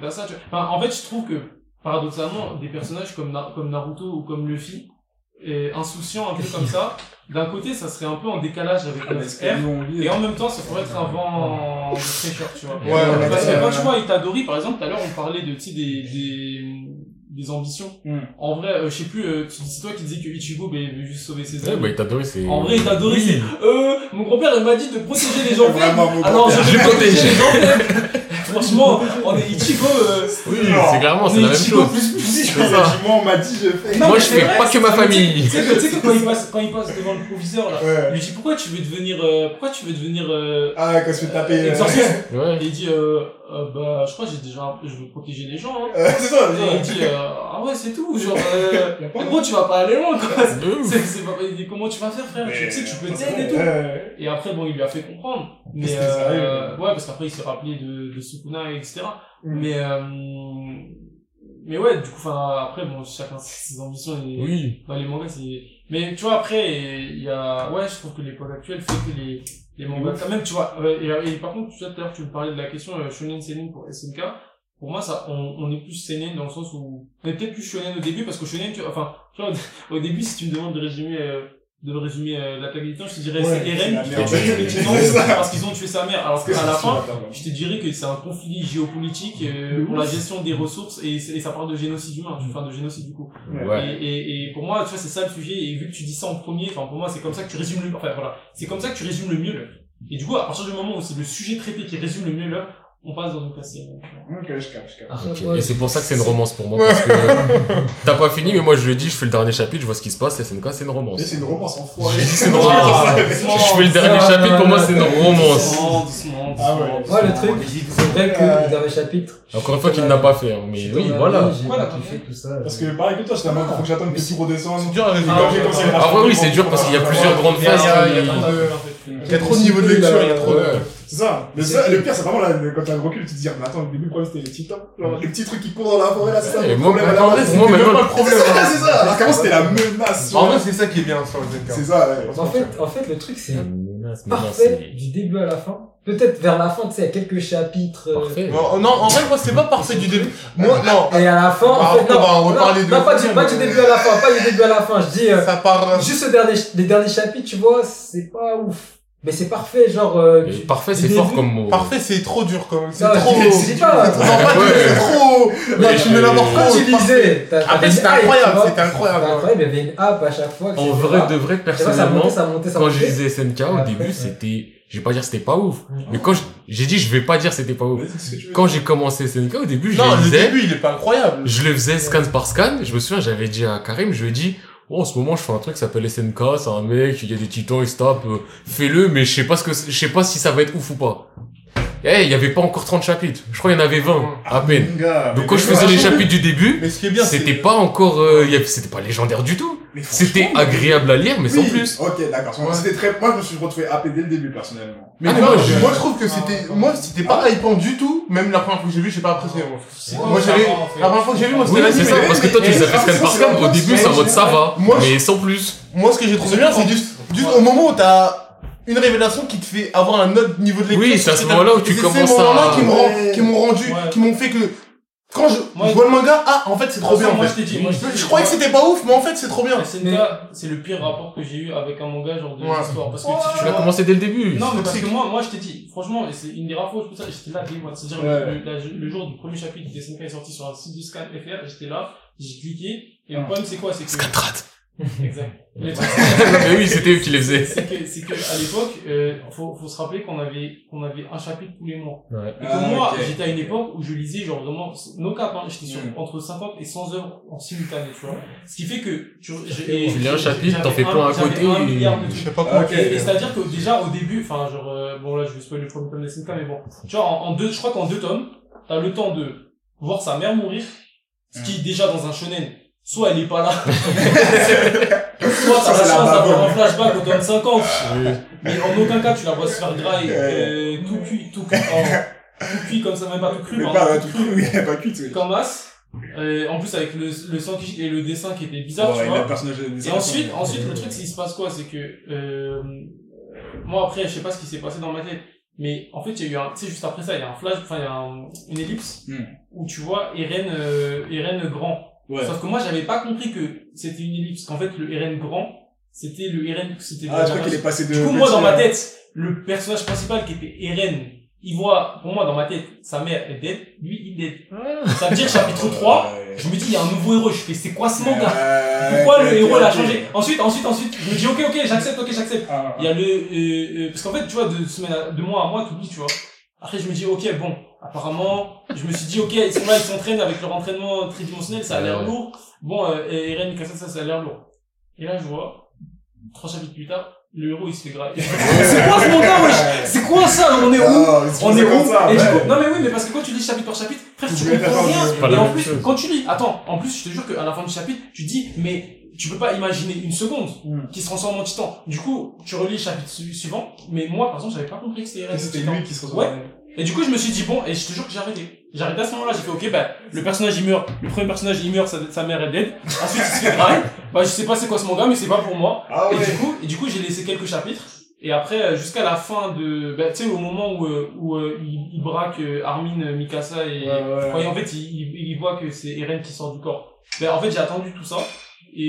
Bah ça, tu- enfin, en fait, je trouve que, paradoxalement, des personnages comme, Na- comme Naruto ou comme Luffy, et insouciants un peu comme ça, d'un côté, ça serait un peu en décalage avec la R, et en même temps, ça pourrait être un vent de fraîcheur, tu vois. Ouais, ouais, Parce ouais, que quand ouais. tu vois Itadori, par exemple, tout à l'heure, on parlait de, tu sais, des, des, des ambitions. Hmm. En vrai, euh, je sais plus, euh, tu- c'est toi qui disais que Ichigo, ben, il veut juste sauver ses Ouais, amis. bah, il t'a adoré, c'est. En vrai, Itadori, c'est, euh, mon grand-père, il m'a dit de protéger les gens faibles. Vraiment, mon Alors, grand-père. je Je vais le protéger protège. les gens faibles. Franchement, on est Ichigo, euh, Oui, Non. c'est clairement, on c'est est la même Ichigo chose. plus plus. Si je fais C'est ça. ça, moi, on m'a dit, je fais. Non, Moi, mais je c'est fais vrai, pas que ma c'est- Tu famille. sais que, tu sais que quand il passe, quand il passe devant le proviseur, là, Ouais. il lui dit pourquoi tu veux devenir, euh, pourquoi tu veux devenir, euh, Ah, quand je fais taper. euh, exorciste? Ouais. Et il dit, euh, euh, bah, je crois que j'ai déjà, un peu- je veux protéger les gens, hein. euh, C'est ça, Et il genre. dit, euh, ah ouais, c'est tout, genre, euh, en gros, tu vas pas aller loin, quoi. De ouf. C'est, c'est pas, il dit, comment tu vas faire, frère? Tu sais, que tu peux t'aider et tout. Ouais. euh, Et après, bon, il lui a fait comprendre. Mais, Parce que ça arrive. euh, ouais, parce qu'après, il s'est rappelé de, de Sukuna, etc. Mais, euh, mais ouais, du coup, enfin, après, bon, chacun ses ses ambitions et, Oui. dans Bah, les mangas, c'est. Mais tu vois, après, il y a. Ouais, je trouve que l'époque actuelle fait que les, les mangas. Quand même, tu vois. ouais, Et, et par contre, tu vois, tout à l'heure, tu me parlais de la question euh, shonen seinen pour SNK. Pour moi, ça, on, on est plus seinen dans le sens où. On est peut-être plus shonen au début parce que shonen, tu Enfin, tu vois, au début, si tu me demandes de résumer. euh, de résumer euh, l'attaque des Titans, je te dirais Ouais, c'est c'est la Eren qui fait merde. tuer les Titans C'est ça. parce qu'ils ont tué sa mère alors Parce que qu'à la c'est- fin attends, ouais. je te dirais que c'est un conflit géopolitique euh, De pour la ouf. gestion des ressources et, c'est- et ça parle de génocide humain, enfin de génocide du coup. Ouais. Et, et, et pour moi, tu vois, c'est ça le sujet. Et vu que tu dis ça en premier, enfin pour moi, c'est comme ça que tu résumes le, enfin voilà, c'est comme ça que tu résumes le mieux. l'œuvre. Et du coup, à partir du moment où c'est le sujet traité qui résume le mieux l'œuvre, on passe dans une classe. euh, Ok, je capte, je capte. Ah, ok. Et c'est pour ça que c'est une romance pour moi. Parce que euh, t'as pas fini, mais moi je le dis, je fais le dernier chapitre, je vois ce qui se passe, SNK, c'est une romance. Mais c'est une romance en Je froid. dis, c'est une romance. Ah, Je doucement, fais le dernier non, chapitre, non, pour moi non. c'est une romance. Doucement, doucement, Ah ouais. doucement. Ouais, le truc, c'est vrai que euh, le dernier chapitre. Encore une fois qu'il n'a pas fait, hein, mais oui, voilà. J'ai Voilà. pas kiffé tout ça. Parce que pareil que toi, je t'ai faut que j'attende que tu redescendes. dur à résumer. Ah, J'ai commencé à Ah ouais, oui, c'est dur parce qu'il y a plusieurs grandes phases. hein, Il y a qui- plein de- Il y Ouais. a trop de niveaux de lecture, il y a trop de. C'est ça. Mais C'est ça, que- le pire, c'est vraiment là, le- quand t'as le recul, tu te dis, ah, mais attends, au début, le problème, c'était les petits tops. Genre, les petits trucs qui courent dans la forêt, là, c'est ça. Et le moi, problème. maintenant, Alors, là, pour c'est- moi, maintenant, le c'est problème. ça, c'est ça. Alors qu'avant, c'était la menace. En ouais. vrai, c'est ça qui est bien sur le c'est ZK. ça, ouais. En fait, en fait, le truc, c'est La menace, mais non, parfait c'est. du début à la fin. Peut-être vers la fin, tu sais, il y a quelques chapitres. euh, Parfait. Non, oh, non, en vrai, moi, c'est pas parfait du début. Moi, non. Et à la fin, Ah, en fait, on non, va en non, reparler de non, pas, du, l'autre pas film. du début à la fin, pas du début à la fin. Je dis euh, Ça part. euh, juste le dernier, ch- les derniers chapitres, tu vois, c'est pas ouf. Mais c'est parfait, genre. euh, Et tu- Parfait, du c'est fort début. comme mot. Parfait, c'est trop dur quand même. C'est Non, trop. je- je dis pas. Non, pas dur, Ouais. c'est trop. Mais Tu me l'as euh, Quand tu lisais, t'as- t'avais Après, une c'était hype, tu incroyable, vois. C'était c'était incroyable. ouais. incroyable, il y avait une app à chaque fois. En etc. vrai, de vrai, Tu vois, ça personnellement, montait, ça montait, ça quand montait. je lisais SNK au Ouais. début, Ouais. c'était, je vais pas dire c'était pas ouf, mais quand je- j'ai dit je vais pas dire c'était pas ouf. Vas-y, ce que tu veux. Quand j'ai commencé SNK au début, je Non, le le lisais, début, il est pas incroyable. je le faisais scan par scan, je me souviens, j'avais dit à Karim, je lui ai dit, oh, en ce moment, je fais un truc qui s'appelle SNK, c'est un mec, il y a des titans, il se tape, euh, fais-le, mais je sais pas ce que, c'est- je sais pas si ça va être ouf ou pas. Eh, il y avait pas encore 30 chapitres, je crois qu'il y en avait 20, à peine. Mon gars, Donc mais- quand je faisais les chapitres du début, Mais ce qui est bien, c'est. c'était pas encore, euh, il y avait- c'était pas légendaire du tout. mais franchement, C'était bah, agréable à lire, mais sans oui. plus. Ok, d'accord. Ouais. C'était très, moi, je me suis retrouvé happé dès le début, personnellement. Mais Ah, moi, moi, je... je- moi, je trouve que c'était. Moi, c'était pas hypant du tout. Même la première fois que j'ai vu, j'ai pas apprécié. moi. Moi, j'avais. ça va, en fait. La première fois que j'ai vu, moi, Oui, c'était l'anime. c'est ça, mais- parce que toi, tu mais- les as fait mais- scan par scan. Au mais- début, c'est en mais- mode ça va, Moi, je- mais sans plus. Moi, ce que j'ai trouvé bien, c'est juste, juste au moment où t'as une révélation qui te fait avoir un autre niveau de lecture. Oui, c'est à ce moment-là où tu C'est commences ces moments-là à... qui m'ont Ouais. qui m'ont rendu, Ouais. qui m'ont fait que quand je, Moi, je vois le manga, ah, en fait, c'est trop bien. en Moi, je fait. t'ai dit, moi, Je, je t'ai dit, je croyais que c'était pas ouf, mais en fait, c'est trop bien. SNK, c'est le pire rapport que j'ai eu avec un manga, genre de Ouais. l'histoire. Parce que si Tu tu l'as vois- commencé dès le début. Non, mais parce Toxique. que moi, moi, je t'ai dit, franchement, et c'est une des rares fois où je peux ça, j'étais là, des mois. C'est-à-dire, Ouais. le, la- le jour du premier chapitre des SNK est sorti sur un site de scan FR, j'étais là, j'ai cliqué, et le Ah. problème, c'est quoi? C'est que, Scatrat. exact. Le truc, Mais oui, c'était eux qui les faisaient. c'est que, c'est que, à l'époque, euh, faut, faut se rappeler qu'on avait, qu'on avait un chapitre tous les mois. Ouais. Et que Ah, moi, ok. j'étais à une époque où je lisais, genre vraiment, no cap, hein, j'étais sur Mm. entre 50 et 100 heures en simultané, tu vois. Ce qui fait que, tu, fait j'ai- long. Tu lis un chapitre, t'en j'avais fais plein à j'avais côté. un milliard de et- trucs. sais pas comment- Et- Ok. Et, c'est-à-dire que déjà au début, enfin genre euh, bon là je vais spoiler le premier tome de SNK mais bon, tu vois en, en deux, je crois qu'en deux tomes, t'as le temps de voir sa mère mourir, ce Mm. qui déjà dans un shonen, soit elle est pas là, soit Ça, t'as la c'est la chance d'avoir un bavonne. flashback au tome 50, Ah, mais en aucun cas tu la vois se faire grailler, euh, tout cuit, tout cuit, en- tout cuit comme ça même pas tout cru, Mais pardon, pas, tout cru, oui, pas cuite, oui. comme as, Euh, en plus avec le, le sang qui et le dessin qui était bizarre, Ouais, tu il a vois. le personnage de- Et ensuite, Ah, ensuite le truc, c'est qu'il se passe quoi C'est que euh, moi, après, je sais pas ce qui s'est passé dans ma tête, Mais en fait, il y a eu un, tu sais, juste après ça, il y a un flash, enfin, il y a un- une ellipse Hmm. où tu vois Eren, euh, Eren grand. Ouais. Sauf que moi, j'avais pas compris que c'était une ellipse, qu'en fait, le Eren grand, c'était le Eren, c'était Ah, je la- crois qu'il est passé de. euh, du coup, moi, petit hein. dans ma à- tête, le personnage principal qui était Eren, il voit, pour moi, dans ma tête, sa mère est dead, lui, il est dead. Ça veut dire, chapitre 3, je me dis, il y a un nouveau héros, je fais, c'est quoi ce manga? Euh, Pourquoi le ok, héros l'a ok. changé? Ensuite, ensuite, ensuite, je me dis, ok, ok, j'accepte, ok, j'accepte. Ah, Il y a le, euh, euh, parce qu'en fait, tu vois, de semaine à, de mois à mois, t'oublies, tu vois. Après, je me dis, ok, bon, apparemment, je me suis dit, ok, ils sont là, ils s'entraînent avec leur entraînement tridimensionnel, ça a l'air Ouais. lourd. Bon, euh, et Eren, comme ça, ça, ça a l'air lourd. Et là, je vois, trois chapitres plus tard, le héros, il se fait grailler. c'est quoi ce manga, wesh? C'est quoi ça? On est où? Ah, ils se On faisaient est comme où? ça, Et du ouais. coup, non, mais oui, mais parce que quand tu lis chapitre par chapitre, frère, tu Je vais comprends faire rien. ça, pas Et la en même plus, chose. quand tu lis, attends, en plus, je te jure qu'à la fin du chapitre, tu dis, mais tu peux pas imaginer une seconde Hmm. Mm. qui se transforme en titan. Du coup, tu relis le chapitre su- suivant, mais moi, par exemple, j'avais pas compris que c'était Eren le Et C'était titan. lui qui se Ouais. Et du coup, je me suis dit, bon, et je te jure que j'ai arrêté. J'ai arrêté à ce moment-là, j'ai fait, ok, bah, le personnage, il meurt, le premier personnage, il meurt, sa, sa mère est dead. Ensuite, il se fait drive. Bah, je sais pas c'est quoi ce manga, mais c'est pas pour moi. Ah Et ouais. du coup, et du coup, j'ai laissé quelques chapitres. Et après, euh, jusqu'à la fin de, bah, tu sais, au moment où, euh, où euh, il, il braque euh, Armin, euh, Mikasa et, Ouais, et en fait, il, il, il voit que c'est Eren qui sort du corps. Ben, en fait, j'ai attendu tout ça. Et,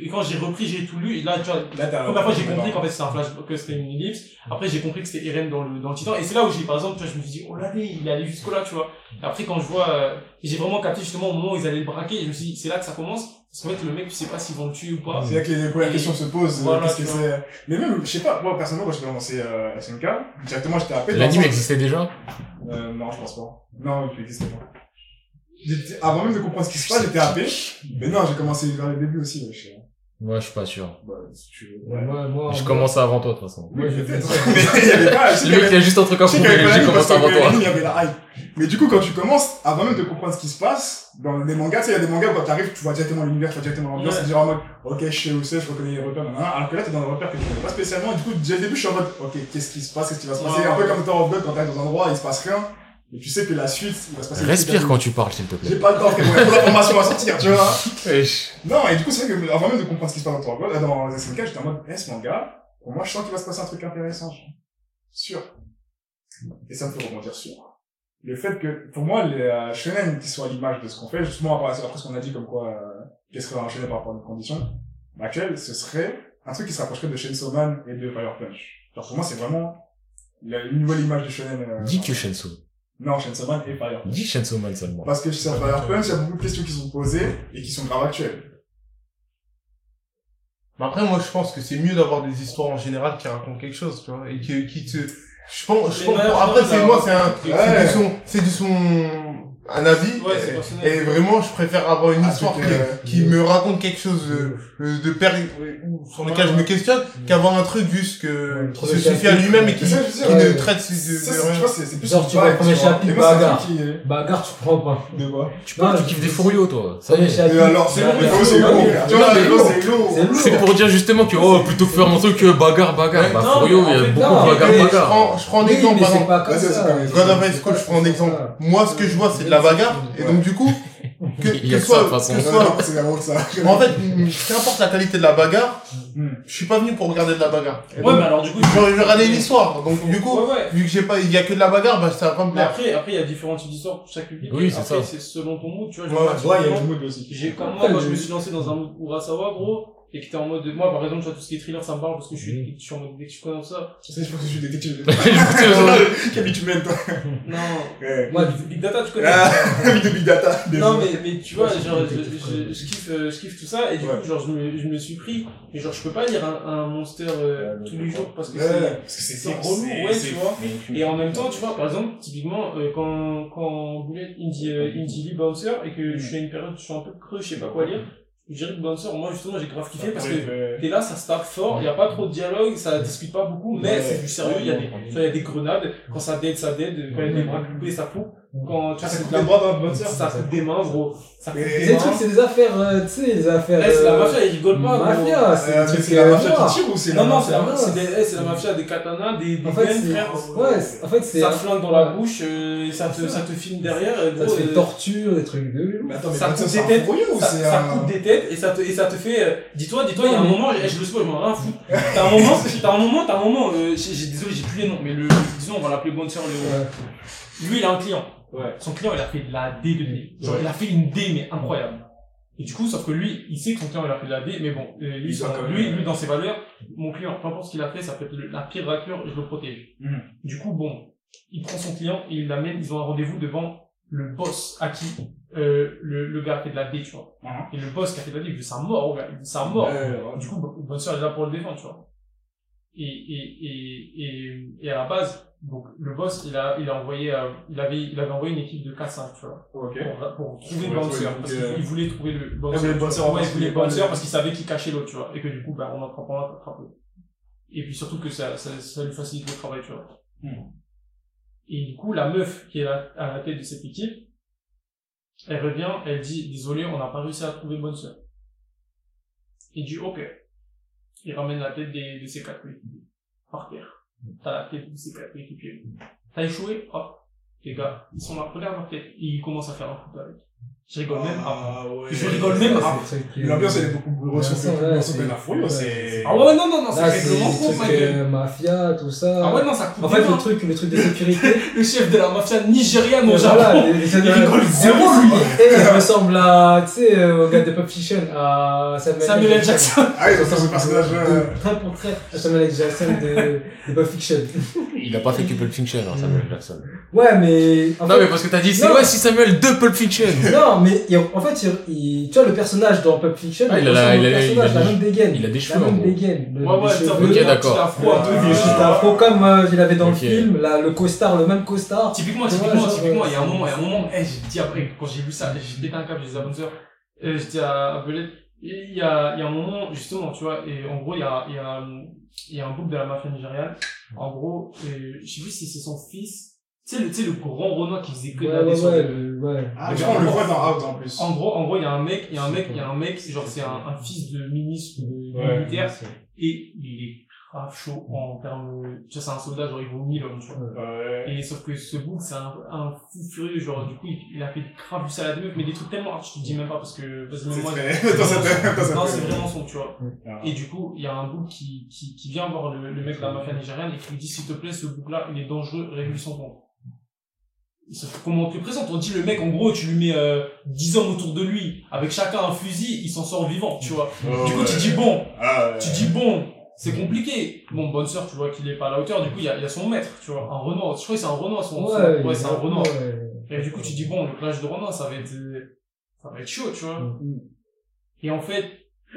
et, et quand j'ai repris, j'ai tout lu. Et là, tu vois, Là, t'as- la première fois, j'ai compris qu'en fait, c'était un flash, que c'était une ellipse. Après, j'ai compris que c'était Eren dans le, dans le titan. Et c'est là où j'ai, par exemple, tu vois, je me suis dit, oh là là, il est allé jusqu'au là, tu vois. Et après, quand je vois, euh, j'ai vraiment capté justement au moment où ils allaient le braquer. Et je me suis dit, c'est là que ça commence. Parce qu'en fait, le mec, tu sais pas s'ils vont le tuer ou pas. C'est là que les premières Et- questions se posent. euh, Voilà, qu'est-ce que tu c'est Mais même, je sais pas, moi personnellement, quand je vais lancer euh, SNK, directement j'étais appelé. L'anime existait déjà Euh, non, je pense pas. Non, il existait pas. J'étais- Avant même de comprendre ce qui se passe, j'étais happé. Mais non, j'ai commencé vers le début aussi, ouais, je sais. Moi, je suis pas sûr. Bah, si tu veux. Ouais, moi, moi, Je en- commence avant toi, de toute façon. Moi, je Peut-être. Mais il y avait pas, je sais Limite, il qu'il y y avait- a juste un truc à je sais qu'il y prouver, avait pas la j'ai hype parce commencé que avant dans toi. l'anime, il y avait la hype. Mais du coup, quand tu commences, avant même de comprendre ce qui se passe, dans les mangas, tu sais, il y a des mangas où quand t'arrives, tu vois directement l'univers, tu vois directement l'ambiance, Ouais. c'est déjà en mode, ok, je sais où c'est, je reconnais les repères, nanana. Alors que là, t'es dans un repère que tu connais pas spécialement, et du coup, dès le début, je suis en mode, ok, qu'est-ce qui se passe, qu'est-ce qui va se passer? Ouais. Un peu comme Tower of God, quand t'arrives dans un endroit, il se passe rien, et tu sais que la suite, il va se passer. Respire quand tu parles, s'il te J'ai plaît. pas le temps, frérot, il faut l'information à sortir, tu vois. Wesh. Non, et du coup, c'est vrai que, avant même de comprendre ce qui se passe dans Tower of God, dans SNK, j'étais en mode, eh, ce manga, pour moi, je sens qu'il va se passer un truc intéressant, genre. Sûr. Et ça me fait rebondir sur le fait que, pour moi, les euh, shonen qui sont à l'image de ce qu'on fait, justement, après, après ce qu'on a dit comme quoi, euh, qu'est-ce que serait un shonen par rapport à nos conditions actuelles, ce serait un truc qui se rapprocherait de Chainsaw Man et de Fire Punch. Genre, pour moi, c'est vraiment la une nouvelle image du shonen. euh, Dis que Shensu. Non, Chainsaw Man et Fire Dis Shensu Man seulement. parce que sur Fire Punch, il y a beaucoup de questions qui sont posées et qui sont graves actuelles. Mais après, moi, je pense que c'est mieux d'avoir des histoires en général qui racontent quelque chose, tu vois, et qui, qui te... Je pense, je Mais pense, non, après, non, c'est non. moi, c'est un, Ouais. c'est de son, c'est de son, un avis. Ouais, c'est et- personnel. et vraiment, je préfère avoir une Ah, histoire c'est qui, que, euh, qui me raconte quelque chose de, de per... sur lequel je me questionne, qu'avoir un truc juste que, Ouais, qui trop se de suffit à calcul. lui-même et qui, C'est ça, je veux qui dire, euh, ne ouais. traite de, de Ça, rien. c'est- tu vois, c'est c'est plus Genre, une tu vois, vibe, premier vois. chapitre, Et moi, c'est un bagarre. truc qui euh, est- Bagarre, bah, tu prends pas. De quoi Tu parles, tu kiffes des furieux, toi. Ça y Premier est. Et chapitre. alors, c'est bon, mais mais gros, c'est c'est bon, lourd. mais- Tu vois, mais mais gros, non. c'est lourd. C'est C'est lourd. pour dire justement que, oh, plutôt que faire un truc euh, bagarre, bagarre. Mais Bah, non, furieux, il y mais en a fait, beaucoup non, de bagarre, Et je bagarre. prends, je prends un Oui, exemple, mais par c'est exemple. pas comme Ouais, c'est ça. comme- God of High School, je prends un exemple. Moi, ce que je vois, c'est de la bagarre. Et donc, du coup, que, Il y a que que ça, soit, de toute façon. que Non, soit, non, c'est vraiment ça. en fait, qu'importe la qualité de la bagarre, Hmm. je suis pas venu pour regarder de la bagarre. Ouais, mais alors, du coup, Je je vais regarder l'histoire. Donc, du coup, ouais, ouais. vu que j'ai pas, il y a que de la bagarre, bah, ça va pas me Mais plaire. après, après, il y a différents types d'histoires pour chaque public. Oui, c'est Après, ça. C'est selon ton mood, tu vois. Ouais, j'ai pas Ouais, il y a forcément- du mood aussi. J'ai comme moi, quand je me suis lancé dans un mood Urasawa, gros, et que t'es en mode, moi, par exemple, tu vois, tout ce qui est thriller, ça me parle parce que je suis, je suis en mode, dès que je connais ça. Tu sais, je pense que je suis détective. Je Quel bitumen, toi. Non, Ouais. moi, du Big Data, tu connais. Ah, de Big Data. Non, désolé. mais, mais tu vois, Ouais, genre, c'est je, compliqué, je, je kiffe, euh, je kiffe tout ça, et du Ouais. coup, genre, je me, je me suis pris, mais genre, je peux pas lire un, un monster euh, tous les jours parce que Ouais, c'est. parce que c'est relou, ouais, tu vois. Et en même temps, tu vois, par exemple, typiquement, euh, quand, quand Bullet, il me dit, euh, il me dit, lis Bouncer, et que je suis à une période où je suis un peu creux, je sais pas quoi lire, je dirais que Bouncer, moi, justement, j'ai grave kiffé parce que Ouais, T'es là, ça se tape fort, il n'y a pas trop de dialogue, ça discute pas beaucoup, mais Ouais. c'est du sérieux, il y, a des- tu vois, y a des grenades, quand ça dead, ça dead, quand il y a des bras coupés, ça coupe. Quand tu Ça sais coupe de la Ah, les bras dans notre voiture. ça coupe des mains, gros. Ça coupe Et- des Ces mains. trucs, c'est des affaires, euh, tu sais, des affaires. Eh, c'est la euh, mafia, ils rigolent pas, gros. Mafia, c'est Euh, des mais trucs, c'est la euh, mafia noirs. qui tire ou c'est la Non, non, c'est la Non, mafia, c'est- c'est des- eh, c'est la mafia des katanas, des des En fait, gangs, c'est- frère. euh, Ouais, c'est- en fait, c'est. Ça te Ça flingue dans la bouche, euh, et ça te, ça te filme derrière, et gros. se fait euh, torture, des trucs de ouf. Mais attends, mais Ça ça, coupe ça, des c'est un têtes, fourrier ou ça, c'est ça un... coupe des têtes et ça te, et ça te fait. euh, dis-toi, dis-toi, il y a un Non, mais- moment, eh, je le sais pas, je m'en ai rien à foutre. T'as un moment, t'as un moment, t'as un moment, euh, j'ai, j'ai- désolé, j'ai plus les noms, mais le, disons, on va l'appeler Bonne Sœur, le- Ouais. Lui, il a un client. Ouais. Son client, il a fait de la D de D. Genre, Ouais. il a fait une D, mais incroyable. Et du coup, sauf que lui, il sait que son client, il a fait de la D, mais bon, euh, lui, Il doit son- quand même- lui, lui, dans ses valeurs, mon client, peu importe ce qu'il a fait, ça peut être le- la pire raclure, je le protège. Mhm. Du coup, bon, il prend son client et il l'amène, ils ont un rendez-vous devant le boss à qui euh, le, le gars a fait de la D, tu vois. Mhm. Et le boss qui a fait de la D, il veut sa mort, gars, il veut sa mort. Euh, Du coup, bo- bonne soeur est là pour le défendre, tu vois. Et, et, et, et, et à la base, donc, le boss, il a, il a envoyé, euh, il avait, il avait envoyé une équipe de 4-5, tu vois. Ok. Pour, euh, pour trouver Ouais, le bonne ouais, sœur, donc, Parce euh, qu'il voulait trouver le il voulait le bonne sœur, Ouais, parce il voulait qu'il le bonne voulait- sœur parce qu'il savait qu'il cachait l'autre, tu vois. Et que du coup, ben, on attrape, on attrape l'autre. Et puis surtout que ça, ça, ça lui facilite le travail, tu vois. Hmm. Et du coup, la meuf qui est à, à la tête de cette équipe, elle revient, elle dit, désolé, on n'a pas réussi à trouver bonne sœur. Il dit, ok. Il ramène la tête des, de ses quatre coéquipiers. Par terre. T'as la tête de ses quatre coéquipiers. T'as échoué, hop. Les gars, ils sont là, regarde leur tête. Et ils commencent à faire un foot avec. Je rigole même avant. Ah ouais. Je rigole même avant. C'est des trucs, euh, L'ambiance, elle est beaucoup plus grosse Ouais, que ouais, l'ambiance c'est- de la fourrier, Ben c'est... Ah ouais, non, non, non, c'est Là, c'est règlement des contre, ma trucs gueule. euh, mafia, tout ça. Ah ouais, non, ça coupe En fait, des le mains. truc, le truc de sécurité. le chef de la mafia nigériane au Voilà, Japon. les- les- Il rigole zéro, lui. Eh, euh, il ressemble à, tu sais, euh, au gars de Pulp Fiction, à Samuel, Samuel L. Jackson. Ah oui, donc ça, c'est ce personnage... euh, De- Trait pour trait, à Samuel L. Jackson de, de Pulp Fiction. Il a pas fait que Pulp Fiction, hein, Samuel Jackson. Ouais, mais. en Non, fait- mais parce que t'as dit, c'est Non. ouais, si Samuel de Pulp Fiction. Non, mais il- en fait, il, il- tu vois, le personnage dans Pulp Fiction, Ah, il a ressemble la- au il a- personnage, il a- la même dégaine. il a des La cheveux, en même gros. dégaine. le- Ouais, ouais, les ça cheveux. Ok, veut d'accord. afro à deux Ah, Le vieux. petit afro, comme euh, il avait dans Ok. le film, là, le costard, le même costard. Typiquement, Ouais, typiquement, genre, typiquement, ouais, il y a un c'est- moment, il y a un moment, eh, j'ai dit après, quand j'ai vu ça, j'ai pété un câble, j'ai dit à bonne sœur, euh, j'ai dit à à Belette, et il y a, il y a un moment, justement, tu vois, et en gros, il y a, il y a, un- il y a un bouc de la mafia nigériane, en gros, euh, je sais plus si c'est son fils, tu sais, le, tu sais, le grand Renoir qui faisait que Ouais, de la ouais, descente. ouais, le- ouais. Ah, tu vois, on le voit dans Out, en plus. En gros, en gros, il y a un mec, il y a un mec, C'est il y a un mec, genre, c'est un, un fils de ministre ou de Ouais. militaire, et il est grave chaud en termes, tu sais, c'est un soldat, genre, il vaut 1000 hommes, tu vois. Ouais. Et sauf que ce bouc, c'est un, un fou furieux, genre, du coup, il, il a fait grave du salade meuf, mais des trucs tellement hard, je te dis même pas parce que, vas-y, C'est même moi, très... Dans cette... Dans cette... non, c'est vraiment son, tu vois. Ah. Et du coup, il y a un bouc qui, qui, qui vient voir le, le mec de la mafia nigériane et qui lui dit, s'il te plaît, ce bouc-là, il est dangereux, règle son compte. Sauf que comment on te le présente On dit, le mec, en gros, tu lui mets euh, 10 hommes autour de lui, avec chacun un fusil, il s'en sort vivant, tu vois. Oh, Du coup, tu ouais. dis, bon, Ah, ouais. tu dis bon, c'est compliqué. Bon, bonne sœur, tu vois qu'il est pas à la hauteur, du coup, il y a, il y a son maître, tu vois, un Renoir. Je crois que c'est un Renoir, son Ouais, son- ouais c'est un Renoir. ouais. Et du coup, tu dis bon, le clash de Renoir, ça va être, euh, ça va être chaud, tu vois. Mm. Et en fait,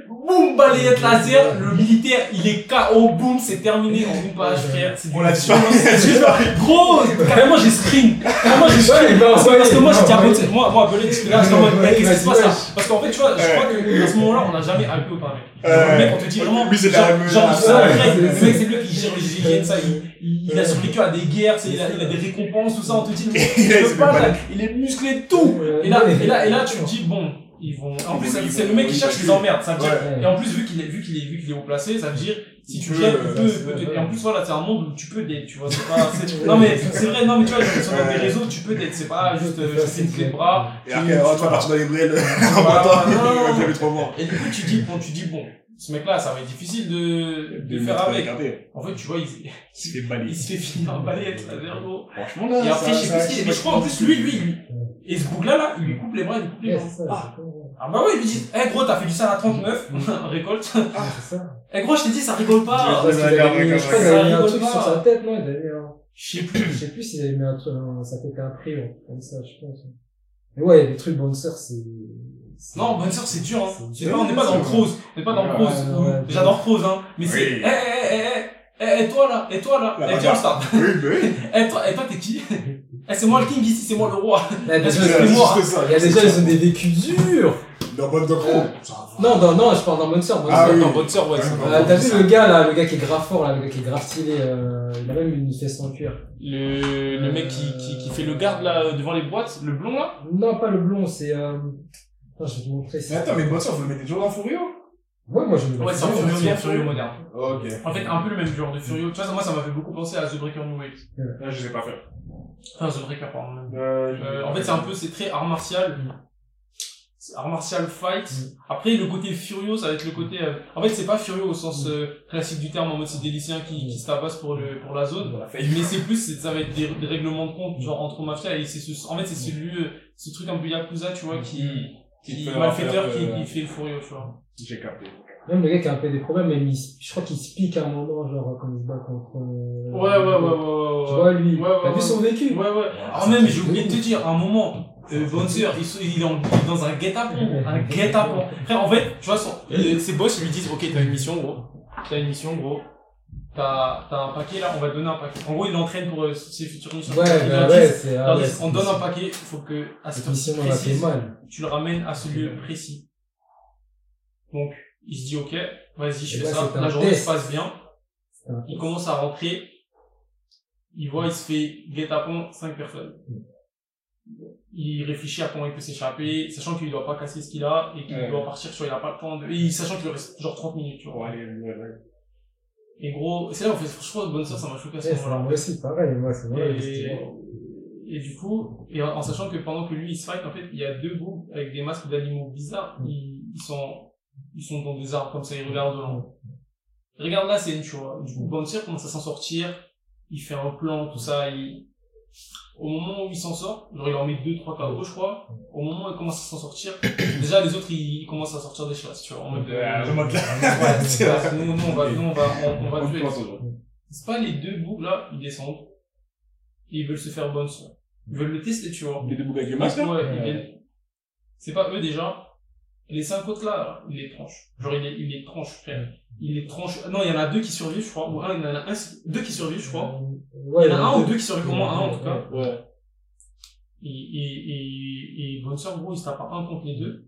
boum, balayette laser, le militaire, il est KO, boum, c'est terminé en une page, frère. C'est du- On l'a disparu. C'est juste, gros, carrément, j'ai scream. Carrément, j'ai scream. Ouais, il va Parce que- parce que moi, envoyer, il va j'étais à envoyer. côté. Moi, moi, appelé, parce que là, j'étais en Ouais, mode, ouais, eh, qu'est-ce qui ouais, se passe ouais. là Parce qu'en fait, tu vois, je crois que, à ce moment-là, on n'a jamais hypé au pareil. Ouais. Le mec, on te dit vraiment, Lui, c'est la genre, meule, genre, là. c'est un Ah, Ouais, vrai, le mec, c'est- c'est le mec qui gère les GIGN, ça, il, il, il a survécu à des guerres, tu sais, il a, il a des récompenses, tout ça, on te dit, le mec, il Il a- il peut s'est pas, fait là, il est musclé de tout. Et là, et là, et là, tu te dis, bon, ils vont, en plus, ça- c'est le mec qui cherche les emmerdes, ça veut dire, Ouais. et en plus, vu qu'il est, vu qu'il est, vu qu'il est haut placé, ça veut dire, si tu Il peut, viens, euh, il peut, il peut ouais, te- ouais. et en plus, voilà, c'est un monde où tu peux date, tu vois, c'est pas, c'est- non mais, c'est vrai, non mais tu vois, sur des Ouais. réseaux, tu peux date, c'est pas juste, euh, je te fais une clé de bras. Et après, oh, tu vas partir dans les brels. En Voilà. battant. Ah, Non. Il va jamais trop mort. Et du coup, tu dis, bon, tu dis, bon, ce mec-là, ça va être difficile de, de faire avec. Regardez. En fait, tu vois, il, C'est des il se fait finir en balayette, la vergo. Franchement, là, Et après, ça- je sais ça- plus ce qu'il est, mais je crois en plus, lui, lui, lui. Et ce bouc-là, là, il lui coupe les bras, il lui coupe les Ouais, jambes. c'est ça. Ah. Ah bah oui, il lui dit, eh gros, t'as fait du sale à 39, récolte. Ouais, c'est ça. Eh gros, je t'ai dit, ça rigole pas. Ouais, Parce qu'il avait regarde, mis- regarde, je crois qu'il regarde. avait mis Ça un truc rigole sur pas. sa tête, non, il avait mis un- Je sais plus. Je sais plus s'il avait mis un truc, un- ça t'était un prix, ouais, comme ça, je pense. Mais ouais, les trucs bonne sœur, c'est... c'est- Non, bonne sœur, c'est dur, hein. C'est C'est pas, on n'est pas dans Crows, on n'est pas dans Ouais, Crows. ouais, où- ouais. J'adore Crows, hein. Mais Oui. c'est, eh, eh, eh, eh, eh, eh, toi là, eh, toi là, La eh, bagarre. Star. Oui, bah oui. Eh, toi, eh, toi, t'es qui? Eh, c'est moi le king ici, c'est moi le roi. Là, déjà, Parce que- il C'est moi. juste ça. y a des gens, ils ont des vécus durs. Dans Bonne de Chrome. Non, non, non, je parle d'un bonne sœur. Bonne Ah Sœur. oui. Dans Bonne Sœur, ouais, c'est Ouais, vrai. Euh, T'as vu le gars là, le gars qui est grave fort là, le gars qui est grave stylé, euh, il a même une veste en cuir. Le, le mec qui, qui, qui fait le garde là euh, devant les boîtes, le blond là Non, pas le blond, c'est. Euh... Attends, je vais te montrer. Mais c'est- attends, mais Bonne Sœur, vous le mettez toujours dans Furio Ouais, moi je me Ouais, c'est un Ouais, furieux, ouais, bien ouais. furieux moderne. Ok. En fait, un peu le même genre de furieux. Tu vois, ça, moi ça m'a fait beaucoup penser à The Breaker New Wave. Là, Ah, je sais pas faire. Enfin, Ah, The Breaker, pardon. même. Euh, Euh, en fait, c'est un peu, c'est très art martial. C'est Art martial fight. Après, le côté furieux, ça va être le côté. euh, En fait, c'est pas furieux au sens euh, classique du terme, en mode c'est des lycéens qui, qui se tabassent pour, le, pour la zone. Mais c'est plus, c'est- ça va être des, des règlements de compte, genre entre mafias. Et c'est ce, en fait, c'est ce lieu, ce truc un peu yakuza, tu vois, qui. Qui te qui fait malfaiteur faire qui, que- qui fait le furieux, tu vois. J'ai capté. Même le gars qui a un peu des problèmes, mais il se- je crois qu'il se pique à un moment, genre quand il se bat contre. euh, Ouais, ouais, ouais, ouais, Tu ouais. ouais. vois, lui, Ouais, ouais, t'as ouais. vu son vécu Ouais, ouais. Alors même, j'ai oublié de te dire, à un moment, euh, Bonzer, il, se- il est en- il est dans un guet-apens. Un guet-apens. Frère, en fait, tu vois, son, euh, ses boss ils lui disent, ok, t'as une mission, gros. T'as une mission, gros. T'as, t'as un paquet, là, on va te donner un paquet. En gros, il l'entraîne pour euh, ses futures missions. Ouais, Il bah leur ouais, dit, c'est. il ah leur ouais, dit, c'est- on donne un paquet, faut que, à cette Cette mission, on a fait précise, mal. tu le ramènes à ce lieu précis. Donc, il se dit, ok, vas-y, je Et fais là, ça. Eh ben, c'est un La journée test. se passe bien. C'est un- Il commence à rentrer. Il voit, il se fait guet-apens, cinq personnes. Mm. Il réfléchit à comment il peut s'échapper, sachant qu'il doit pas casser ce qu'il a et qu'il Ouais. doit partir, soit il a pas le temps de, et il- sachant qu'il lui reste genre 30 minutes, tu vois. Pour aller. ouais, ouais. Et gros, c'est là, en fait, je crois que bonne sœur, ça m'a choqué à ce Ouais, c'est moment-là. moi aussi, pareil, moi, c'est vrai. Et, c'est- et du coup, et en en sachant que pendant que lui il se fight, en fait, il y a deux groupes avec des masques d'animaux bizarres. Mm. Ils, ils sont, ils sont dans des arbres comme ça, ils regardent de loin. Ils regardent la scène, tu vois. Mm. Du coup, Bouncer commence à s'en sortir. Il fait un plan, tout ça. Il... Au moment où il s'en sort, genre il en met deux, trois KO, je crois. Au moment où il commence à s'en sortir, déjà les autres ils, ils commencen à sortir des chasses, tu vois. En mode, Euh, euh, Je manque la. ouais, c'est vrai, nous, nous, on va, nous, on va, on, on va On tuer. pense aujourd'hui. C'est pas les deux bouts là, ils descendent. Et ils veulent se faire bonne soin. Ils veulent le tester, tu vois. Les deux boules avec le Ouais, masque, là ils viennent. C'est pas eux déjà. Les cinq autres là, ils les tranchent. Genre, ils les, ils les tranchent, frère. Ils les tranchent. Non, il y en a deux qui survivent, je crois. Ou un, il y en a un, deux qui survivent, je crois. Ouais, il y en a un deux- ou deux qui survivent, au moins un en tout cas. Ouais. Et, et, et, et Bonne Sœur, gros, il se tape à un contre les deux.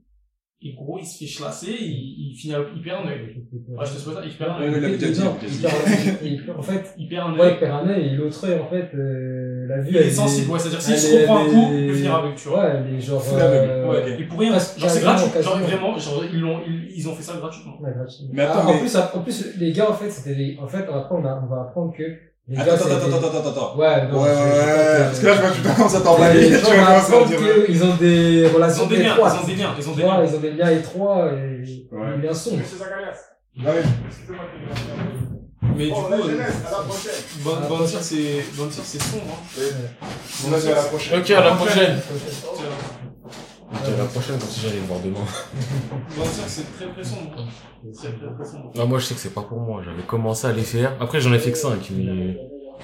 Et gros, il se fait chlasser, il, il finit, à- il perd un œil. Moi, Ah, je te souhaite ça, il perd un euh, œil. Ouais, ouais, la petite Non, petite il perd- il- En fait, Il perd un ouais, il œil. perd un œil et l'autre œil, en fait, euh, la vue. Il elle est sensible, ouais, c'est-à-dire s'il se elle est- reprend un coup, elle est- il peut finir avec, tu vois. Ouais, elle est genre. Full aveugle, euh, Ouais, et pour rien, Parce- genre c'est quasiment, gratuit, genre quasiment. vraiment, genre ils l'ont, ils, ils ont fait ça gratuitement. Ouais, gratuit. Mais attends, Ah, en, mais- plus, en plus, les gars, en fait, c'était des... En fait, après, on, a- on va apprendre que. Les Attends, gars, attends, c'était- attends, attends, attends, attends. Ouais, Ouais, non, ouais, je- je- ouais. Parce que là, je vois que tu commences à Les t'emballer. Tu gens, on vas commencer va à apprendre dire. que ils ont des Ils ont relations des liens, étroites. ils ont des liens, ils ont Tu des vois, liens. ils ont des liens étroits et des liens sombres. Monsieur Zacharias. Ah oui. Excusez-moi. Mais du Bon, coup, Oh, la euh, jeunesse, à la prochaine. Bonne Bonne Sœur, c'est, Bonne Sœur, c'est sombre, hein. On va dire à la prochaine. Ok, à la prochaine. Tu vois. Ok, à la prochaine, comme si j'allais le voir demain. Bonne Sœur, c'est très très sombre. hein. C'est très très sombre. Non, moi, je sais que c'est pas pour moi. J'avais commencé à les faire. Après, j'en ai fait que 5, mais...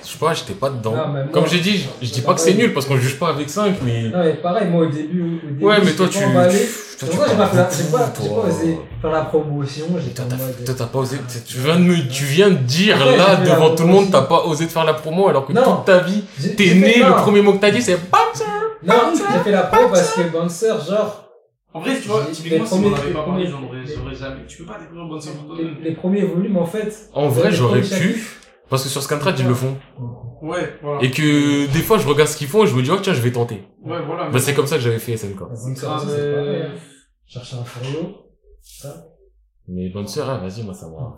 Je sais pas, j'étais pas dedans. Non, mais moi- comme j'ai dit, je- je dis pas que c'est nul, parce qu'on juge pas avec 5, mais... Non, mais pareil, moi au début. Au début Ouais, mais toi, tu... j'étais pas emballé. toi, Donc, moi, j'ai pas fait la- j'ai pas- toi. j'ai pas osé faire la promotion, j'étais Toi, en t'as- mode- toi, t'as pas osé. t'es- Tu viens de me, tu viens de dire là Ouais, j'ai fait la devant tout le monde, t'as promo pas osé de faire la promo alors que Non. toute ta vie, J'ai- t'es j'ai né, fait- le non, premier mot que t'as dit c'est BAM ça Non, j'ai fait la pro parce que Bouncer, genre, En vrai, tu vois, Les typiquement, si on premiers- n'en avait pas parlé, les- j'en aurais, les- j'aurais jamais. Tu peux pas découvrir Bonne Sœur pour les, toi-même. les premiers volumes, en fait. En les vrai, j'aurais premiers pu. Parce que sur Scantrad, ils le font. Ouais, voilà. Et que des fois, je regarde ce qu'ils font et je me dis, oh tiens, je vais tenter. Ouais, voilà. Bah, c'est comme ça que j'avais fait SNK. Bouncer grave, aussi, c'est pareil, euh, hein. Chercher un fourneau. Mais bonne sœur, hein, vas-y, moi ça va.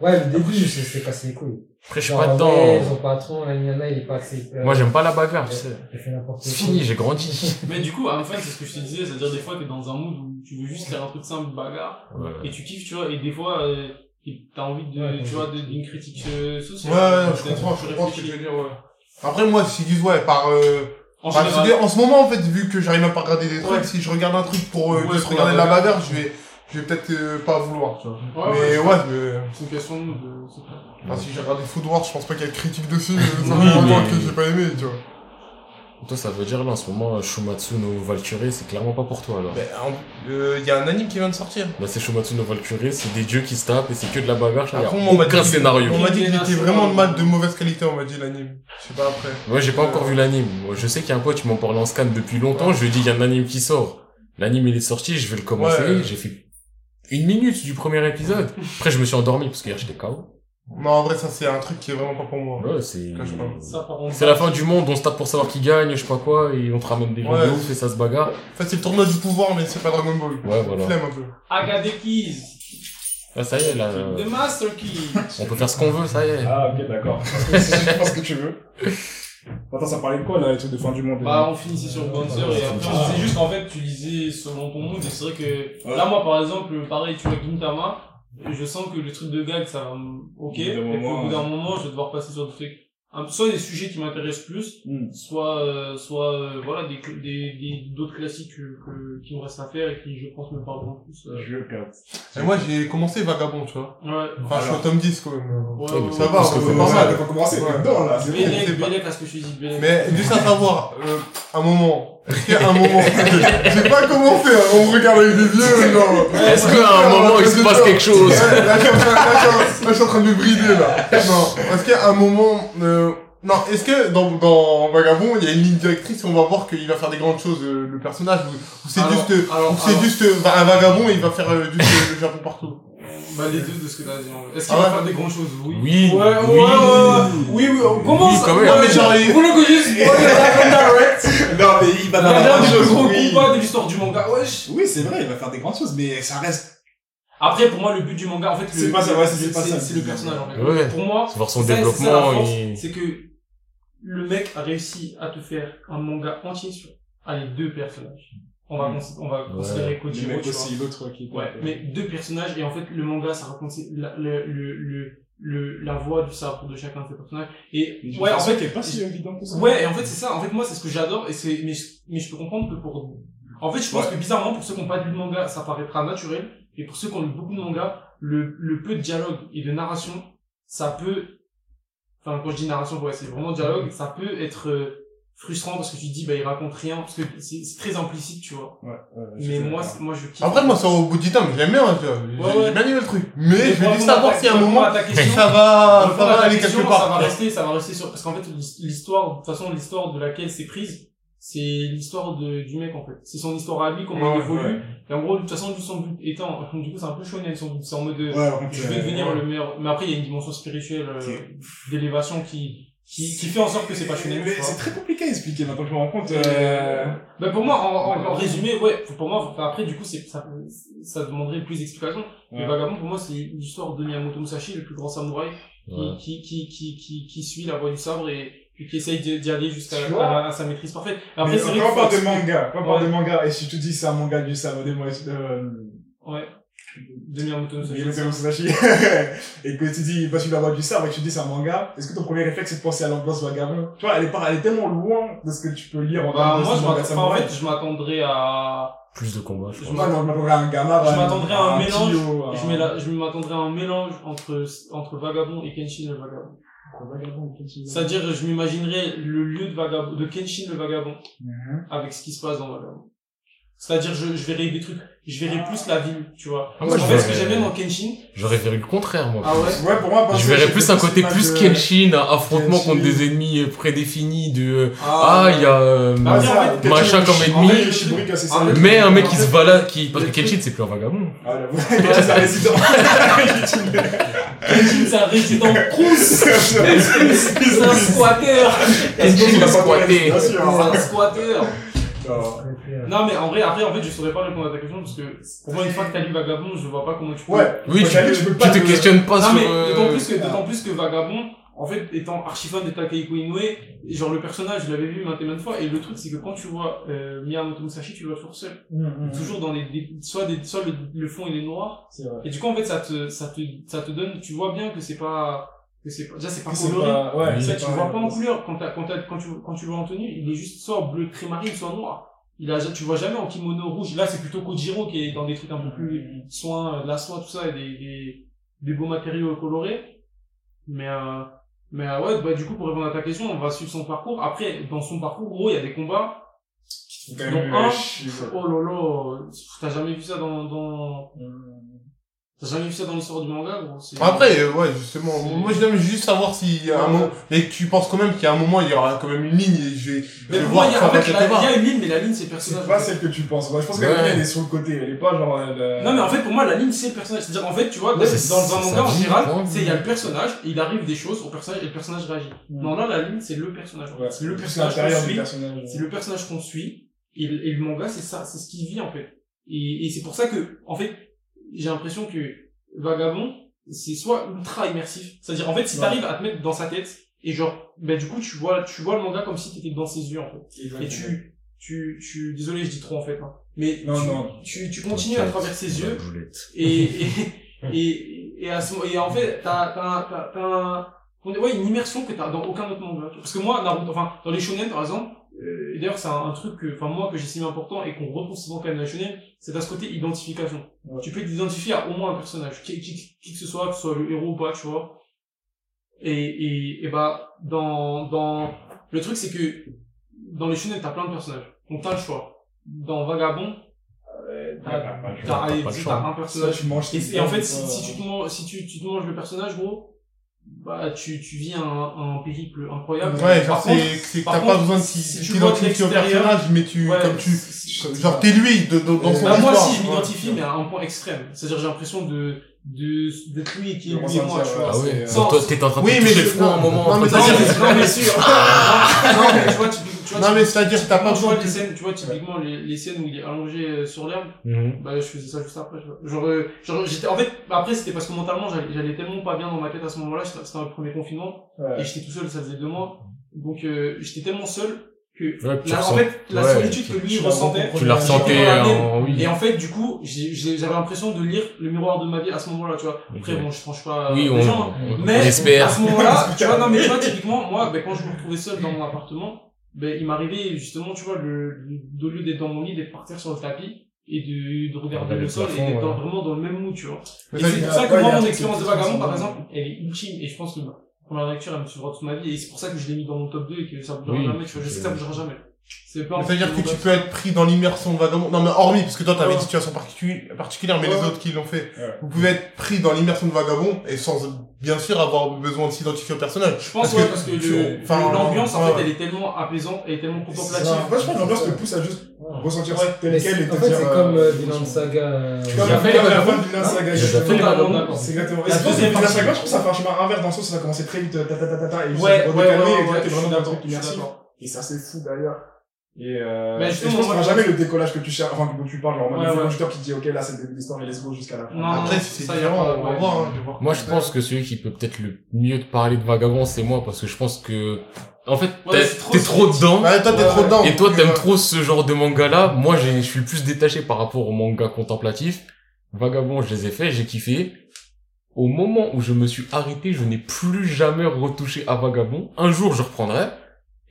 Ouais, le début, je sais pas, c'est cool. Après, je suis Genre, pas ouais, dedans. Ils ont pas trop, là, il y en a, il est pas assez. euh, Moi, j'aime pas la bagarre, tu sais. j'ai fait n'importe C'est quoi. fini, j'ai grandi. Mais du coup, en fait, c'est ce que je te disais, c'est-à-dire des fois, t'es dans un mood où tu veux juste faire un truc simple, bagarre, Ouais. et tu kiffes, tu vois, et des fois, euh, et t'as envie de, Ouais, tu ouais. vois, de- d'une critique euh, sociale. Ouais, ouais, je Peut-être, comprends, je tu comprends ce que tu réfléchis. veux dire, ouais. Après, moi, si disent, ouais, par, euh, En par général, idée, en ce moment, en fait, vu que j'arrive à pas regarder des trucs, Ouais. si je regarde un truc pour euh, Ouais, juste pour regarder la la bagarre, je vais, je vais peut-être euh, pas vouloir, tu vois. Ouais, ouais, mais c'est- ouais, euh, C'est une question de. c'est pas- enfin, si j'ai regardé Food Wars, je pense pas qu'il y a de critique dessus, euh, Oui, ça fait longtemps mais- que j'ai pas aimé, tu vois. Toi, ça veut dire là, en ce moment, Shumatsu no Valkyrie, c'est clairement pas pour toi alors. Ben, il y a un anime qui vient de sortir. Bah, c'est Shumatsu no Valkyrie, c'est des dieux qui se tapent et c'est que de la bagarre, il y a Après, on m'a aucun dit- scénario. On m'a dit qu'il était International. vraiment de mal de mauvaise qualité, on m'a dit l'anime. Je sais pas après. Moi, j'ai pas encore vu l'anime. Moi, Je sais qu'il y a un pote qui m'en parlait en scan depuis longtemps. Je lui ai dit, il y a un anime qui sort. L'anime, il est sorti, je vais le commencer, Ouais. j'ai fait une minute du premier épisode. Après, je me suis endormi, parce qu'hier, j'étais KO. Non, en vrai, ça, c'est un truc qui est vraiment pas pour moi. Ouais, c'est... Là, je sais pas. Ça, par contre. C'est la fin du monde, on se tape pour savoir qui gagne, je sais pas quoi, et on te ramène des gens Ouais. de ouf, et ça se bagarre. En fait, c'est le tournoi du pouvoir, mais c'est pas Dragon Ball. Ouais, voilà. Flemme un peu. Agadekiz. Là, ça y est, là, euh, The Master Keys. on peut faire ce qu'on veut, ça y est. Ah, ok, d'accord. Je pense que tu veux. Attends, ça parlait de quoi, là, les trucs de fin du monde Bah, on finissait sur Bouncer et après, Ah. c'est juste en fait, tu lisais selon ton mood et c'est vrai que Ouais. là, moi par exemple, pareil, tu vois Gintama, et je sens que le truc de gag ça va me. Ok, Au bout d'un et puis moment, au bout d'un ouais. hein. moment, je vais devoir passer sur des trucs. un- Soit des sujets qui m'intéressent plus, Hmm. soit, euh, soit euh, voilà, des cl- des des- d'autres classiques que, que- qui me restent à faire et qui, je pense, me parleront plus. euh. Je capte. Et moi, j'ai commencé Vagabond, tu vois. Ouais. Enfin, je suis au Alors. tome 10, quand Euh, Ouais, même. Ouais, mais ouais, ça Ça ouais. va, Parce que c'est faut- pas Normal, mal. t'as pas commencé, Ouais. t'es dedans, là, c'est bon. Bélec, c'est pas- Bélec, à ce que je te dis, Bélec. Mais juste à savoir, euh, un moment, est-ce qu'à un moment, je sais pas comment faire, on me regarde avec des yeux, genre. Est-ce qu'à un moment, il se passe quelque chose Ouais, là, je suis en train- là, je suis en- là, je suis en train de me brider, là. Non, est-ce qu'à un moment, euh, non, est-ce que dans, dans Vagabond, il y a une ligne directrice où on va voir qu'il va faire des grandes choses, euh, le personnage, ou, ou c'est Alors, juste, euh, alors, ou c'est alors, juste euh, un vagabond et il va faire euh, du le Japon partout. bah, les deux de ce que t'as dit. en vrai. Est-ce qu'il Ah va ouais. faire des grandes choses Oui. Oui, Ouais, ouais, ouais, oui. ouais. oui, oui, on commence. Oui, quand même. Ouais, Mais genre, il- Vous voulez que je dise Ouais, direct Non, mais Ah, il va bah, La faire des dernière choses, gros oui. combat de l'histoire du manga, wesh Oui, c'est vrai, il va faire des grandes choses, mais ça reste. Après, pour moi, le but du manga, en fait, le- C'est pas ça, ouais, c'est c'est pas ça. c'est le personnage, en fait. Ouais. Pour moi, Voir son c'est ça- c'est ça la développement, force, il- c'est que le mec a réussi à te faire un manga entier sur ah, les deux personnages. On va, Mm. cons- on va Ouais. considérer Kojiro, Le mec tu vois. aussi, l'autre qui était- Ouais, mais deux personnages, et en fait, le manga, ça raconte la, le, le, le, le- la voix du sabre de chacun de ces personnages. Mais Et je ouais, en pense fait, qu'il est pas si évident que ça. Ouais, et en fait, c'est ça. En fait, moi, c'est ce que j'adore, et c'est, mais, je- mais je peux comprendre que pour, en fait, je pense Ouais. que bizarrement, pour ceux qui n'ont pas lu de manga, ça paraîtra naturel, et pour ceux qui ont lu beaucoup de manga, le, le peu de dialogue et de narration, ça peut, enfin, quand je dis narration, ouais, c'est vraiment dialogue, ça peut être euh, frustrant parce que tu te dis, bah, il raconte rien, parce que c'est c'est très implicite, tu vois. Ouais, ouais, je Mais sais moi, pas. c'est- moi, je kiffe. Après, moi, c'est au bout du temps, mais j'aime bien, hein, tu vois. J'ai- Ouais, ouais. j'ai bien aimé le truc. Mais je pour veux juste répondre à savoir ta- si à un pour répondre moment, à ta question, ça Ah, va, Pour ça répondre va à ta aller question, quelque Ça va part. rester, ça va rester sur, parce qu'en fait, l'histoire, de toute façon, l'histoire de laquelle c'est prise, c'est l'histoire de, du mec, en fait. C'est son histoire à lui, comment Ouais, il évolue. Ah, ouais. Et en gros, de toute façon, lui, son but étant, du coup, c'est un peu shonen, son but. C'est en mode, de, Ouais, par contre, je vais euh, devenir ouais. le meilleur. Mais après, il y a une dimension spirituelle, euh, Ok. d'élévation qui, qui, qui fait en sorte que c'est pas shonen. Mais tu vois. c'est très compliqué à expliquer maintenant que je me rends compte. euh, Bah pour moi, en, en, en résumé, ouais, faut- pour moi, enfin, après, du coup, c'est, ça, ça demanderait plus d'explications. Mais Ouais. Vagabond, pour moi, c'est l'histoire de Miyamoto Musashi, le plus grand samouraï, qui, Ouais. qui, qui, qui, qui, qui suit la voie du sabre et, puis qui essaye de- d'y aller jusqu'à Tu vois à- à sa maîtrise parfaite. Et mais Après, c'est quand vrai on qu'il parle faut- de manga, quand on parle Ouais. de manga, et si tu te dis c'est un manga du sabre des mois, euh, Ouais. De Miyamoto Musashi. Miyamoto Musashi, et que tu dis, bah, tu la voix du sabre, et que tu te dis c'est un manga, est-ce que ton premier réflexe c'est de penser à l'ambiance vagabond? Tu vois, elle est, pas, elle est tellement loin de ce que tu peux lire en Bah, termes de moi, je manga m'attends- enfin, en samouraï. fait, je m'attendrais à, Plus de combats, je Je pense. Moi, non, je m'attendrais à un gamma, Je m'attendrais à un mélange. Tio, à- je mets la- je m'attendrais à un mélange entre, entre Vagabond et Kenshin le Vagabond. C'est-à-dire, je m'imaginerais le lieu de Vagabond, de Kenshin le Vagabond. Mhm. avec ce qui se passe dans Vagabond. C'est-à-dire, je, je verrai des trucs, je verrai plus la ville, tu vois. Ah, moi, en je fait, ce que verrais- j'aime bien dans Kenshin, J'aurais fait le contraire, moi. ah ouais, Ouais, pour moi, parce Je que verrais j'ai plus fait un côté l'image plus de- Kenshin, un affrontement Kenshin. contre des ennemis euh, prédéfinis de euh, ah il y a euh, Ah, ça, Machin Kenshin, comme en ennemi. vrai, il est chibrique, c'est ça. Ah, mais un mec qui se En fait, balade qui parce que le truc- Kenshin c'est plus un vagabond. Ah, là, ouais, Kenshin, c'est un résident. Kenshin, c'est un résident Crous, c'est un squatter, Kenshin il il a pas squatté. Bien c'est sûr, hein. un squatter. Non. euh, Non, mais en vrai, après, en fait, je saurais pas répondre à ta question parce que pour moi, une fois que t'as lu Vagabond, je vois pas comment tu peux. Ouais. Oui Moi, tu, j'allais, je peux tu pas te te- questionnes pas Non, sur mais d'autant euh, plus que, Ah. d'autant plus que Vagabond, en fait, étant archi fan de Takehiko Inoue, genre le personnage, je l'avais vu maintes et maintes fois, et le truc, c'est que quand tu vois euh, Miyamoto Musashi, tu le vois toujours seul. euh, Mm. toujours dans les des- soit des, soit le, le fond il est noir C'est vrai. et du coup en fait ça te ça te ça te donne tu vois bien que c'est pas que c'est pas déjà c'est pas C'est coloré pas- ouais, Oui. Ça, c'est tu pas- le vois pas en couleur quand t'as- quand t'as- quand tu quand tu le vois en tenue il est juste soit bleu très marine soit noir il a tu le vois jamais en kimono rouge là c'est plutôt Kojiro qui est dans des trucs un peu plus soin euh, de la soie tout ça et des des, des beaux matériaux colorés mais euh, mais euh, ouais bah du coup pour répondre à ta question on va suivre son parcours après dans son parcours gros il y a des combats C'est quand même Donc, un, euh, chibre. Oh là là, euh, t'as jamais vu ça dans, dans, T'as jamais vu ça dans l'histoire du manga, gros c'est- Après, euh, ouais, justement, C'est- moi j'aime juste savoir s'il y a un Ouais. moment, mais tu penses quand même qu'il y a un moment, il y aura quand même une ligne et je vais, je Mais vais pour moi, voir il y ça a, en va fait, quelque la- il y part. a une ligne, mais la ligne, c'est le C'est personnage. pas celle que tu penses. Moi, je pense que Ouais. la ligne, elle est sur le côté. Elle est pas genre. euh, Non, mais en fait, pour moi, la ligne, c'est le personnage. C'est-à-dire, en fait, tu vois, Ouais, dans c'est- dans un c'est manga, sa en vie, général, quoi. c'est il y a le personnage, et il arrive des choses au personnage, et le personnage réagit. Mm. Non, là, la ligne, c'est le personnage. ouais, C'est le plus personnage l'intérieur qu'on du suit. personnage. C'est le personnage qu'on suit, et, le- et le manga, c'est ça, c'est ce qu'il vit, en fait. Et, et c'est pour ça que, en fait, j'ai l'impression que Vagabond, c'est soit ultra immersif. C'est-à-dire, en fait, si Ouais. t'arrives à te mettre dans sa tête, et genre, ben, du coup, tu vois, tu vois le manga comme si t'étais dans ses yeux, en fait. Et tu, tu, tu, désolé, je dis trop en fait, hein. mais Non, tu, non. tu, tu continues à travers ses yeux boulette. et, et, et, et, à ce, mo- et en fait, t'as, t'as, t'as, t'as un- on dit- ouais, une immersion que t'as dans aucun autre manga. Parce que moi, Naruto, enfin, dans les shonen par exemple, euh, et d'ailleurs c'est un, un truc que, enfin moi que j'estime important et qu'on retrouve souvent quand même dans les shonen, c'est à ce côté identification. Ouais. Tu peux t'identifier à au moins un personnage, qui, qui, qui que ce soit, que ce soit le héros ou pas, tu vois. Et, et, et bah, dans, dans, le truc c'est que dans les shonen t'as plein de personnages, donc t'as le choix. Dans Vagabond, euh, Ouais, t'as bah, bah, je- T'as T'as allez, pas le dis, choix. t'as un Soit personnage. tu manges. Et, tout et en le fait, temps, si, soit- si tu te manges, si tu, tu te manges le personnage, gros, bah, tu, tu vis un, un périple incroyable. Ouais, genre, euh, Par c'est, contre, c'est que par t'as pas contre, besoin de si t'i- tu vois de t'identifier au l'extérieur, personnage, mais tu, ouais, comme tu, si- euh, si- genre t'es lui, de- de- dans son bah, moi, histoire. si, je m'identifie, Ouais. mais à un point extrême. C'est-à-dire, j'ai l'impression de, de, d'être lui et qui est Le lui et moi, ressenti, tu ouais. vois. Ah ouais. Sans- Toi, t'es en train de Oui, te mais toucher je- le front à un non, moment. non, entre mais tes Non, t'as yeux. dit- mais- non, mais sûr. Non, mais tu vois, tu, tu vois, Non, mais c'est-à-dire que t'as pas tu vois besoin de... les scènes, tu vois, typiquement, les, les scènes où il est allongé euh, sur l'herbe, Mhm. Bah, je faisais ça juste après, tu vois. Genre, euh, genre, j'étais, en fait, après, c'était parce que mentalement, j'allais, j'allais tellement pas bien dans ma tête à ce moment-là, c'était c'était le premier confinement, Ouais. et j'étais tout seul, ça faisait deux mois. Donc, euh, j'étais tellement seul que, Ouais, tu la- en ressens- fait, la ouais, solitude tu- que lui tu la ressentait, reprends. Tu l'as J'étais ressenti euh, dans la en oui. et en fait, du coup, j'ai- j'ai- j'avais l'impression de lire le miroir de ma vie à ce moment-là, tu vois. Après, Ok. bon, je tranche pas euh, Oui, les on, gens, hein. on- on mais à espère. ce moment-là, tu vois, non mais tu vois, typiquement, moi, ben, quand je me retrouvais seul dans mon appartement, ben, il m'arrivait justement, tu vois, le, le- au lieu d'être dans mon lit, d'être par terre sur le tapis et de, de regarder Regarder le le sol plafond, et d'être ouais. dans- vraiment dans le même mood, tu vois. Mais Et ça, c'est il y pour a- ça que ouais, il y moi, a mon un truc expérience qui de est très vagabond, par similaire. exemple, elle est ultime et je pense que ma première lecture, elle me suivra toute ma vie et c'est pour ça que je l'ai mis dans mon top 2 et que ça bougera Oui, jamais, tu vois. Je sais que ça bougera jamais. C'est pas Mais C'est-à-dire que tu peux être pris dans l'immersion vagabond. Non, mais hormis, parce que toi, t'avais Ouais. une situation particu- particulière, mais les Ouais. autres qui l'ont fait, Ouais. vous pouvez être pris dans l'immersion de vagabond et sans, bien sûr, avoir besoin de s'identifier au personnage. Je pense, parce ouais, que parce que tu- le- enfin, l'ambiance, en ouais. fait, elle est tellement apaisante, elle est tellement C'est contemplative. ça. Moi, je pense que l'ambiance te pousse à juste ressentir Ouais. tel Mais quel et c'est- te en fait, dire. c'est comme euh, euh, Vinland Saga. euh, Comme J'ai fait la fin les comme la Vagabonds. fin de Vinland Saga. J'ai justement. fait les Vagabonds. C'est exactement. Et La c'est pour ça deuxième que Vinland partie. Saga, je trouve que ça fait un chemin inverse dans le sens où ça a commencé très vite, ta ta ta ta ta, Ouais, et juste ouais, ouais, ouais, redécaler, et là, t'es je suis vraiment dans un truc d'accord, je suis immersif. d'accord. Et ça c'est fou d'ailleurs. Et, euh, Mais et justement, je pense moi, qu'on a je jamais pense- le décollage que tu cherches, enfin, dont tu parles, genre, en Ouais, mode ouais. le conducteur qui dit, ok, là, c'est le début de l'histoire et let's go jusqu'à la fin. Non, Après, si c'est ça, y a différent, pas- on va ouais. voir, hein, je vais voir. Moi, je pense que celui qui peut peut-être le mieux te parler de vagabond, c'est moi, parce que je pense que, en fait, Ouais, t'as- c'est trop t'es trop dedans. Ouais, toi, t'es Ouais, trop dedans. Et toi, Tu t'aimes vois. trop ce genre de manga-là. Moi, j'ai- je suis plus détaché par rapport aux mangas contemplatifs. Vagabond, je les ai faits, j'ai kiffé. Au moment où je me suis arrêté, je n'ai plus jamais retouché à Vagabond. Un jour, je reprendrai.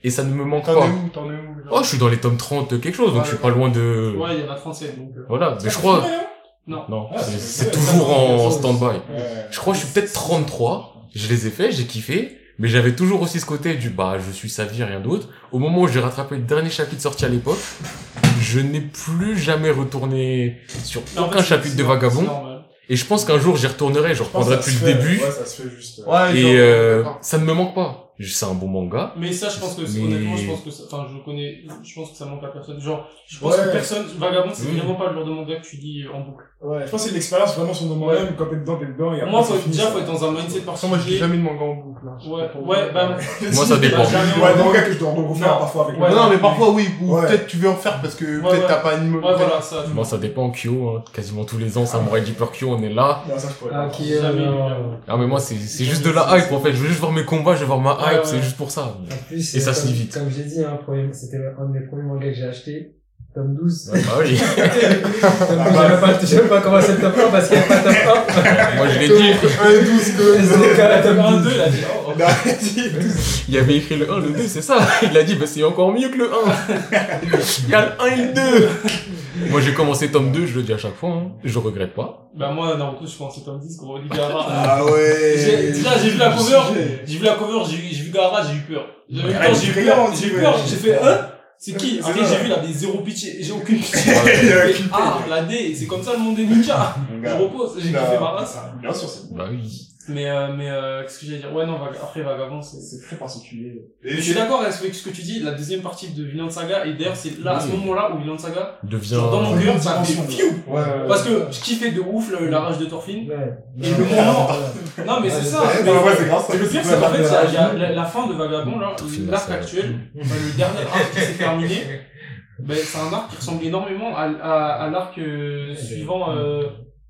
Et ça ne me manque T'en pas. es où, t'en es où, genre Oh, je suis dans les tomes 30 quelque chose, donc Ouais, je suis pas loin de... Ouais, il y en a 37, donc. euh, Voilà, mais je crois... Non. Non, Ah, c'est- c'est- c'est c'est- toujours c'est- en c'est- stand-by. Ouais. Je crois que je suis peut-être 33. Je les ai faits, j'ai kiffé. Mais j'avais toujours aussi ce côté du bah je suis sa vie, rien d'autre. Au moment où j'ai rattrapé le dernier chapitre sorti à l'époque, je n'ai plus jamais retourné sur Mais en fait, aucun c'est- chapitre c'est de normal, c'est Vagabond. normal. Et je pense qu'un jour j'y retournerai, je Je pense que reprendrai ça depuis se le fait, début. Ouais, ça se fait juste. euh, Ouais, Ah, genre, et euh, d'accord. ça ne me manque pas. C'est un bon manga. Mais ça, je pense que, Mais- honnêtement, je pense que ça, enfin, je connais, je pense que ça manque à personne. Genre, je pense Ouais. que personne, Vagabond, c'est Oui. vraiment pas le genre de manga que tu dis euh, en boucle. Ouais, je pense que c'est de l'expérience vraiment sur le moment Ouais. même, quand t'es dedans, t'es dedans, et après. Moi, c'est faut, fini, déjà, ça. faut être dans un mindset De toute façon, moi, je particulier. lis jamais de manga en boucle, là. Ouais, ouais, bah, Moi, ça dépend. Ouais, le manga que je dois refaire Non. parfois avec Ouais, non, non, mais parfois, oui, ou Ouais. peut-être tu veux en refaire parce que Ouais, peut-être ouais. t'as pas une... ouais, voilà, ça. tu vois. Moi ça dépend Kyo, hein. quasiment tous les ans Samurai Deeper Kyo, on est là. Non, ça, je pourrais Ah, pas. qui est. Jamais euh, lu. Ah mais moi c'est c'est juste de la hype en fait. Je veux juste voir mes combats, je veux voir ma hype, Ouais, ouais. c'est juste pour ça. En plus, Et ça euh, se comme- lit vite. Comme j'ai dit, hein, premier- c'était un de mes premiers mangas que j'ai acheté. Tome 12. Ouais, bah oui. Tome 12, j'avais pas, j'avais pas commencé le tome 1 parce qu'il n'y avait pas top 1. Moi je l'ai dit. 1 et 12, Et que... c'est qu'à la tome Un, 12. deux, là, j'ai- oh, oh. Il avait écrit le 1, le 2, c'est ça. Il a dit, bah, c'est encore mieux que le 1. Il y a le 1 et le 2. Moi, j'ai commencé tome 2, je le dis à chaque fois, hein. je regrette pas. Bah, moi, Naruto, je pense que c'est tome 10, gros, Ligara. Ah ouais J'ai- déjà, j'ai vu la Le cover, sujet. j'ai vu la cover, j'ai j'ai vu Gara, j'ai eu peur. J'ai elle est j'ai eu effrayante, peur, j'ai eu ouais. peur, j'ai fait, hein? C'est qui C'est Après, ça. j'ai vu, il avait zéro pitié. J'ai aucune pitié. Il y a Mais, Ah, la D, c'est comme ça le monde des ninjas. Mon Je gars. repose, j'ai Non. kiffé ma race. Bien sûr, c'est Bah oui. Mais, euh, mais euh, qu'est-ce que j'allais dire Ouais, non, Vaga- après Vagabond, c'est. c'est très particulier. Je suis d'accord avec ce que tu dis, la deuxième partie de Vinland Saga, et d'ailleurs, c'est là, à ce Oui. moment-là, où Vinland Saga, Devient. genre, dans mon cœur, ça fait Dimension, fiou Ouais, ouais. Parce que je kiffais de ouf le- la rage de Thorfinn. Ouais. Et le moment. Non, mais c'est ça. Ouais, Mais- bah ouais, c'est grâce à mais le pire, c'est qu'en fait, il y a- il y a la, la fin de Vagabond, là, Thorfinn, l'arc ça- actuel, enfin, le dernier arc qui s'est terminé, ben, c'est un arc qui ressemble énormément à, à, à l'arc euh, suivant, euh,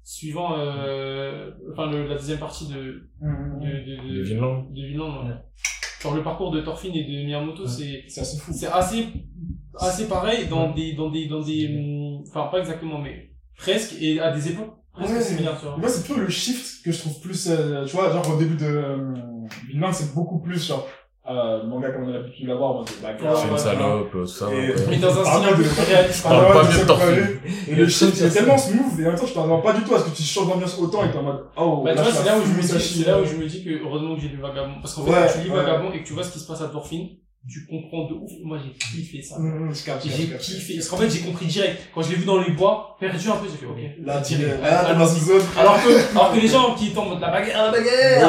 suivant, euh, enfin, le- la deuxième partie de, de, Mmh. de, de, Le Vinland. de Vinland, ouais. Genre le parcours de Thorfinn et de Miyamoto, Ouais. c'est C'est assez fou. c'est assez assez pareil dans des dans des dans des hum, enfin pas exactement mais presque et à des époques presque Ouais. similaires, tu vois. Moi, c'est plutôt le shift que je trouve plus, euh, tu vois, genre au début de euh, Vinland, c'est beaucoup plus, genre, euh, manga comme on a l'habitude de l'avoir, en mode bah, de bagarre, C'est une Ouais. salope, euh, tout ça. Et- ouais. Mais dans un style Parle pas un de- peu plus réaliste. parle Ah ouais, pas tu bien sais de quoi, Thorfinn. oui. Et le shift, c'est tellement smooth, et en même temps, je t'en pas du tout à ce que tu changes d'ambiance autant, et t'es en mode, oh, Bah, tu vois, je c'est suis là où un je me fou, ça dis, chie. c'est là où je me dis que heureusement que j'ai lu Vagabond. Parce qu'en fait, Ouais, quand tu lis ouais. Vagabond et que tu vois ce qui se passe à Thorfinn, tu comprends de ouf. Moi, j'ai kiffé ça. Mmh, je capte, je capte, je J'ai capte. kiffé. Parce qu'en fait, j'ai compris direct. Quand je l'ai vu dans les bois, perdu un peu, j'ai fait, ok. Là, tu direct. Ah, là, t'es dans une zone. Alors que, alors que les gens qui étaient en mode la bagarre, la Ouais, on va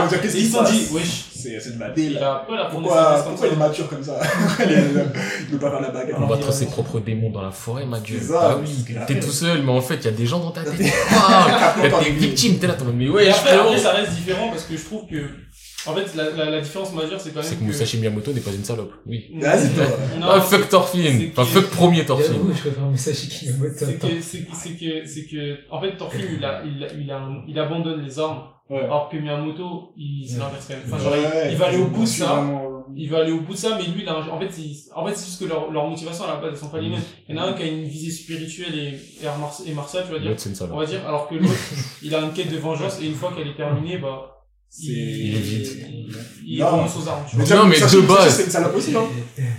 bagarre, dire, ils qu'est-ce qui se se sont passe dit, wesh, C'est c'est de la il délire. va pas la prendre Pourquoi, pourquoi il est comme ça. mature comme ça Il est- il veut pas faire la bagarre. Alors, Combattre euh, ses propres démons dans la forêt, ma gueule. C'est ça, Bah oui, c'est la t'es merde. tout seul, mais en fait, il y a des gens dans ta tête. Ah, Captant T'es par t'es les victime, t'es là, t'es en mode, mais ouais, Et je après, après, suis ça reste différent parce que je trouve que, en fait, la, la, la différence majeure, c'est quand même. C'est que Musashi Miyamoto n'est pas une salope, oui. Non, Vas-y, toi. non, Ah, c'est fuck Thorfinn. c'est Enfin, que- fuck premier Thorfinn. J'avoue, je préfère Musashi Kinamoto. c'est que, c'est que, c'est que, c'est que, en fait, Thorfinn, il a, il a, il a, un- il abandonne les armes. Ouais. Alors que Miyamoto, il, c'est Ouais. l'inverse quand même. Enfin, genre, il- il, va aller au bout de ça. Il va aller au bout de ça, mais lui, il a un- en fait, c'est, en fait, c'est juste que leur, leur motivation, à la base, elles sont pas les mêmes. Il y en a un qui a une visée spirituelle et, et, art mar- et martiale, tu vas dire. L'autre, c'est une On salope. va dire, alors que l'autre, il a une quête de vengeance et une fois qu'elle est terminée, bah, il, Il évite. il, il Non. renonce aux armes, tu vois. Non, mais de base. C'est une salope aussi, hein. non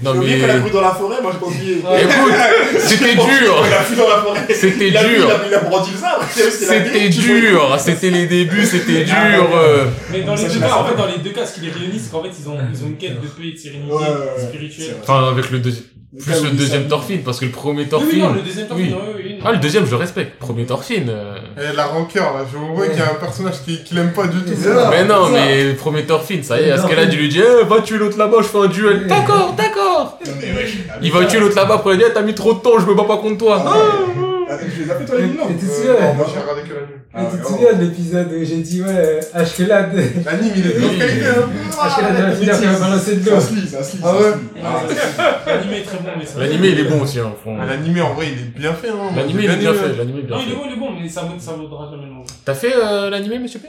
Non, J'ai oublié mais. qu'elle a couru dans la forêt, moi j'ai pas oublié. Ouais. Écoute, c'était dur! Elle a fui dans la forêt. C'était Il a vu, il dur! a- il a brandi le sabre. c'est- c'est la C'était vie, tu dur! C'était les débuts, c'était dur! Ah, ouais. euh. Mais dans Ça, les c'est deux la cas, en saveur. fait, dans les deux cas, ce qui les réunit, c'est qu'en fait, ils ont, ils ont une quête de paix et de sérénité Ouais, ouais, ouais. C'est spirituelle. vrai. Enfin, avec le deuxième. vois. Plus le deuxième Thorfinn, parce que le premier Oui, oui, non, Thorfinn. le deuxième Oui. Thorfinn, oui, oui, oui, non. Ah, le deuxième, je le respecte. Premier Thorfinn. euh. Et Eh, la rancœur, là, je vois Ouais. qu'il y a un personnage qui, qui l'aime pas du tout. C'est ça. Mais non, c'est mais le premier Thorfinn, ça y est, à ce Non. qu'elle a dû lui dire, eh, va tuer l'autre là-bas, je fais un duel. Oui. D'accord, d'accord. Non, mais wesh, avec Il va ça, tuer l'autre là-bas, après il dit, eh, t'as mis trop de temps, je me bats pas contre toi. Ah, ouais. Avec- Je les appelle toi les Mais- noms. mais t'es Euh, sûr non, moi j'ai regardé que l'anime. Mais tu te souviens de l'épisode où j'ai dit, ouais, Ashkelad, L'anime, il est Oui. dur qualité, hein. Ah, Ashkelad va finir par balancer de l'eau. Ça se lit, ça se lit. Ah ça se ouais. lit. Ah, Ah, L'anime est très bon, mais ça. L'animé, il est bon aussi, hein, au fond. Ah, L'anime, en vrai, il est bien fait, hein. L'animé, il est bien L'anime, fait, l'animé est bien Non, il est fait. bon, il est bon, mais ça, vaut- ça vaudra jamais le monde. T'as fait euh, l'animé, monsieur P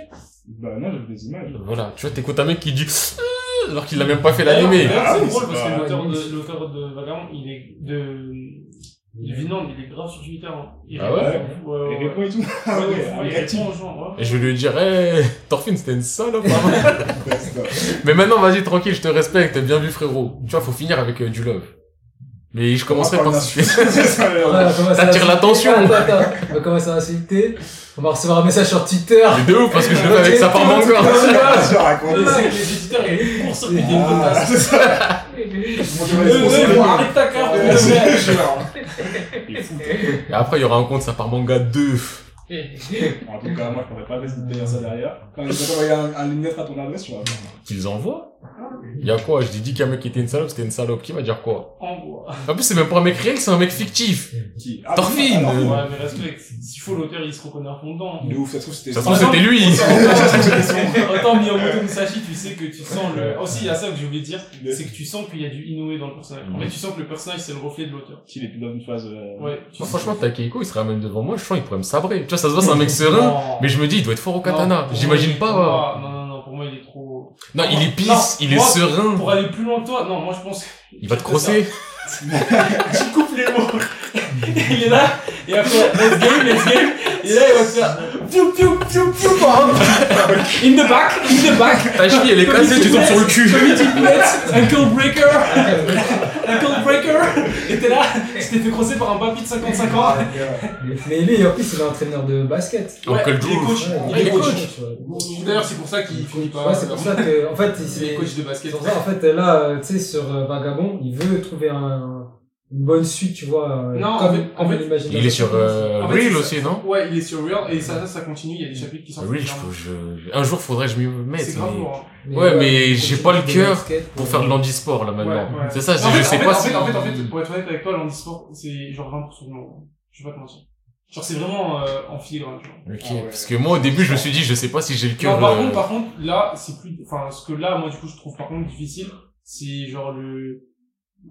Bah non, j'ai des images. Voilà, tu vois, t'écoutes un mec qui dit, Euh alors qu'il a même pas fait l'animé. D'ailleurs, Ah, C'est oui, drôle c'est parce pas- que l'auteur de, l'auteur de Vagabond, il est de, de Vinland, il est grave sur Twitter. hein. Il Ah répond- Et ouais, ouais, répond et tout. ouais, Ah ouais, ouais, un il vrai type. répond aux gens, ouais. Et je vais lui dirais, Thorfinn, c'était une salope. hein. Ouais, c'est ça. Mais maintenant, vas-y, tranquille, je te respecte, bien vu, frérot. Tu vois, faut finir avec euh, du love. Mais je commencerai Ah, par. bien sûr. C'est ça, ouais. Voilà, on commence Ça à attire insulter. l'attention. Attends, attends, on va commencer à insulter. On va recevoir un message sur Twitter. Mais de ouf, parce que je le fais avec sa part encore. Je raconte. Mais c'est que les éditeurs, ils courent sur une Ah, c'est ça. Mon Dieu, ouais, c'est pour ça que- Arrête ta carte, Ouais, mon c'est- frère. je suis là, hein. Et après, il y aura un compte, ça part manga 2. En tout cas, moi, je pourrais pas rester derrière ça derrière. Quand je vais t'envoyer un, un ligne lettre à ton adresse, tu vas voir. Qu'ils envoient Y'a quoi Je dis dit qu'un mec qui était une salope, c'était une salope. Qui va dire quoi Envoie. En plus, c'est même pas un mec réel, c'est un mec fictif. Qui Thorfinn. ah, alors, Euh. Ouais, mais respect. S'il faut l'auteur, il se reconnaît à fond dedans. De ouf, ça se trouve, c'était. Ça se Ah, trouve, c'était lui. Autant autant Miyamoto Musashi, tu sais que tu sens le. Aussi, il y a ça que j'ai oublié de dire, c'est que tu sens qu'il y a du Inoue dans le personnage. En fait, tu sens que le personnage, c'est le reflet de l'auteur. S'il est plus dans une phase. euh, Ouais. tu sens- Moi, franchement, Takeiko, il serait même devant moi, je sens qu'il pourrait me sabrer. Tu vois, ça se voit, c'est un mec serein. Non. Mais je me dis, il doit être fort au Non, katana. pour J'imagine moi, pas. pour euh, moi, Non, non, non, pour moi, il est trop. Non, il est Non, pisse, il est moi, serein. Pour aller plus loin que toi, non, moi, je pense. que- Il va te crosser. Tu coupes les mots. il est là, et après, let's game, let's game. Et là, il va se faire. Piou, piou, piou, piou, bam. In the back, in the back. Ta cheville, elle est cassée, tu tombes sur le cul. Community Blitz, Uncle Breaker, Uncle Breaker, et t'es là, tu t'es fait crosser par un papy de 55 ans. Mais lui, en plus, il est entraîneur de basket. Ouais, Uncle il est Drew. coach, Ouais, Ah, il est coach. ouais. D'ailleurs, c'est pour ça qu'il finit pas. Bah Ouais, c'est pour ça que, en fait, il Il est s'est- coach de c'est basket. pour ça, en fait, là, euh, tu sais, sur euh, Vagabond, il veut trouver un, une bonne suite, tu vois. euh, Non, en comme, fait- comme en fait, on l'imagine dans Il est la sur séquence. euh, En fait, Reel c'est aussi, non Ouais, il est sur Real, et ça, ça, ça continue, il y a des chapitres qui sortent. Reel, je, peux- je, je- un jour faudrait que je m'y mette. C'est grave mais- lourd, hein. Ouais, mais faut j'ai que pas tu le fasses des cœur baskets Pour faire de l'handisport, là, maintenant. Ouais, ouais. C'est ça, En c'est- fait, je sais en fait, pas en si... fait, en fait, en fait, pour être honnête avec toi, l'handisport, c'est genre 20% de moi. Je vais pas te mentir. Genre, c'est vraiment euh, en filigrane, tu vois. Ok, Ah ouais. parce que moi, au début, je me suis dit, je sais pas si j'ai le cœur... Non, par euh, contre, par contre, là, c'est plus, enfin, ce que là, moi, du coup, je trouve, par contre, difficile, c'est genre le,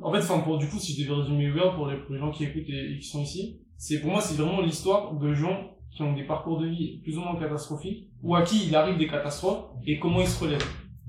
en fait, enfin, pour, du coup, si je devais résumer Weird pour les, pour les gens qui écoutent et, et qui sont ici, c'est, pour moi, c'est vraiment l'histoire de gens qui ont des parcours de vie plus ou moins catastrophiques, ou à qui il arrive des catastrophes, et comment ils se relèvent.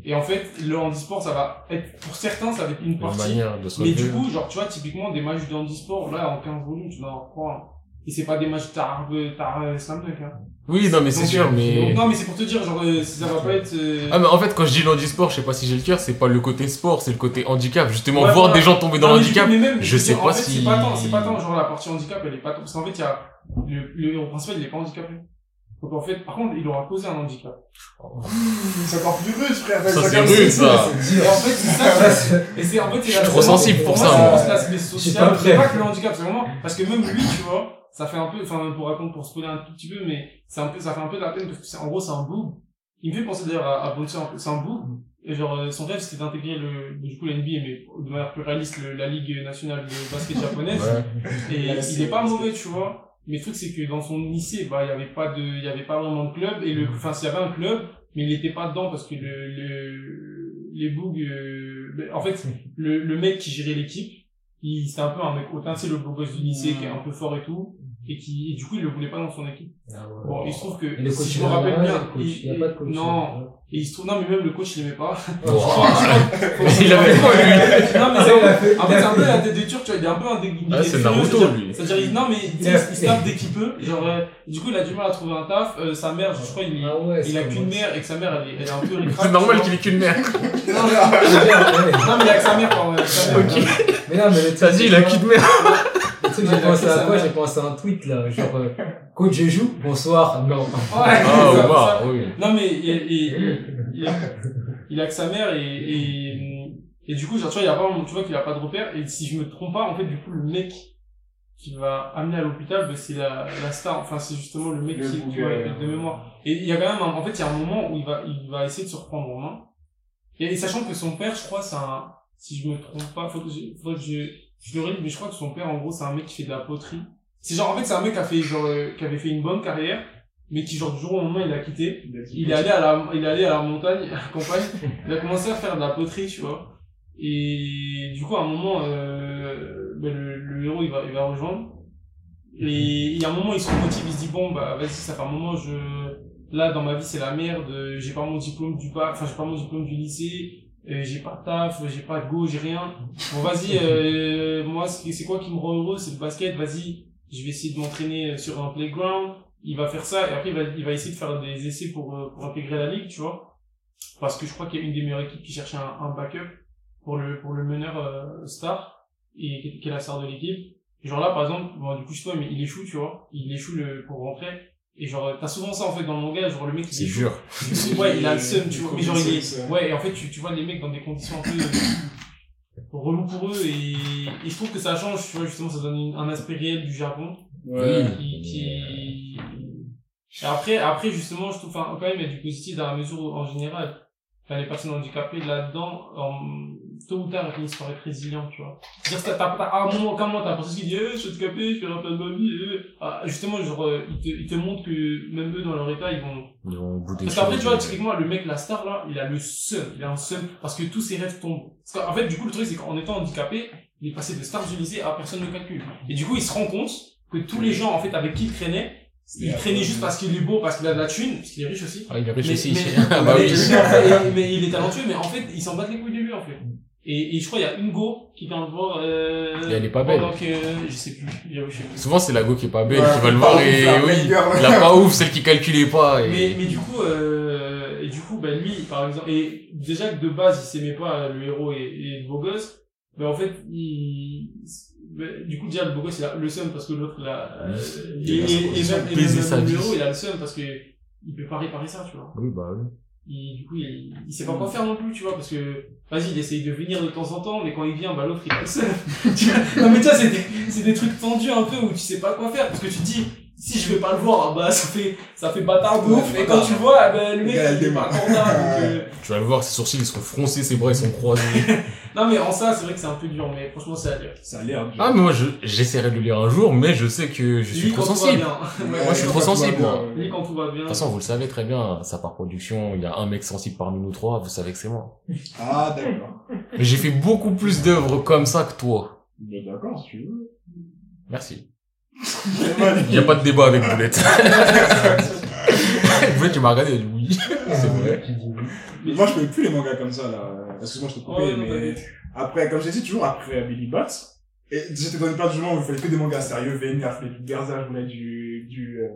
Et en fait, le handisport, ça va être, pour certains, ça va être une une partie, manière de se mais relever. du coup, genre, tu vois, typiquement, des matchs de handisport, là, en 15 volumes, tu vas en reprendre. Et c'est pas des matchs tar, tar, euh, slam dunk, hein. Oui, non, mais c'est Donc, sûr, euh, mais... donc, non, mais c'est pour te dire, genre, euh, ça va pas être, euh, Ah mais en fait quand je dis l'handisport, je sais pas si j'ai le cœur, c'est pas le côté sport, c'est le côté handicap. Justement Ouais, voir voilà. des gens tomber dans Non, Ah, mais du l'handicap. coup, mais même, je veux sais dire, pas en fait, si- C'est pas tant, c'est pas tant, genre, la partie handicap, elle est pas tant, parce qu'en fait, il y a, le, le héros principal, il est pas handicapé. Donc, en fait, par contre, il aura causé un handicap. C'est encore plus rude, frère. Ça, c'est Chacun rude, ses- ça. C'est Et dur. en fait, c'est ça, c'est- et c'est, en fait, c'est suis trop sensible pour pour ça, moi. moi. c'est plus l'aspect Je suis pas social. prêt. C'est pas que le handicap, c'est vraiment, parce que même lui, tu vois, ça fait un peu, enfin, pour raconter, pour spoiler un tout petit peu, mais c'est un peu, ça fait un peu de la peine parce que c'est, en gros, c'est un boob. Il me fait penser d'ailleurs à, à Bouncer un peu, c'est un boob. Et genre, euh, son rêve, c'était d'intégrer le, du coup, la NBA, mais de manière plus réaliste, le- la Ligue nationale de basket japonaise. Ouais. Et Ouais, il c'est- est pas mauvais, tu vois. Mais le truc, c'est que dans son lycée, bah, il y avait pas de, il y avait pas vraiment de club. Et Mm. le, enfin, s'il y avait un club, mais il était pas dedans parce que le, le, les bugs, euh, ben, en Mm. fait, le, le mec qui gérait l'équipe, il, c'était un peu un mec hautain, c'est le beau gosse du lycée qui est Mm. un peu fort et tout. Et qui, et du coup, il le voulait pas dans son équipe. Bon, il se trouve que, Et le coach, si je il me en a rappelle rien, bien, le coach. il- il n'y a pas de coach. hein. non. Et il se trouve, non, mais même le coach, il aimait pas. Il avait quoi, lui Non, mais Ah, c'est en fait, il a fait- il a c'est un fait- peu la tête de turc, tu vois, il est un peu un dé- il Ah, est c'est furieux, Naruto, c'est-à-dire- lui. C'est-à-dire, il- non, mais tu Eh, sais, il se tape dès qu'il peut. Genre, euh, du coup, il a du mal à trouver un taf. Euh, sa mère, je crois, il, Ah ouais, il a c'est qu'une comme- mère et que sa mère, elle est, elle est un peu ricrac, C'est normal tu qu'il ait qu'une mère. vois. Non, mais- Ouais, ouais. non, mais il a que sa mère, pardon. avec sa mère. Ok. Mais non, mais le T'as dit il a qu'une mère. Le truc, j'ai pensé à quoi J'ai pensé à un tweet là, genre euh, coach je joue, bonsoir, non. Ouais, Ah ça- Omar, ça- oui. Non, mais il, il- il a, il a que sa mère et, et, et du coup, genre, tu vois, il y a pas, vraiment- tu vois qu'il a pas de repère. Et si je me trompe pas, en fait, du coup, le mec qui va amener à l'hôpital, bah, c'est la, la star. Enfin, c'est justement le mec Le qui, qui bouc, va euh, être de mémoire. Et il y a quand même, un- en fait, il y a un moment où il va, il va essayer de se reprendre en main. Et, et sachant que son père, je crois, c'est un, si je me trompe pas, faut que je, faut que je, je le relis, mais je crois que son père, en gros, c'est un mec qui fait de la poterie. C'est genre, en fait, c'est un mec qui a fait, genre, euh, qui avait fait une bonne carrière, mais qui, genre, du jour au lendemain, il a quitté. Il est allé à la, il est allé à la montagne, à la campagne. Il a commencé à faire de la poterie, tu vois. Et du coup, à un moment, euh, ben, le, le héros, il va, il va rejoindre. Et il y a un moment, il se remotive, il se dit bon, bah vas-y, ça fait un moment, je, là, dans ma vie, c'est la merde. euh, J'ai pas mon diplôme du bac, enfin, j'ai pas mon diplôme du lycée. euh, j'ai pas de taf, j'ai pas de go, j'ai rien. Bon, vas-y, euh, moi, c'est c'est quoi qui me rend heureux, c'est le basket. Vas-y, je vais essayer de m'entraîner euh, sur un playground il va faire ça et après il va, il va essayer de faire des essais pour, euh, pour intégrer la ligue, tu vois. Parce que je crois qu'il y a une des meilleures équipes qui cherchait un, un backup pour le, pour le meneur euh, star et qui est- qui est la star de l'équipe. Et genre là, par exemple, bon, du coup, je sais pas, mais il échoue, tu vois. Il échoue le, pour rentrer. Et genre, t'as souvent ça en fait dans le manga, genre le mec C'est qui échoue. dur. Du coup, ouais, il a le seum, tu vois. Mais genre, il C'est- est, ouais, et en fait, tu, tu vois les mecs dans des conditions un peu euh, relou pour eux et, et je trouve que ça change, tu vois, justement, ça donne une- un aspect réel du Japon euh, Ouais. qui, qui... Et après, après, justement, je trouve, enfin, quand même, il y a du positif dans la mesure où, en général, enfin, les personnes handicapées, là-dedans, en- tôt ou tard, elles finissent par être résilientes, tu vois. C'est-à-dire, que t'as, t'as, à un moment, comme moi, t'as personne qui dit, eh, je suis handicapé, je fais un peu de ma vie, eh. Ah, justement, genre, euh, ils te, ils te montrent que, même eux, dans leur état, ils vont, Ils ont au bout des parce qu'après, tu vois, choses. typiquement, le mec, la star, là, il a le seum, il a un seum, parce que tous ses rêves tombent. Parce qu'en fait, du coup, le truc, c'est qu'en étant handicapé, il est passé de star du lycée à personne ne calcule. Et du coup, il se rend compte que tous les gens, en fait, avec qui il traînait, il traînait juste parce qu'il est beau, parce qu'il a de la thune, parce qu'il est riche aussi. Ah, il est riche Mais- aussi. mais- ici. Ah bah mais, oui. mais en fait, il- mais il est talentueux, mais en fait, il s'en bat les couilles de lui, en fait. Et, et je crois, il y a une go qui vient le voir, euh, Et elle est pas belle. pendant que- euh, je sais plus, je sais plus. Souvent c'est la go qui est pas belle Ouais, qui va le pas voir ouf, et la oui. meilleure, là. La pas ouf, celle qui calculait pas. et- Mais, mais du coup, euh, et du coup, bah, lui, par exemple, et déjà que de base, il s'aimait pas, le héros et, et le beau gosse, mais en fait, il, bah, du coup, déjà, le beau gosse, il a le seum parce que l'autre, l'a, euh, Il et, et, a et son- même, et baiser même sa le vie. héros, il a le seum parce que il peut pas réparer ça, tu vois. Oui bah oui. il, du coup, il, il sait pas Hmm. quoi faire non plus, tu vois, parce que, vas-y, il essaye de venir de temps en temps, mais quand il vient, bah, l'autre, il est seul. Tu vois non, mais tu vois, c'est des, c'est des trucs tendus un peu où tu sais pas quoi faire, parce que tu te dis, si je vais pas le voir, ah bah, ça fait, ça fait bâtard de Ouais, ouf, c'est et quand tu le vois, ah bah, le mec, Le gars, il il est pas démarre. content, donc, euh, Tu vas le voir, ses sourcils ils sont froncés, ses bras ils sont croisés. non, mais en ça, c'est vrai que c'est un peu dur, mais franchement, c'est à dire. Ça a l'air ah, mais moi je- j'essaierai de le lire un jour, mais je sais que je suis Lui, trop quand tout va sensible. bien. moi, je suis trop sensible, moi. Lui, quand tout va bien. De toute façon, vous le savez très bien, ça par production, il y a un mec sensible parmi nous trois, vous savez que c'est moi. Ah, d'accord. Mais j'ai fait beaucoup plus d'œuvres comme ça que toi. Mais d'accord, si tu veux. Merci. C'est mal. Il n'y a pas de débat avec Boulette. Boulette, tu m'as regardé, elle dit oui. C'est vrai. Qui dit, Mais moi, je connais plus les mangas comme ça, là. Excuse-moi, je t'ai coupé, Ouais, non, mais t'inquiète. après, comme j'ai dit, toujours après Billy Bat, et j'étais dans une période du moment où il fallait que des mangas sérieux, vénères, je voulais du Berserk, je voulais du, du, euh,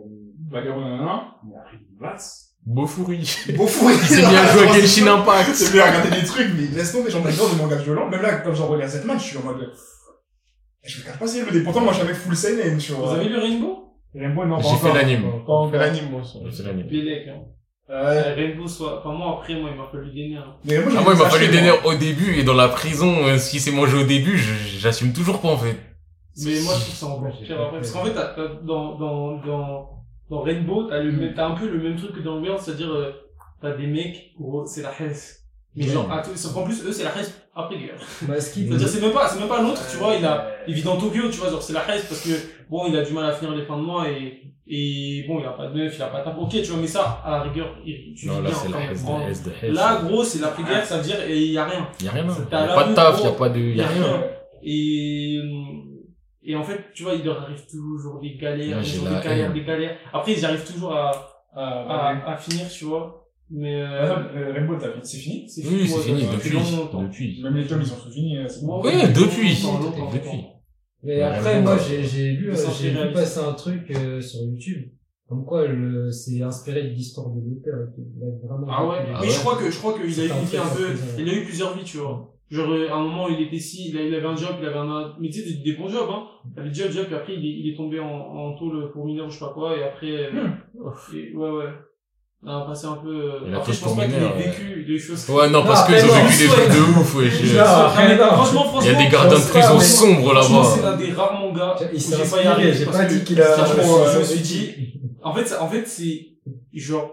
Vagabond, nanana. Mais après Billy Bat, Beaufouri. beau fou, Il s'est mis à jouer à Genshin Impact. C'est bien regarder des trucs, mais laisse tomber, j'en adore des mangas violents. Même là, comme j'en regarde cette match, je suis en mode. Je regarde pas Sailor Moon. Et pourtant, moi, j'avais full seinen, tu Vous vois. avez lu Rainbow? Rainbow, non, pas J'ai fait encore. l'anime. Pas encore. L'anime, moi, ça. C'est l'anime. Bélec, hein. Euh, Euh, Rainbow, soit, enfin, moi, après, moi, il m'a fallu des nerfs. mais moi, j'ai Ah, moi, il m'a acheté, fallu des moi. nerfs au début, et dans la prison, euh, ce qui s'est mangé au début, je- j'assume toujours pas, en fait. Mais moi, je trouve ça encore pire après. Parce qu'en fait, t'as, t'as- dans, dans, dans, dans Rainbow, t'as le Mm. même, t'as un peu le même truc que dans World, c'est-à-dire, euh, t'as des mecs, gros, c'est la hesse. Mais Oui. genre, à tout, sauf qu'en plus, eux, c'est la hesse après les gars. Mm. Bah, ce qui C'est-à-dire, c'est même pas, c'est même pas l'autre, tu vois, il a, il vit dans Tokyo, tu vois, genre, c'est la hesse parce que, bon, il a du mal à finir les fins de mois et, et bon, il a pas de meuf, il a pas de taf. Ok, tu vois, mais ça, à la rigueur, il- tu Non, vis là, bien, c'est quand la Ah. même, S de prends- S de S. Là, gros, c'est l'après-guerre, ça veut dire, et il y a rien. y a rien. hein. c'est Y à a la pas de rue, taf, gros. y a pas de, y a rien. Et, euh, et en fait, tu vois, il leur arrive toujours des galères, Ouais, j'ai toujours la des galères, haine. des galères. Après, ils arrivent toujours à, à, Ah, ouais. à finir, tu vois. Mais, euh, Euh, Rainbow, t'as fini, c'est fini. c'est Oui, c'est ouais, fini, depuis depuis. longtemps. Depuis. Même les tomes, ils sont tous finis. euh, c'est bon. Ouais, Oui, depuis. longtemps, longtemps, Depuis. Mais Ouais, après, vraiment, moi, ouais. j'ai, j'ai lu, Le euh, sens j'ai vu réaliste. passer un truc euh, sur YouTube, comme quoi le, c'est inspiré de l'histoire de l'auteur. et tout. Il a vraiment Ah ouais, beaucoup de- Ah mais ouais. je crois que, je crois qu'il a eu C'était une un vie un peu peu, surprise, ouais. il a eu plusieurs vies, tu vois. Genre, euh, à un moment, il était si, il a- il avait un job, il avait un, mais tu sais, des, des bons jobs, hein. Il avait déjà un job, puis après, il est, il est tombé en, en tôle pour mineur ou je sais pas quoi, et après, euh, Hmm. et- ouais, ouais. On a passé un peu, euh, Il a après, fait je pense pour pas qu'il ait mineur, vécu des choses. Ouais, non, Non, Ah, parce qu'ils ont après, vécu des non. trucs de ouf, ouais. je- Non, mais non. franchement, franchement. Il y a des gardiens de pense pas, prison mais- sombres Franchement, c'est là-bas. l'un des rares mangas Tiens, où Il s'est j'ai failli inspiré, arriver. j'ai parce pas que- dit qu'il a... franchement, euh, je me suis dit, en fait, ça- en fait, c'est, genre,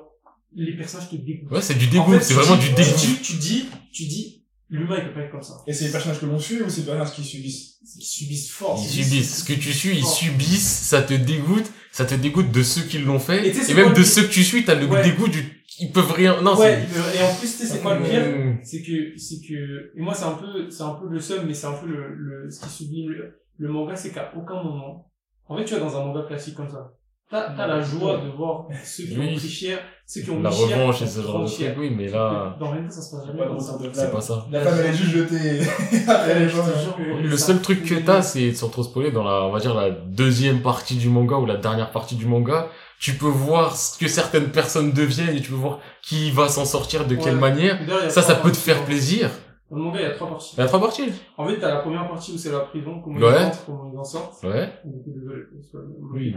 les personnages te dégoûtent. Ouais, c'est du En dégoût, fait, c'est tu vraiment dis- du dégoût. Tu, tu dis, tu dis, l'humain il peut pas être comme ça. Et c'est les personnages que l'on suit ou c'est les personnages qui subissent Ils subissent fort. Ils subissent. Ce que tu suis, ils fort. subissent, ça te dégoûte, ça te dégoûte de ceux qui l'ont fait, Et tu sais, et c'est même quoi de le- ceux que tu suis, t'as le Ouais. dégoût du, ils peuvent rien, non, Ouais, c'est... et et en plus, tu sais, c'est quoi le pire? Mmh. C'est que, c'est que, et moi c'est un peu, c'est un peu le seum, mais c'est un peu le, le, ce qui sublime le, le manga, c'est qu'à aucun moment, en fait, tu vois, dans un manga classique comme ça, t'as, t'as la joie de voir ceux qui Oui. ont pris cher, ceux qui ont La mis cher, revanche et qui ce ont genre de pris truc, cher. oui, mais là, Dans Rainbow, ça se passe Pas jamais de comme ça. retour de c'est flamme. pas ça. La femme, elle est juste jetée. Après, les gens. Je te jure, Le ça- seul truc que t'as, c'est, sans trop spoiler, dans la, on va dire, la deuxième partie du manga ou la dernière partie du manga, tu peux voir ce que certaines personnes deviennent et tu peux voir qui va s'en sortir de quelle Ouais. manière. D'ailleurs, il y a Ça, ça trois peut te faire parties. hein. plaisir. Dans le manga, il y a trois parties. Il y a trois parties. En fait, t'as la première partie où c'est la prison, comment Ouais. ils rentrent, comment ils en sortent. Ouais. Donc, désolé, c'est pas le- Oui.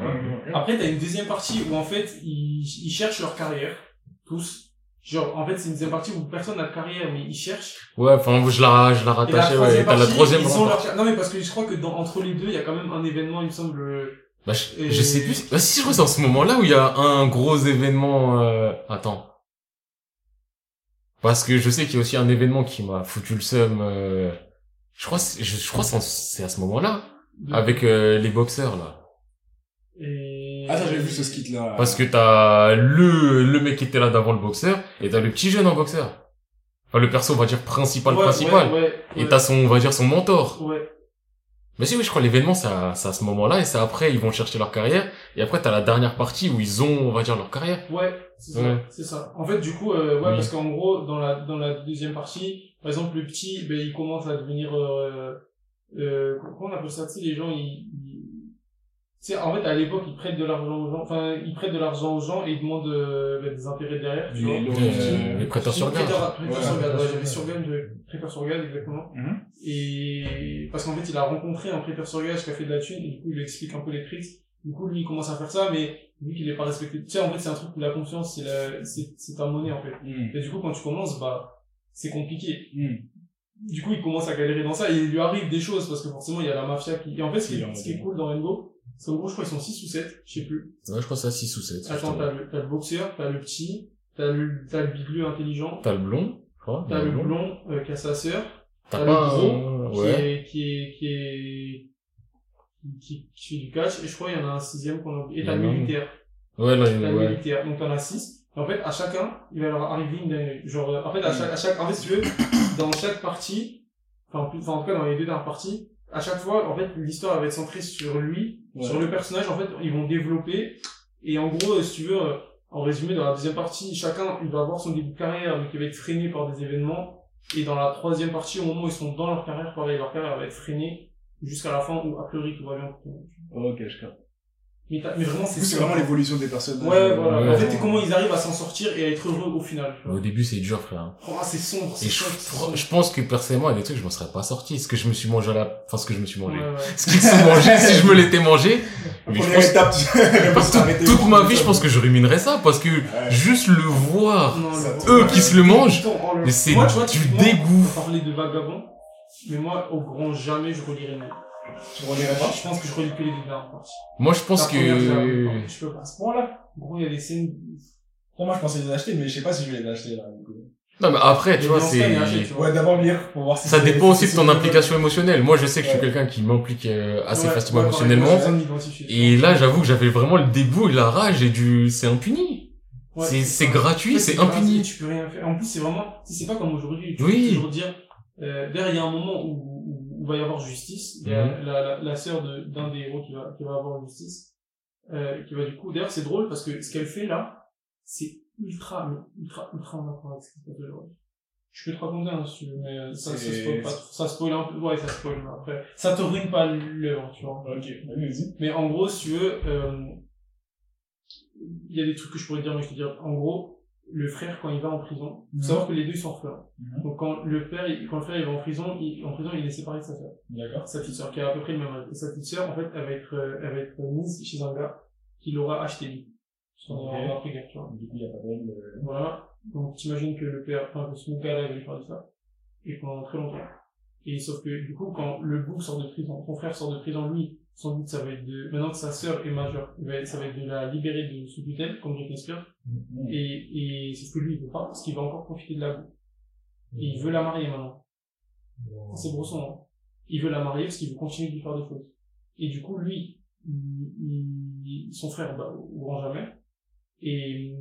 Après, t'as une deuxième partie où en fait, ils, ils cherchent leur carrière, tous. Genre, en fait, c'est une deuxième partie où personne n'a de carrière, mais ils cherchent. Ouais, enfin, je la, je la Et la rattachais, troisième ouais. T'as partie, la troisième ils ont partie. leur car- Non, mais parce que je crois que dans, entre les deux, il y a quand même un événement, il me semble. Bah, je, Et- je sais plus. Bah, si, je crois que c'est en ce moment-là où il y a un gros événement, euh... attends. Parce que je sais qu'il y a aussi un événement qui m'a foutu le seum, euh... je crois, que c'est- je, je crois que c'est en- c'est à ce moment-là. de- Avec, euh, les boxeurs, là. Et... Ah, ça, j'avais vu ce skit là. Parce que t'as le, le mec qui était là d'avant le boxeur, et t'as le petit jeune en boxeur. Enfin, le perso, on va dire, principal, Ouais, principal. Ouais, ouais, Et ouais, t'as son, on va dire, son mentor. ouais. Mais si, oui, je crois l'événement, c'est à, c'est à ce moment-là, et c'est après, ils vont chercher leur carrière, et après, t'as la dernière partie où ils ont, on va dire, leur carrière. Ouais, c'est ça, Ouais. c'est ça. En fait, du coup, euh, ouais, Oui. parce qu'en gros, dans la, dans la deuxième partie, par exemple, le petit, ben, il commence à devenir, euh, euh, comment on appelle ça, tu sais, les gens, ils, ils- tu sais, en fait, à l'époque, ils prêtent de l'argent aux gens, enfin, ils prêtent de l'argent aux gens et ils demandent, euh, ben, des intérêts derrière, tu vois. Les- Euh, Euh, les prêteurs sur garde. Prêteur, prêteur Ouais, sur garde, prêteur ouais, sur j'avais garde. sur garde, euh, prêteur sur garde, exactement. Mhm. Et, parce qu'en fait, il a rencontré un prêteur sur garde qui a fait de la thune, et du coup, il lui explique un peu les tricks. Du coup, lui, il commence à faire ça, mais vu qu'il est pas respecté, tu sais, en fait, c'est un truc où la confiance, c'est la, c'est, c'est ta monnaie, en fait. Et du coup, quand tu commences, bah, c'est compliqué. Mhm. Du coup, il commence à galérer dans ça, et il lui arrive des choses, parce que forcément, il y a la mafia qui, et en fait, ce qui est, ce qui est cool dans Rainbow, c'est qu'en gros, je crois, ils sont 6 ou 7, je sais plus. Ouais, je pense à 6 ou 7. Attends, t'as le, t'as le boxeur, t'as le petit, t'as le, t'as le bigleux intelligent, T'as le blond, je crois. t'as le blond, euh, qui a sa sœur, T'as t'as pas le un... qui Ouais. est, qui est, qui est, qui, qui fait du catch, et je crois, il y en a un sixième qu'on a oublié. Et t'as le Non. militaire. Ouais, non, T'as il- le ouais. militaire, donc t'en as 6. Et en fait, à chacun, il va leur arriver une dinguerie. Genre, euh, en fait, à chaque, à chaque, en fait, si tu veux, dans chaque partie, enfin, en plus- enfin, en tout cas, dans les deux dernières parties, à chaque fois, en fait, l'histoire va être centrée sur lui, sur le personnage, en fait, ils vont développer. Et en gros, euh, si tu veux, euh, en résumé, dans la deuxième partie, chacun, il va avoir son début de carrière, donc il va être freiné par des événements. Et dans la troisième partie, au moment où ils sont dans leur carrière, pareil, leur carrière va être freinée jusqu'à la fin où, a priori, tout va bien. Ok, je capte. Mais, t'as- mais vraiment, Du c'est coup, c'est ça. vraiment l'évolution des personnages. Ouais, voilà. Euh, Ouais. En fait, c'est comment ils arrivent à s'en sortir et à être heureux au final. tu Mais vois. Au début, c'est dur, frère. Oh, c'est sombre, Et c'est je, sombre, c'est sombre. je pense que personnellement, il y a des trucs, je m'en serais pas sorti. Ce que je me suis mangé à la, enfin, ce que je me suis mangé. Ouais, ouais. Ce qu'ils sont mangés, si je me l'étais mangé. Mais je Première pense- étape, tu- elle peut Parce que s'arrêter toute pour ma tout vie, ça. je pense que je ruminerais ça parce que Ouais. juste le voir, Non, Ça le- te- eux qui se le mangent, Putain, oh, le- mais c'est Moi, tu vois, du typiquement, dégoût. on parlait de vagabond, mais moi, au grand jamais, je relirai rien. Tu relirais pas Je pense que je relis que les deux dernières parties. moi, je pense La première, je la relis que pas. Je peux pas. À ce point-là, en gros, il y a des scènes. Pour moi, je pensais les acheter, mais je sais pas si je vais les acheter, là. du coup. non, mais après, les Eh, tu vois, Lancelin c'est et Rachel, tu vois. Ouais, d'abord lire, pour voir si ça c'est- dépend aussi si de c'est ton bon. implication émotionnelle. Moi, je sais que je suis Ouais. quelqu'un qui m'implique euh, assez Ouais, facilement ouais, pareil, émotionnellement. j'ai besoin de m'identifier. Et là, j'avoue que j'avais vraiment le dégoût et la rage et du, c'est impuni. Ouais, c'est, c'est ça. gratuit, Ouais, c'est pas- impuni. Tu peux rien faire. En plus, c'est vraiment, tu sais, c'est pas comme aujourd'hui. Tu Oui. peux toujours dire, euh, d'ailleurs, il y a un moment où, où, où va y avoir justice. Il y a la, la, la sœur de- d'un des héros qui va, qui va avoir justice. Euh, qui va du coup, d'ailleurs, c'est drôle parce que ce qu'elle fait là, c'est ultra, mais ultra, ultra en accord avec ce qui se passe aujourd'hui. Je peux te raconter, hein, si tu veux, mais euh, ça, ça C'est- spoil pas. Ça spoil un peu, ouais, ça spoil mais après. Ça te ruine pas l'œuvre, tu vois. Ok, bah, vas-y, vas-y. Mais en gros, si tu veux, euh, il y a des trucs que je pourrais te dire, mais je te dire, en gros, le frère, quand il va en prison, faut savoir que les deux ils sont orphelins. Mhm. Donc quand le père, il- quand le frère il va en prison, il, en prison, il est séparé de sa sœur. D'accord. Sa petite sœur, qui a à peu près le même âge. Et sa petite sœur, en fait, elle va être, euh, elle va être mise chez un gars qui l'aura acheté lui. Sans Ok. avoir après-guerre, tu vois. Du coup, il y a pas mal de... euh. Voilà. Donc, t'imagines que le père, enfin, que son père, là, il va lui faire de ça. Et pendant très longtemps. Et sauf que, du coup, quand le bouc sort de prison, son frère sort de prison, lui, son but, ça va être de, maintenant que sa sœur est majeure, il va être- ça va être de la libérer de sous tutelle, comme Britney Spears. Et, et, sauf que lui, il veut pas, parce qu'il va encore profiter de la boue. Et il veut la marier maintenant. C'est brosson, hein. Il veut la marier parce qu'il veut continuer de lui faire des choses. Et du coup, lui, il- il- son frère, bah, au grand jamais. Et,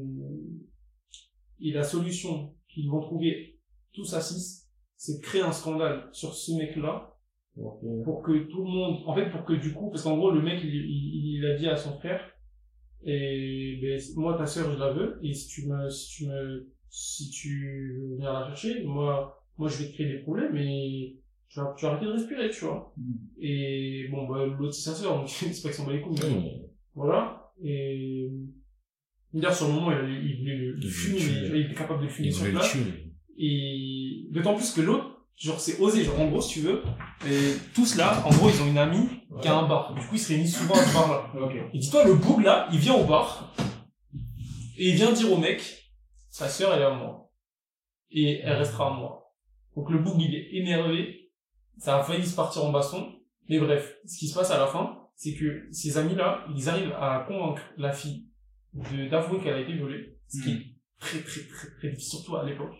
et la solution qu'ils vont trouver tous à six, c'est de créer un scandale sur ce mec-là pour que tout le monde, en fait, pour que du coup, parce qu'en gros, le mec, il, il, il a dit à son frère, et ben, moi, ta sœur, je la veux, et si tu me, si tu me, si tu veux venir la chercher, moi, moi, je vais te créer des problèmes, et tu vas, tu vas arrêter de respirer, tu vois. Mm. Et bon, bah, l'autre, c'est sa sœur, donc c'est pas qu'il s'en bat les couilles, mais Mm. bon. Voilà. Et d'ailleurs, sur le moment, il, il voulait le Il fumer, voulait le il, tuer. était capable de fumer Ils sur veulent le place. tuer. Et d'autant plus que l'autre, genre, c'est osé. Genre, en gros, si tu veux, et tous là, en gros, ils ont une amie qui a un bar. Du coup, ils se réunissent souvent à ce bar-là. Ok. Et dis-toi, le boug là, il vient au bar et il vient dire au mec, sa sœur, elle est à moi. Et elle restera à moi. Donc le boug, il est énervé. Ça a failli se partir en baston. Mais bref, ce qui se passe à la fin, c'est que ces amis-là, ils arrivent à convaincre la fille de d'avouer qu'elle a été violée. Ce qui est très, très, très, très difficile, surtout à l'époque.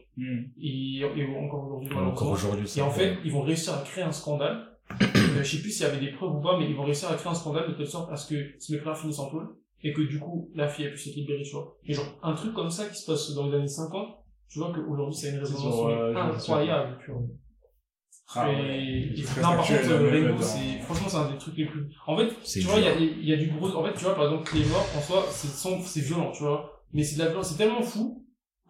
Et, et encore aujourd'hui, Encore malheureusement. aujourd'hui, c'est Et en fait, ils vont réussir à créer un scandale. Euh, je sais plus s'il y avait des preuves ou pas, mais ils vont réussir à créer un scandale de telle sorte à ce que ce mec-là finisse en tôle et que du coup, la fille a pu se libérer, tu vois. Et genre, un truc comme ça qui se passe dans les années 50, tu vois qu'aujourd'hui, c'est une résonance sur, euh, mais je me souviens. incroyable, tu vois. Ah et, ouais. et- C'est très non, par actuel, contre, hein, euh, même Rainbow, là-dedans. c'est, franchement, c'est un des trucs les plus, en fait, C'est tu vois, il y a, dur. il y a du gros, en fait, tu vois, par exemple, les morts, en soi, c'est, son- c'est violent, tu vois. Mais c'est de la violence, c'est tellement fou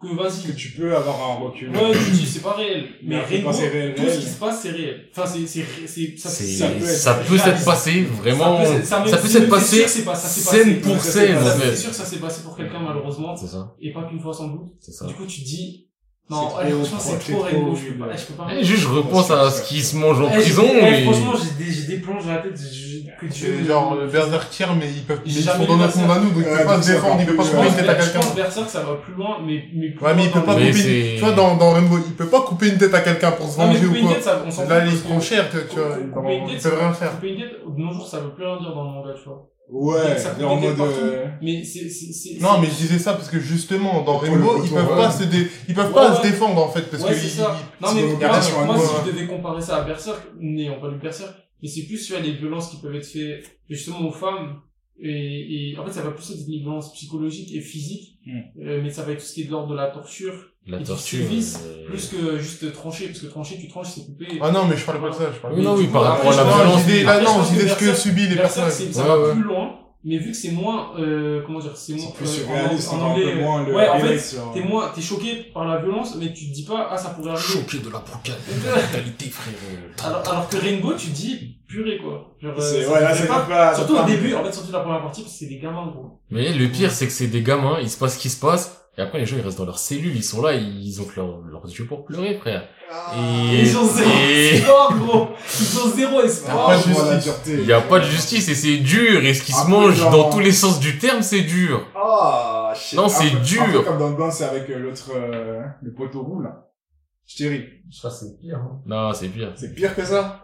que vas-y. Que tu peux avoir un recul. Ouais, tu dis, c'est pas réel. Mais, après, Rainbow, quand c'est réel, tout réel. ce qui se passe, c'est réel. Enfin, c'est, c'est, ré- c'est, ça, C'est- ça peut être- ça peut s'être passé, vraiment. Ça peut, ça- Ça peut c'est- s'être c'est sûr passé que c'est pas- ça s'est passé. scène pour Ça, scène, ça, en fait. C'est sûr que ça s'est passé pour quelqu'un, malheureusement. C'est ça, Et pas qu'une fois sans doute. c'est ça. Du coup, tu te dis, Non, trop- ouais, franchement, c'est c'est trop- trop Rainbow, je peux pas, je peux pas. Eh, Juste, je repense à ce qui se mange en Eh, j'ai- prison, eh, mais... Franchement, j'ai des, j'ai des plonges dans la tête, j'ai- que C'est tu... genre euh, Berserkir, mais ils peuvent, mais J'ai ils jamais sont dans lu notre monde à nous, donc ils Ouais, peuvent pas donc se c'est défendre, ils encore peuvent pas se Je plus, couper pense, une tête à je quelqu'un. pense Berserk, ça va plus loin, mais, mais plus Ouais, mais il loin peut pas dans le- Mais couper, c'est- une- tu vois, dans, dans Rainbow, il peut pas couper une tête à quelqu'un pour se Non, mais venger couper ou une quoi. tête, ça, on s'en fout. Là, il parce se que- prend cher, tu tu vois, il peut Couper une il tête, peut ça- rien faire. Couper une tête, de nos jours, ça veut plus rien dire dans le manga, tu vois. Ouais, Ça coupe mais en des têtes mode. euh, Mais c'est, c'est, c'est... Non, mais je disais ça parce que justement, dans Pour le Rainbow, retour, ils peuvent ouais. pas se dé- ils peuvent Ouais, pas ouais. se défendre, en fait, parce ouais, que c'est ils- ça. ils- Non, ils- mais ils- moi, ils- regardent ils- sur un moi, ils- si je devais comparer ça à Berserk, n'ayant pas lu Berserk, mais c'est plus, tu vois, les violences qui peuvent être faites, justement, aux femmes, et, et en fait, ça va plus être des violences psychologiques et physiques, Hmm. euh, mais ça va être tout ce qui est de l'ordre de la torture, La Et tu tortue... sévices, Hmm. euh, plus que juste trancher, parce que trancher, tu tranches, c'est coupé. Ah non, mais je parle pas de ça, je parle Oui, non, oui, Mais par tu rapport vois, à la après, Non, violence... je disais- oui. là, Après, je ah non, pense je disais que ce que Berserk- subit les Berserk, personnages. c'est- ça va Ouais, ouais. plus loin, mais vu que c'est moins, euh, comment dire, c'est moins, C'est plus euh, en- surréaliste, en encore un peu anglais, moins le ouais, en fait, réflexe, genre. t'es moins, t'es choqué par la violence, mais tu te dis pas, ah, ça pourrait arriver. Choqué de la brocade, de la brutalité, frérot. Alors, alors que Rainbow, tu te dis, purée, quoi. Genre, euh, C'est- ça Ouais, là, fait c'est pas- pas. Surtout pas- au début, en fait, surtout la première partie, parce que c'est des gamins, gros. Mais le pire, c'est que c'est des gamins, il se passe ce qui se passe, et après les gens ils restent dans leur cellule, ils sont là, ils ont que leur- leurs yeux pour pleurer, frère. Et... Ils ont zéro et- espoir, gros. Ils ont zéro espoir. pas de je vois la justice. dureté. Il n'y a pas de justice et c'est dur, et ce qui Un se peu mange genre- dans tous les sens du terme, c'est dur. Ah, shit. Non, Un c'est peu- dur. Un peu comme dans le gant, c'est avec euh, l'autre, euh, le poteau roux, là. Je t'ai Je crois que c'est pire. Hein. Non, c'est pire. C'est pire que ça.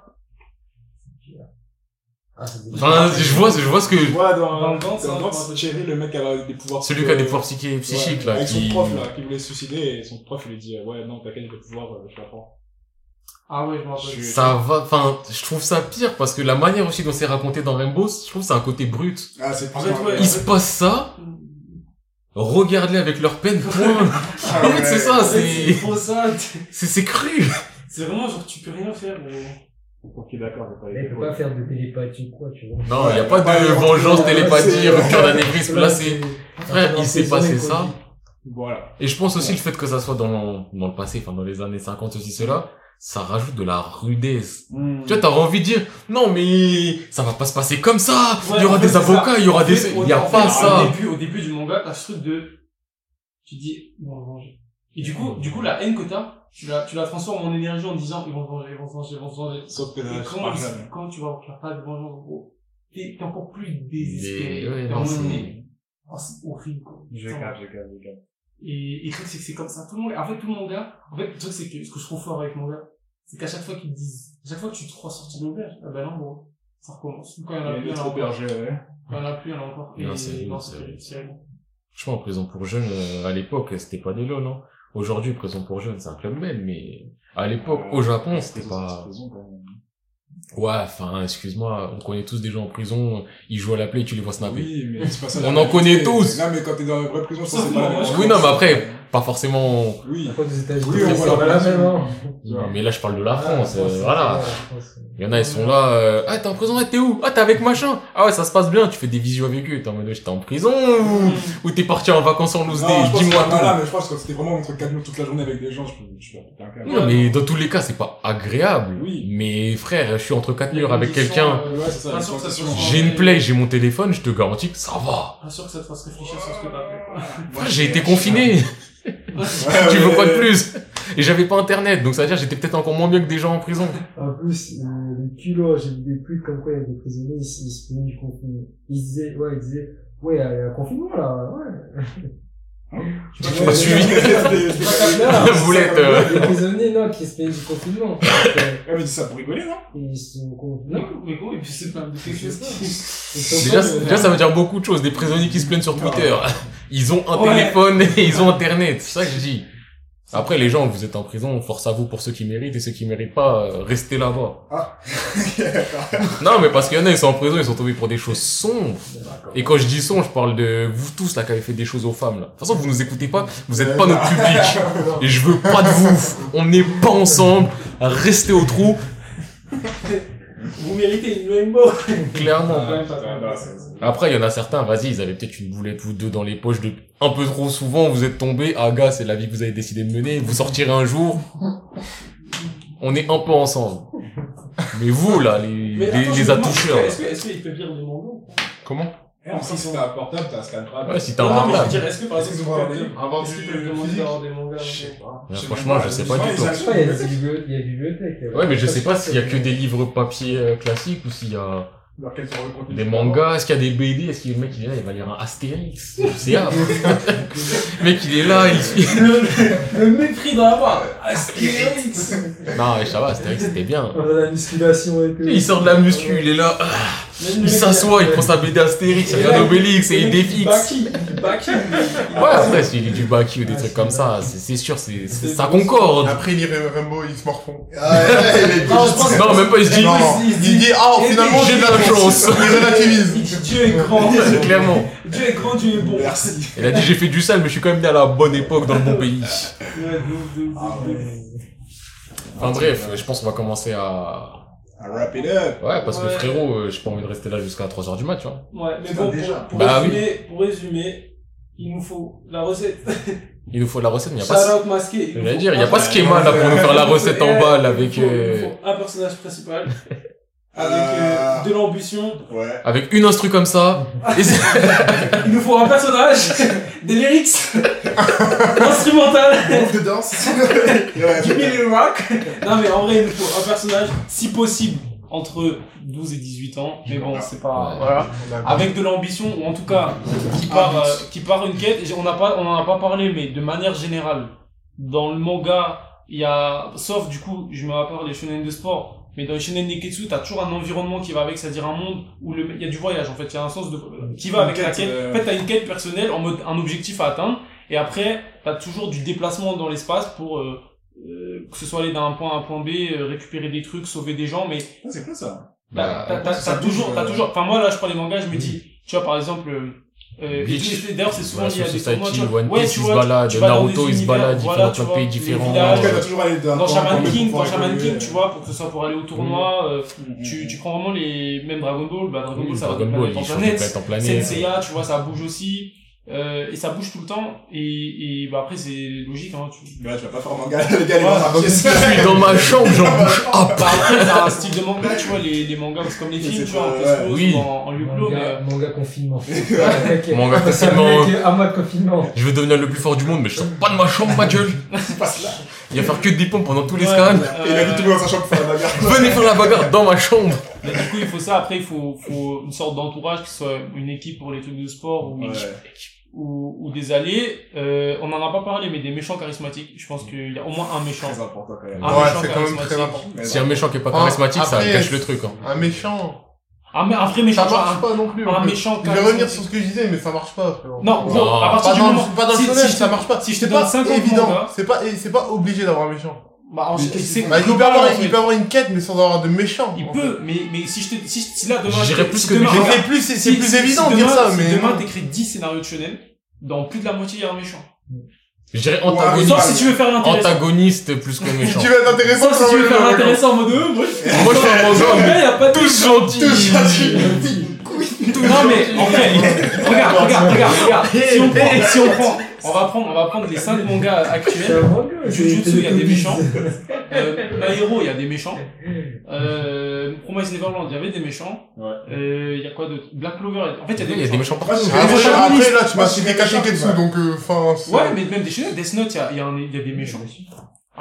Ah, c'est des- Enfin, je vois, je vois ce que, Tu vois, dans, Dans dans le Gantz, hein, Gantz, je Thierry, le mec a des pouvoirs. celui qui a des euh, pouvoirs psychi- psychiques, ouais, là, Avec son qui... prof, là, qui voulait se suicider, et son prof, il lui dit, euh, ouais, non, t'inquiète, il va pouvoir, euh, je l'apprends. Ah ouais, je me rappelle. Ça va, enfin, je trouve ça pire parce que la manière aussi dont c'est raconté dans Rainbow, je trouve que c'est un côté brut. Ah, c'est En pire. fait, ouais. Il se passe ça, regarde-les avec leur peine, point. Ah ouais. C'est ça, En fait, c'est c'est, trop ça. t'es- c'est, c'est cru. C'est vraiment genre, tu peux rien faire, gros. Pour qu'il est d'accord, je vais pas Mais il les peut pas faire de télépathie ou quoi, tu vois. Non, il Ouais, n'y a pas bah, de on- vengeance on- télépathie, c'est- rupture d'anévrisme. Là, c'est, frère, il s'est passé ça. Voilà. Et je pense aussi le fait que ça soit dans, dans le passé, enfin, dans les années 50, ceci, cela, ça rajoute de la rudesse. Mm. Tu vois, t'as envie de dire, non, mais, ça va pas se passer comme ça. Ouais, il y aura en fait, des c'est avocats, il y aura En fait, des, il y a au- en pas fait, ça. Au début, au début du manga, t'as ce truc de, tu dis, ils vont se venger. Et du coup, du coup, la haine que t'as, tu la, tu la transformes en énergie en disant, ils vont se venger, ils vont se venger, ils vont se venger. Sauf que, Et euh, je quand, parle ils- jamais. quand tu vas avoir la phase de vengeance, gros, t'es t'es encore plus désespéré. Mais, ouais, T'es en non, mode, c'est- mais- oh, c'est horrible, quoi. Je Putain. capte, je capte, je capte. Et, et le truc, c'est que c'est comme ça. Tout le monde, en fait, tout le manga, en fait, le truc, c'est que ce que je trouve fort avec le manga, c'est qu'à chaque fois qu'ils te disent, à chaque fois que tu te crois sorti de l'auberge, ah bah non, gros, ça recommence. Ou Quand il y en a Il plus, est il y Ah, en trop a encore. berger, ouais. Quand il y en a plus, il y en a encore. Non, Et- c'est- non, c'est- c'est c'est bon. Je crois en prison pour jeunes, euh, à l'époque, c'était pas des lots, non Aujourd'hui, prison pour jeunes, c'est un club même, mais à l'époque, Euh, au Japon, c'était Prison, pas... prison, quand même. Ouais, enfin, excuse-moi, on connaît tous des gens en prison, ils jouent à la play, tu les vois snapper. Oui, mais c'est pas ça. Bah On en connaît tous. Non, mais quand t'es dans la vraie prison, je pense que Sauf c'est pas moi, la même moi, chose. Oui, non, mais après, pas forcément... Oui. La fois des États-Unis, Oui, on c'est voit la pas la France. même, hein. Mais là, je parle de la Ah, France, euh, c'est- voilà. ouais, la France, euh. Il y en a, ils sont là, euh, ah, t'es en prison, ah, t'es où Ah, t'es avec machin Ah ouais, ça se passe bien, tu fais des visios avec eux, t'es en mode, j'étais en prison ou, ou t'es parti en vacances en loose Non, day je pense que Dis-moi c'est pas tout là, mais je pense que quand c'était vraiment entre quatre murs toute la journée avec des gens, je peux, je peux péter un câble. Non, mais dans tous les cas, c'est pas agréable. Oui. Mais frère, je suis entre quatre Les murs avec conditions, quelqu'un... euh, Ouais, c'est ça, Pas les sûr que ça sensations. soit- J'ai une play, j'ai mon téléphone, je te garantis que ça va. Pas sûr que ça te fasse réfléchir sur ce que t'as fait. quoi. Enfin, j'ai été confiné. Ouais, tu veux ouais, quoi de ouais. plus Et j'avais pas internet, donc ça veut dire que j'étais peut-être encore moins mieux que des gens en prison. En plus, euh, le culot, j'ai vu des trucs comme quoi il y a des prisonniers, ils, ils se faisaient du confinement. Ils disaient, ouais, ils disaient, ouais, il y a il y a un confinement là, ouais. Hein Je t'ai pas suivi. Ah, La boulette. euh. Ouais, des prisonniers, non, qui se payaient du confinement. Donc, euh, Ouais, mais dis ça pour rigoler, non? ils sont confinés. Non, mais gros, et puis c'est pas quelque chose qui. Ils sont Déjà, pas- c'est- déjà, ça veut dire beaucoup de choses. Des prisonniers qui se plaignent sur Twitter. Ils ont un Ouais. téléphone et ils ont internet. C'est ça que je dis. Après, les gens, vous êtes en prison, force à vous pour ceux qui méritent et ceux qui méritent pas, euh, restez là-bas. Non, mais parce qu'il y en a, ils sont en prison, ils sont tombés pour des choses sombres. Et quand je dis sombre, je parle de vous tous là qui avez fait des choses aux femmes là. De toute façon, vous nous écoutez pas, vous êtes pas notre public. Et je veux pas de vous. On n'est pas ensemble. Restez au trou, Vous méritez une rainbow! clairement. Quand même pas Ah, quand bah, même. c'est- c'est- Après, il y en a certains, vas-y, ils avaient peut-être une boulette ou deux dans les poches de un peu trop souvent, vous êtes tombés. Ah gars, c'est la vie que vous avez décidé de mener, vous sortirez un jour. On est un peu ensemble. Mais vous là, les, Mais les, attends, les je me demande, attoucheurs. Est-ce que- est-ce qu'il peut lire des mangas? Comment Eh, en si fait, c'est un portable, t'as un scalpel. Ouais, si t'as Non, un non, mais je veux portable. dire, est-ce que par exemple, Ils ils ont ont pas demandé- Avoir est-ce du qu'ils peuvent demander physique. d'avoir des mangas Je sais pas. Ouais, franchement, je sais pas du tout. Je sais pas, il y a des bibliothèques. Il y a des bibliothèques. Ouais, mais je sais pas s'il y a que des livres papier euh, classiques ou s'il y a Alors, quels sont les contenus des mangas, est-ce qu'il y a des BD, est-ce qu'il y a le mec qui est là, il va lire un Astérix, je sais pas. Le mec il est là, il... Le, le mépris dans la voix. Astérix. Non, mais ça va, Astérix c'était bien. On a la musculation et tout. Il sort de la muscu, il est là, ah, il s'assoit, il prend sa BD Astérix, il regarde Obélix et il défixe. Baki, Baki. Ouais, après, s'il lit du Baki ou des trucs comme ça, c'est c'est sûr, c'est c'est- ça concorde. Après, il irait Rainbow, il se morfond. Ah, ouais, il est Non, je pense- Non, même pas, il se dit, Non, non. il se dit- Il dit, ah, il dit, finalement, j'ai j'ai de de la chance. Il relativise. Il dit Dieu est grand. clairement. Dieu est grand, Dieu est bon. Merci. Il a dit, j'ai fait du sale, mais je suis quand même né à la bonne époque dans le bon pays. Ouais, de ouf, de ouf, de ouf, Ah Ah, de ouf. Enfin bref, je pense qu'on va commencer à... Wrap it up. Ouais, parce que Ouais. frérot, euh, j'ai pas envie de rester là jusqu'à 3h du match, tu vois. Ouais, mais Putain, bon, déjà. pour, pour Bah oui. résumer, pour résumer, il nous faut la recette. Il nous faut la recette, mais y a Shout pas... out masqué. Je Il voulais nous dire, il faut n'y a un- pas ce schéma là pour nous faire la recette en balle avec, Il nous faut- il nous euh, faut un personnage principal. Avec Ah. euh, de l'ambition. Ouais. avec une instru comme ça. Et c'est- Il nous faut un personnage, des lyrics, instrumental, Groupe de danse. give me the rock. Non mais en vrai, il nous faut un personnage, si possible, entre 12 et 18 ans. Mais bon, c'est pas... Ouais. Voilà. Ah, avec de l'ambition ou en tout cas qui Ah, part, euh, qui part une quête. J'ai- On n'a pas, on en a pas parlé, mais de manière générale, dans le manga, il y a, sauf du coup, je me rappelle les shonen de sport, mais dans les shonen Neketsu, t'as toujours un environnement qui va avec, c'est-à-dire un monde où le- il y a du voyage en fait, il y a un sens de, qui va Une avec la quête, quête. euh, En fait, t'as une quête personnelle en mode un objectif à atteindre, et après, t'as toujours du déplacement dans l'espace pour euh, euh, que ce soit aller d'un point A à un point B, euh, récupérer des trucs, sauver des gens, mais Ah, C'est quoi ça Bah, T'as- t'as- T'as ça t'as bouge, toujours, euh, t'as toujours. Enfin, moi là, je prends les mangas, je me dis, tu vois, par exemple, euh, euh, Bleach, et tout, et d'ailleurs, c'est souvent voilà, lié Soul à des tournois, tu Society, vois. One Ouais, Piece, tu il se vois, balade, tu vas dans des Naruto, il se univers, balade, il fait voilà, dans tu plein de vois, pays les différents. villages, En tout cas, t'as toujours allé d'un dans point à un Shaman point King, pour pouvoir dans Shaman King, évoluer. Mm. tu vois, pour que ce soit pour aller au tournoi, euh, tu, tu prends vraiment les, même Dragon Ball, bah, Dragon Oui, Ball, ça va Dragon de Ball, planète en il change de planète. planète en planète. Senseiya, tu vois, ça bouge aussi. Euh, et ça bouge tout le temps. Et, et bah, après, c'est logique, hein, tu Ouais, tu vas pas faire un manga, les gars, les Ouais, gars, Je suis dans ma chambre, j'en bouge Bah, après, t'as un style de manga, tu vois, les, les mangas, c'est comme les C'est films, tu vois, en pas- fast pose, oui. ou en, en lieu clos, mais. Manga, manga confinement. pas. Ok. Mon gars, C'est un facilement, mec à moi de confinement. je veux devenir le plus fort du monde, mais je sors pas de ma chambre, ma gueule. Il va faire que des pompes pendant tous les Ouais, scans. euh, Il a vite tombé dans sa chambre pour faire la bagarre. Venez faire la bagarre dans ma chambre. Mais du coup, il faut ça. Après, il faut, faut une sorte d'entourage qui soit une équipe pour les trucs de sport ou, ou, ou des alliés. Euh, on en a pas parlé, mais des méchants charismatiques. Je pense qu'il y a au moins un méchant. Très important quand même. Ah, Un Ouais, méchant c'est quand même très charismatique. important. Mais Si un méchant qui est pas Ah, charismatique, ça après- gâche le truc. hein. Un méchant. Un, mé- Ah, un vrai méchant. Ça tu vois, marche pas non plus. un, un en fait. méchant Je vais charismatique. revenir sur ce que je disais, mais ça marche pas. frérot. Non, gros, Non. à partir Pas du dans, moment. pas dans si, le si bah, shonen, je te- ça marche pas. si je te C'est donne pas 50 évident. mangas- C'est pas, et c'est pas obligé d'avoir un méchant. Bah, en- Mais qu'est-ce c'est- Bah, il, peut global, avoir, en fait. il peut avoir une quête, mais sans avoir de méchant. Il en fait. peut, mais, mais si je te, si, si là demain. J'irais je- plus si que demain, méchant. regarde, Mais c'est plus, c'est c'est si- plus si évident de demain- dire ça, si mais. demain t'écris 10 scénarios de shonen, dans plus de la moitié il y a un méchant. Je dirais Ouais, antagoniste, Sauf si tu veux faire Ah, l'intéressant. antagoniste plus que Si méchant. tu veux être intéressant, Sauf si ça tu va veux le faire faire. l'intéressant en mode euh, moi je Moi, je suis un Le manga, gars, il a pas de tous gentils. Non mais en vrai, regarde, regarde, regarde, regarde. Si on prend, si on prend, on va prendre, on va prendre les 5 mangas C'est actuels. un manga. Jujutsu, il y a des méchants. méchants. Euh, My Hero, il y a des méchants. Euh, Promise Neverland, il y avait des méchants. Ouais. Euh, il y a quoi d'autre Black Clover. En fait, il y a des Il y a des méchants. méchants Moi, partout. je Ah, dirais- Après, après, là, tu Moi, m'as je suis cité Kachenketsu, méchant, donc, euh, enfin, c'est- Ouais, mais même des chaînes, Death Note, il y a, il y a, un- il y a des méchants.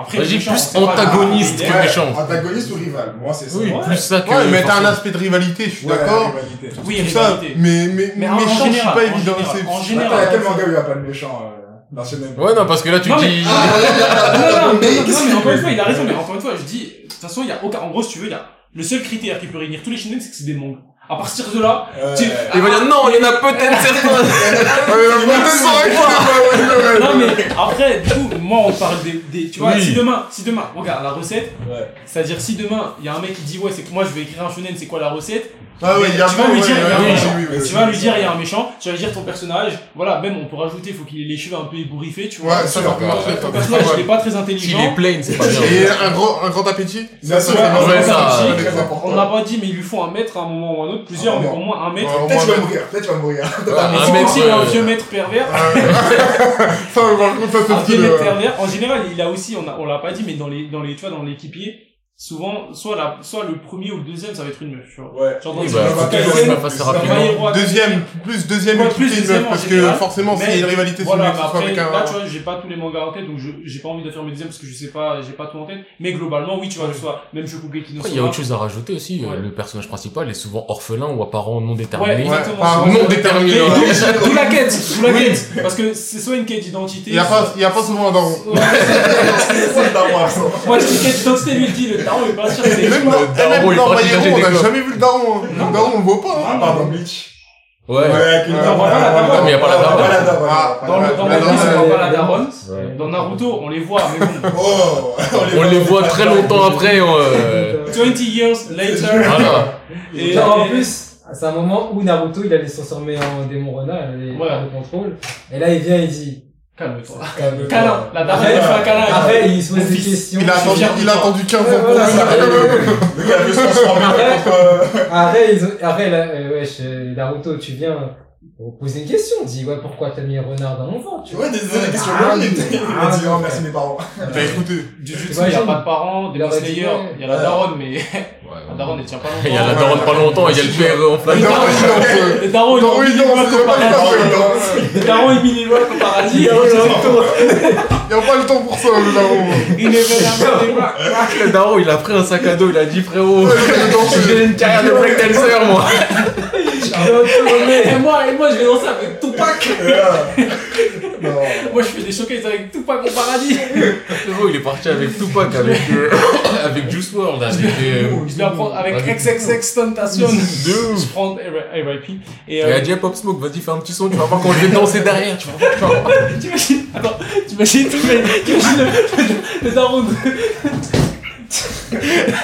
Après, Moi, les j'ai méchants, plus c'est pas- antagoniste Ouais. que méchant. Antagoniste ou rival Moi, c'est ça. Oui, Ouais. plus ça que. Ouais, mais t'as un forcément. aspect de rivalité, je suis Ouais, d'accord. rivalité. Oui, Tout ça, rivalité. mais, mais, Mais mais en- en méchant, je suis général, pas en évident. général, c'est- en général. Attends, il y a quel manga où il n'y a pas de méchant euh, dans ce même Ouais, non, parce que là, tu Non, mais- dis. Ah. Non, non, non, non, mais encore une fois, il a raison, mais encore une fois, je dis, de toute façon, il y a aucun, en gros, si tu veux, il y a, le seul critère qui peut réunir tous les shonen, c'est que c'est des mangas. À partir de là, Ouais. tu, Il va dire non, il y en a peut-être certains. Ouais, mais peut-être ça aurait été pas, ouais, ouais, ouais. non, mais après, du coup, moi, on parle des, des- tu vois, Oui. si demain, si demain, regarde, la recette, Ouais. c'est-à-dire, si demain, il y a un mec qui dit, ouais, c'est que moi, je vais écrire un shonen, c'est quoi la recette? Ah ouais, il y a Tu vas un peu, lui ouais, dire, il y a ouais, un oui, méchant. oui, oui, Tu oui. vas lui dire, il y a un méchant, tu vas lui dire ton personnage, voilà, même, on peut rajouter, faut qu'il ait les cheveux un peu ébouriffés, tu vois. Ouais, ça, ça peut marcher, ça ton peut personnage, il marcher. est pas très S'il est intelligent. plain, c'est pas bien. Et un grand, un grand appétit. Ça, ça, c'est ça, Ouais, ça, ça, ça, c'est ça, très ça. On important. n'a pas dit, mais il lui faut un maître à un moment ou un autre, plusieurs, Ah, mais non. au moins un maître. Ouais, au Peut-être moins, tu vas ouais. mourir, peut-être tu vas mourir. Ah, Mais un si mec, aussi, un euh, vieux maître pervers, Ça, par contre, ça, un c'est vieux stylé, maître ouais. pervers. En général, il a aussi, on a- on l'a pas dit, mais dans les, dans les, tu vois, dans l'équipier, souvent, soit la, soit le premier ou le deuxième, ça va être une meuf, tu vois. Ouais. J'entends Oui, dire, bah, bah, faut toujours quatrième, se la passer c'est rapidement. Cavalier Roi. Deuxième, plus deuxième Ouais, équipe plus qui est une deuxième en meuf, parce que général. forcément, s'il y a une Mais rivalité, c'est mieux Voilà, que mais ce soit après, avec là, tu un... vois, j'ai pas tous les mangas en tête, donc je, j'ai pas envie de faire mes deuxièmes parce que je sais pas, j'ai pas tout en tête. Mais globalement, oui, tu vois, que ce soit, même Shokuge qui nous Après, il y a autre chose à rajouter aussi. euh, Ouais. Le personnage principal est souvent orphelin ou à parents non Ouais, déterminés. exactement. par c'est- non déterminé. Mais ouais. d'où- D'où la quête, d'où la Oui. quête. Parce que c'est soit une quête d'identité. Il y a pas, il y a pas souvent un daron. soit- Moi, je dis quête d'identité, lui, il dit, le taron est pas sûr. Et c'est- même dans, Le daron, même il dans pratique Bayero, la on n'a GDK. jamais vu le daron. hein. Non. Le daron, on le voit pas. hein. Euh, Ah, pardon, Bleach. Ouais. avec une Ouais. daronne. Ouais, ouais, ouais, ouais, mais y a pas la Ah, daronne. la daronne. Ah, Dans le, dans la One Piece, daronne, on voit ouais. pas la daronne. Ouais. Dans Naruto, on les voit, mais bon. Oh, On les voit très longtemps après. euh, 20 years later. Voilà. Et- Genre, en et- plus, c'est un moment où Naruto, il allait se transformer en démon renard, il allait Ouais. prendre le contrôle. Et là, il vient, il dit, ah, Calme-toi. calme-toi. Câlin. La daronne, Après, elle fait un câlin. Après, euh, il se Mon pose des fils. questions. Il a attendu, il a attendu 15 ans Ouais, pour voilà, venir. ça arrive. Le gars veut se transformer Après- contre, euh, Après, ils ont, après, là, euh, wesh, euh, Naruto, tu viens, on pose une question, on dit, ouais, pourquoi t'as mis un renard dans mon ventre, tu Tu vois. vois, désolé, question Ah, longue, il oui. a dit, oh, merci mes parents. T'as écouté. Bah, Jujutsu, il T'imagines y a pas de parents, Demon Il aurait dit, Slayer, ouais. il y a la daronne, mais la Ouais. daronne, elle tient pas longtemps. Il y a la daronne pas longtemps, il y a le père en Le flamme. daron, il danse. Les darons, Oh, Le ils ont daron, mis il les danse, lois il a comme pas le temps, il paradis. danse. Les darons, ils mis les lois comme paradis. Il a eu le Il y a pas le temps pour ça, le daron. Il est venu les lois. Le daron, il a pris un sac à dos, il a dit frérot, Le daron, c'est- j'ai une carrière de breakdancer moi. Et moi, et moi, je vais danser avec Tupac. Non. Moi, je fais des showcases avec Tupac au paradis. Frérot, il est parti avec Tupac, avec, euh, avec Juice WRLD, avec. euh, Je vais apprendre avec Avec- XXX Tentation. De ouf. Je prends RIP. Et Et euh, a dit à Pop Smoke, vas-y, fais un petit son, tu vas voir quand je vais danser derrière, tu vas voir. tu vas voir. T'imagines Attends, t'imagines t'imagines- t'imagines le, le, le daron de...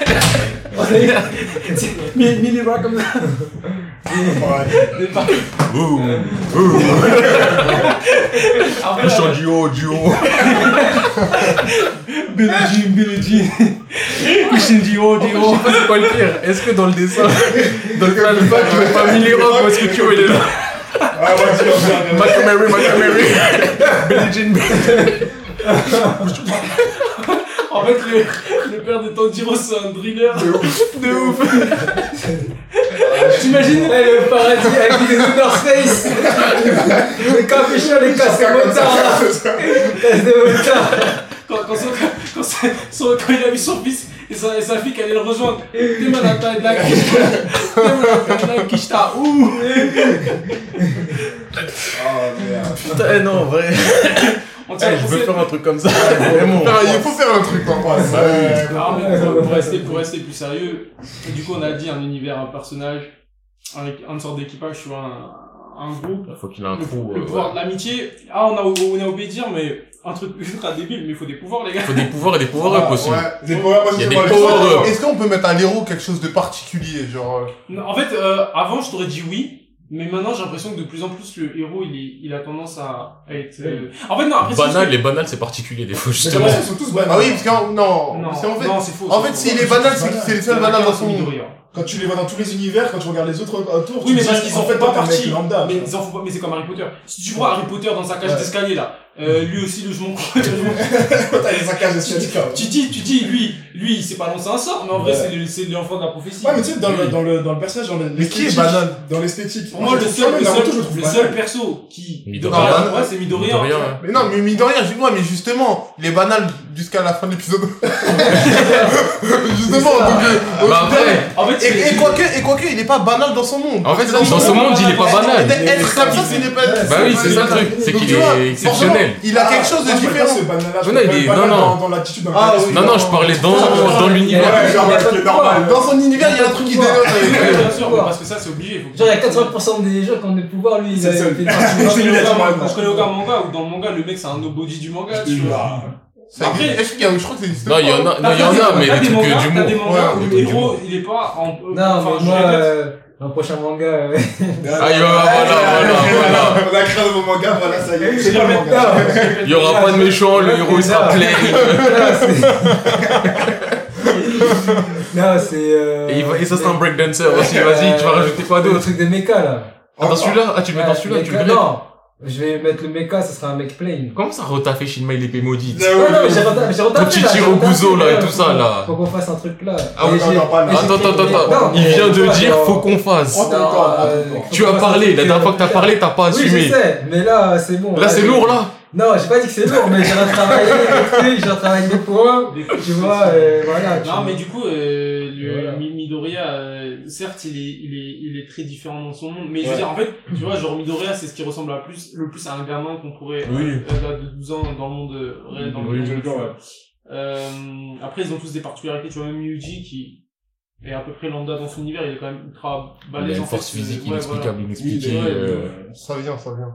Mais mais les bras comme ça. Des bras. Boum, boum. Après, Le chant la- du haut, du haut. Billie Jean, Billie Jean. Christian Dior, Je sais pas c'est quoi le pire. Est-ce que dans le dessin, dans le flashback, tu mets pas Millie Rock ou est-ce que tu vois, il est là Ah, ouais, tu vois, bien, bien, bien. Macamary, Macamary. Billie Jean, Billie- En fait, le, le père de Tanjiro, c'est un driller. de ouf. T'imagines Ouais, Eh, le paradis avec les Outer Space Les capuchons, les casques de motard là Casques de motard quand, quand, son, quand, son- son- quand il a vu son fils et sa, et sa fille qui allait le rejoindre. T'es mal à ta de la quiche. T'es mal à ta de la quiche, t'as ouh. Ah, merde. Putain, eh non, en vrai. On tient Eh, Je veux français. faire un truc comme ça. Ah, Vraiment. Il faut faire un truc, hein. Ouais, ça, ouais. Alors, Ah, mais pour, pour rester, pour rester plus sérieux, du coup, on a dit un univers, un personnage, avec une sorte d'équipage, tu vois, un, un groupe. Faut qu'il a un Le, trou. le euh, pouvoir ouais. de l'amitié. Ah, on a, on a obéi dire, mais un truc ultra débile, mais il faut des pouvoirs, les gars. Faut des pouvoirs et des pouvoirs up aussi. Ouais. Des power Il y a positions des dans les- power- Heureux. Est-ce qu'on peut mettre à l'héros quelque chose de particulier, genre euh, Non, En fait, euh, avant, je t'aurais dit oui, mais maintenant, j'ai l'impression que de plus en plus, le héros, il, est- il a tendance à, à être... euh, En fait, non, après, c'est juste Bah, Banal, que- les banals c'est particulier des fois Mais justement. comment ça, ils sont tous banals. Ah oui, parce qu'en non, Non, parce qu'en fait, non, c'est faux. en c'est fait, faux. s'il est banal, c'est Banal. c'est les Il y en seuls a banals qu'un, dans c'est son Midoriya. Quand tu les vois dans tous les univers, quand tu regardes les autres autour, Oui, tu mais te parce dis, qu'ils en sont fait pas toi, t'es un mec partis. lambda. Mais tu ils en font pas, mais c'est comme Harry Potter. Si tu vois Harry Potter dans sa cage Ouais. d'escalier là, euh, lui aussi le jugement. tu vois. T'as les saccages de Sciatica. dis, tu dis, lui, lui, il s'est pas lancé un sort, mais en vrai, Ouais. c'est le- c'est l'enfant de la prophétie. Ouais, mais tu sais, dans le, Oui. dans le, dans le personnage, dans le, Mais qui est l'esthétique, banal Dans l'esthétique. Pour moi, je le trouve seul, ça, le Naruto, seul, je le trouve le banal. seul perso qui. Midoriya. Ah, ouais, c'est Midoriya. hein. Midoriya, en fait. ouais. Mais non, mais Midoriya, je vois, mais justement, il est banal jusqu'à la fin de l'épisode. justement, donc, euh, au Bah final- après, En fait, et, c'est- et quoique, et quoique, il est pas banal dans son monde. en fait, C'est ça, dans ce son- monde, il est pas Être- banal. Être comme ça, c'est n'est pas. Bah oui, c'est ça le truc, c'est Donc, qu'il tu vois, est exceptionnel. forcément, Il a Ah, quelque chose de moi, je préfère différent. ce banal-là, je Non, non, préfère il est- le banal non, non. dans- Dans l'attitude, dans le Ah, charisme. oui, Non, non, je parlais dans, dans l'univers. Ouais, genre, Il y a qui est pas de normal. Dans son univers, il y a un truc qui dénote. Ouais, avec- bien sûr, mais parce que ça, c'est obligé. faut que- Genre, il y a 80% des gens qui ont des pouvoirs, lui, il C'est a le seul. fait une partie Moi, de C'est je connais lui, aucun- naturellement. moi, je connais aucun manga où dans le manga, le mec, c'est un nobody du manga, tu vois. Ça Après- existe. Est-ce qu'il y a, je crois que ça existe. Non, il y pas. en a, non, T'as il y en a, des- t'as mais des trucs mangas- euh, T'as des d'humour. mangas Ouais, où des le trucs héros, d'humour. il est pas en. euh, Non, enfin, mais je moi, répète, euh, dans le prochain manga, euh, Ah, il y aura- voilà, voilà, voilà. On a créé mon manga, voilà, ça y est. Je C'est pas le répète, manga. je répète. Il y aura pas de méchant, le héros il sera plein. là, c'est... Non, c'est... euh, Et, il va- et ça, c'est un breakdancer aussi, vas-y, tu vas rajouter quoi Le d'autre truc des mechas, là Ah, dans celui-là Ah, tu le mets dans celui-là, tu le mets Non Je vais mettre le mecha, ça sera un mec plain. Comment ça retaffer Shinma et l'épée maudite Ah Non, ouais, non, mais j'ai reta- j'ai retapé, là, Petit j'ai tir au retapé, gouzo, là, et tout ça, faut- là. Faut qu'on fasse un truc là. Ah Et oui, j'ai- non, non, pas là. mais j'ai Attends, écrit- attends, attends, Non, attends. Il mais- vient de non, dire, non. faut qu'on fasse. Oh, attends, attends, attends, euh, attends. faut Tu qu'on as fasse parlé, un la truc, dernière fois que t'as euh, parlé, t'as pas Oui, je assumé. sais, mais là, c'est bon. Là, c'est j'ai- lourd, là. Non, j'ai pas dit que c'est lourd, mais j'ai retravaillé des trucs, j'ai retravaillé des points. Tu vois, euh, voilà. tu- Non, mais du coup, euh, le Voilà. Mi- Midoriya, euh, certes, il est, il, est, il est très différent dans son monde, mais je veux Ouais. dire, en fait, tu vois, genre Midoriya, c'est ce qui ressemble à plus, le plus à un gamin qu'on pourrait, Oui. euh, d'âge de 12 ans, dans le monde euh, réel, dans le Oui, monde. je tu le vois. Euh, après, ils ont tous des particularités, tu vois, même Yuji qui est à peu près lambda dans son univers, il est quand même ultra Il a balèze. une en fait, force euh, physique ouais, voilà. inexplicable, inexpliquée. Oui, ouais, euh, Ça vient, ça vient.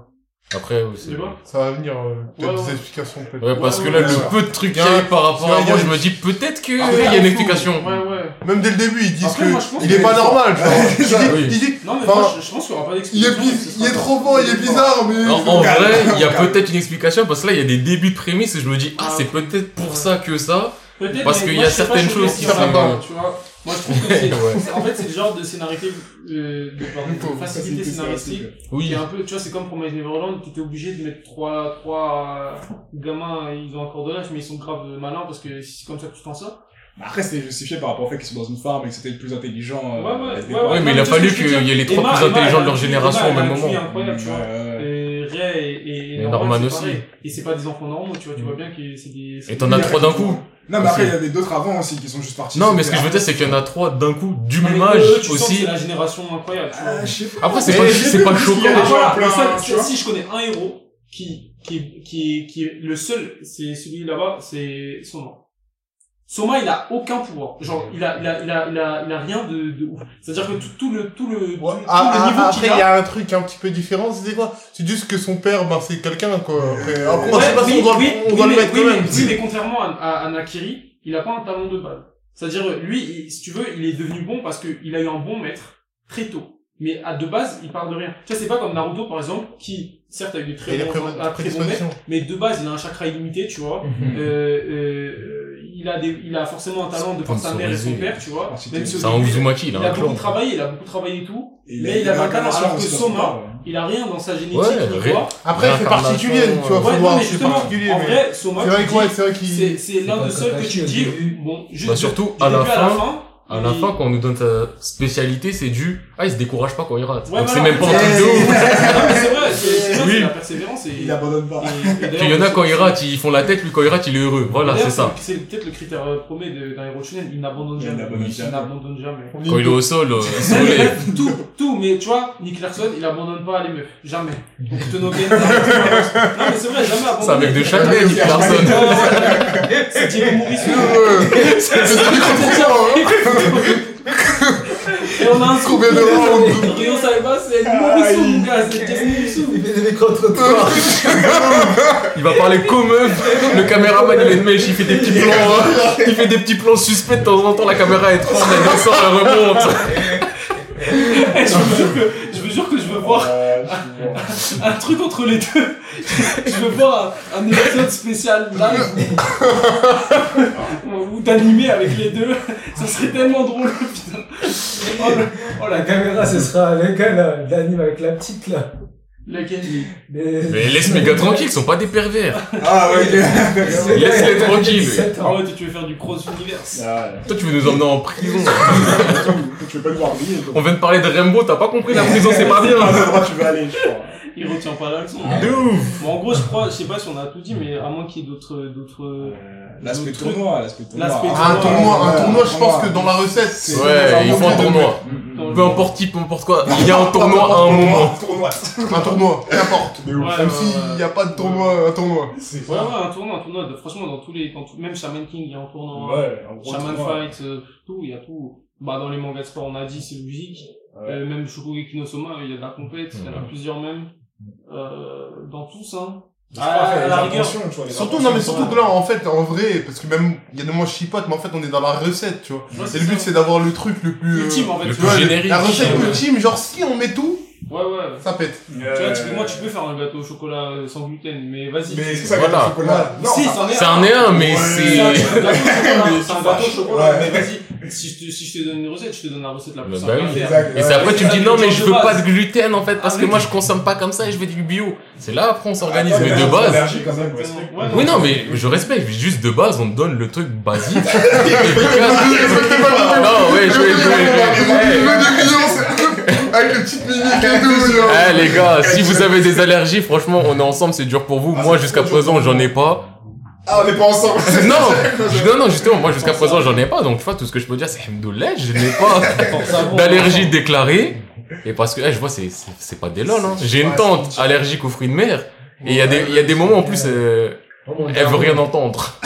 Après, ouais, c'est. Tu vois Ça va venir, euh, peut-être Ouais, ouais. des explications, peut-être. Ouais, parce Ouais, que ouais, là, ouais. le peu de trucs qu'il y Il y a- a eu par rapport à il y a- moi, je me dis peut-être qu'il y Ah, Après, a il une faut- explication. Ouais, ouais. Même dès le début, ils disent Après, que moi, je pense il que- est pas normal, genre. Oui. il, dit, il dit, Non, mais Enfin, moi, je, je pense qu'il n'y aura pas il est, d'explication. bi- ce il sera- est trop bon, il est bizarre, mais... En, en Calme. vrai, il y a peut-être une explication parce que là, il y a des débuts de prémices et je me dis, ah, c'est peut-être pour ça que ça. Peut-être, Parce mais qu'il moi, y a je sais pas, certaines je trouve choses qu'il y qui en a sont- euh, pas, tu vois. Moi, je trouve que c'est, Ouais. c'est- en fait, c'est le genre de scénarité, euh, de, pardon, de facilité scénaristique. qui Oui. est un peu, tu vois, c'est comme pour My Neverland, t'étais obligé de mettre trois, trois euh, gamins, ils ont encore de l'âge, mais ils sont grave malins parce que si c'est comme ça que tu t'en sors. Bah Après, c'était justifié par rapport au fait qu'ils sont dans une farm et que c'était le plus intelligent. euh, Ouais, ouais, à l'époque. ouais, ouais. Oui, mais non, il a tu sais fallu ce que je qu'il veux y ait les Et trois Emma, plus Emma, intelligents elle de a leur une- génération au Emma, elle même a une moment. fille incroyable, tu vois. Ouais, ouais. Et euh, Ray et, et Et Norman c'est aussi. pareil. Et c'est pas des enfants normaux, tu vois, tu vois bien que c'est des... Et t'en as trois d'un coup. Non, mais après, il y avait d'autres avant aussi qui sont juste partis. Non, mais ce que je veux dire, c'est qu'il y en a trois d'un coup du Ah, Mais même eux, âge tu sens que aussi. C'est la génération incroyable, tu vois. Ah, je sais pas. Après, c'est Mais pas, j'ai c'est vu pas parce qu'il y a choquant. Ah, voilà, plein, le seul- tu vois. si je connais un héros qui, qui, qui, qui est le seul, c'est celui là-bas, c'est Soma. Soma, il a aucun pouvoir. Genre, il a, il a, il a, il a, il a rien de, de ouf. C'est-à-dire que tout, tout le, tout le, tout, Ouais. tout Ah, le ah, niveau après, qu'il il y a. a un truc un petit peu différent, c'est quoi C'est juste que son père, ben, c'est quelqu'un, quoi. Après, après, on Ouais, sait pas si oui, on doit, le- oui, on oui, doit le mais- mettre oui, quand mais- même. Oui, mais contrairement à, à, à Nakiri, il a pas un talent de base. C'est-à-dire, lui, il- si tu veux, il est devenu bon parce qu'il a eu un bon maître très tôt. Mais à de base, il part de rien. Tu vois, c'est pas comme Naruto, par exemple, qui, certes, a eu des très Il a bons, pré- un très bon maître, prédisposition. mais de base il a un chakra illimité tu vois euh, euh, euh, il a des il a forcément un talent de par sa mère et son Sponsorisé. père tu vois même si au C'est un début, Uzumaki, il là, a un beaucoup clone. travaillé il a beaucoup travaillé et tout Et Mais il y avait un avait talent, un alors que aussi dans Soma- son corps, ouais. il a rien dans sa génétique Ouais, ni ré- quoi. Après, c'est Réincarnation, particulier, tu vois, ouais, faut non, voir, mais c'est justement, particulier, en mais- vrai Soma C'est tu vrai que, ouais, dis, c'est vrai qu'il... c'est c'est l'un pas des seuls que Kakashi tu au dis début. bon juste Bah, de- surtout, du à la début fin- À la il- fin, quand on nous donne sa spécialité, c'est du, ah, il se décourage pas quand il rate. Ouais, Donc c'est voilà. même pas un truc de ouf. Non, mais c'est vrai c'est c'est vrai, Oui. c'est la persévérance et Il abandonne pas. et- et d'ailleurs, Il y en a quand ils c'est- ratent, ils font la tête, lui quand il rate, il est heureux. Voilà, d'ailleurs, c'est ça. c'est peut-être le critère euh, premier de- d'un héros de shonen il n'abandonne Il jamais n'abandonne jamais. n'abandonne jamais on Quand dit- il est au sol, euh, il se Même, relève. même, tout, tout, mais tu vois, Nick Larson, il abandonne pas les meufs. Jamais. Donc, Tono Ken, Non, mais c'est vrai, jamais abandonné. C'est un mec de Châtelet, Nick Ouais, Larson. ouais, ouais. C'est Thierry Maurice. Et on a un scoop. Combien de rounds Rio Saiba, c'est Eddie Mourissou, mon gars, c'est Thierry Mourissou. Il fait des mecs contre toi. Il va parler comme meuf. Le caméraman, il est de mèche, il fait des petits plans. hein. Il fait des petits plans suspects de temps en temps. La caméra est trop, elle descend, elle remonte. Eh, Je vous jure que, je vous jure que je veux voir Euh, je vois. un truc entre les deux. Je veux voir un, un épisode spécial live ou- ou d'animé avec les deux. Ça serait tellement drôle, putain. Oh, le- oh la La caméra, ce sera le gars là, l'anime avec la petite là. Laquelle il- Mais Mais laisse mes gars tranquilles, ils sont pas des pervers. Ah ouais, il est- Laisse-les tranquilles. Ah ouais, toi, tu veux faire du cross universe. Ah ouais. Toi, tu veux nous emmener en prison. Tu veux pas le voir briller, toi. On vient de parler de Rambo, t'as pas compris la prison, c'est pas bien. Ah, c'est droit, tu veux aller, je crois. Il retient pas la leçon. De ouf. Bon, en gros, je crois, je sais pas si on a tout dit, mais à moins qu'il y ait d'autres, d'autres. L'aspect Le truc- tournoi, l'aspect tournoi. L'aspect Ah, un tournoi, un Ouais, tournoi, je tournoi. pense que dans la recette, c'est... Ouais, ils font un tournoi. dans le- Peu importe qui, peu importe quoi. Il y a un tournoi à un moment. Tournoi. Un tournoi, n'importe. ouf. Ouais, Même ouais, s'il ouais. n'y a pas de tournoi, un tournoi. Ouais, hein. ouais, un tournoi, un tournoi. de- Franchement, dans tous les, dans tout- même Shaman King, il y a un tournoi. hein. Ouais, un gros Shaman tournoi. Fight, euh, tout, il y a tout. Bah, dans les mangas de sport, on a dit, c'est logique. Euh, même Shokugeki no Soma, il y a de la compète, il y en a plusieurs même. Euh, dans tous, hein. Ah, à la rigueur. Attention, tu vois, les Surtout, intentions, non mais surtout ouais. que là, en fait, en vrai, parce que même, il y a des moments chipotes, mais en fait, on est dans la recette, tu vois. Ouais, Et le but, ça. c'est d'avoir le truc le plus... euh, ultime, en fait. Le tu Tu vois, vois. plus générique. la recette Ouais. ultime, genre si on met tout, Ouais, ouais. Ça pète. Tu vois, typiquement, tu peux faire un gâteau au chocolat euh, sans gluten, mais vas-y. Mais est-ce que tu- ça va Voilà. être du chocolat Non, si, ça- c'en est C'est un et un, mais Ouais. C'est un c'est... gâteau au chocolat, c'est un gâteau au chocolat, Ouais. mais vas-y. Si je te, si je te donne une recette, je te donne la recette la plus Bah simple oui. à faire. Exact. Et c'est après tu me dis non mais je veux pas de gluten en fait parce Ah, que oui. moi je consomme pas comme ça et je veux du bio. C'est là après on s'organise Attends, mais les de gens sont base. allergiques, quand même, ouais. Ouais, Oui non mais je respecte mais juste de base on te donne le truc basique. efficace. Non ouais je vais Je jouer. veux des millions, c'est- avec les petites mimiques et tout, genre. Eh les gars si vous avez des allergies franchement on est ensemble c'est dur pour vous. Ah, Moi c'est jusqu'à dur. présent j'en ai pas. Ah, on est pas ensemble. Non non non justement moi jusqu'à présent j'en ai pas donc tu vois tout ce que je peux dire c'est Hamdoullah je n'ai pas d'allergie déclarée. Et parce que eh, je vois c'est c'est- c'est pas des lol hein. J'ai une tante allergique aux fruits de mer. Et il y a des, il y a des moments en plus, euh, elle veut rien entendre.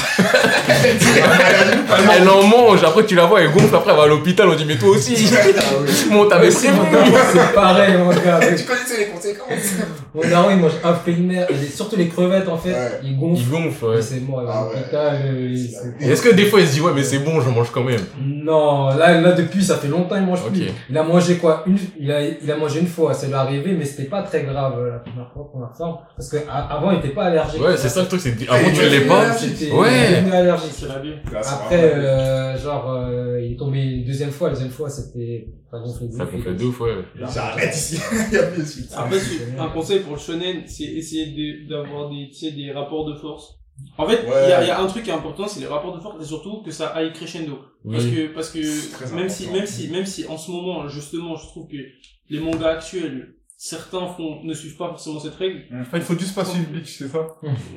elle en mange, après tu la vois, elle gonfle, après elle va à l'hôpital, on dit mais toi aussi, mon t'avais prévu. C'est pareil, mon gars. avec- connaissais les conséquences. Mon daron, il mange un fruit de mer. et les- Surtout les crevettes, en fait. Ouais. Ils Il gonflent. gonfle, ouais. C'est moi, Ah à ouais. l'hôpital. euh, il- c'est- Et Est-ce que des fois il se dit ouais mais c'est bon, j'en mange quand même. Non, là, là, depuis, ça fait longtemps, il mange Ok. plus. Il a mangé quoi une, il, a, il a mangé une fois, c'est arrivé, mais c'était pas très grave euh, la première fois qu'on a ressemble. Parce que a- avant, il était pas allergique. Ouais, c'est ça le truc, c'est que avant Et tu il l'es est pas. allergique. C'était- Ouais. Il est devenu allergique. C'est la vie. Après, euh, genre, euh, il est tombé une deuxième fois, la deuxième fois, c'était pas gonflé de Ça ouf. complète de ouf, ouais. J'arrête ici. Il y a plus de suite. Après, c'est- un conseil pour le shonen, c'est essayer de- d'avoir des, tu sais, des rapports de force. En fait, il y, a- il y a un truc qui est important, c'est les rapports de force et surtout que ça aille crescendo. Parce Oui. que, parce C'est très que, même si, important. même si, même si en ce moment, justement, je trouve que les mangas actuels, certains font, ne suivent pas forcément cette règle. Enfin, il faut juste pas suivre Bleach, c'est ça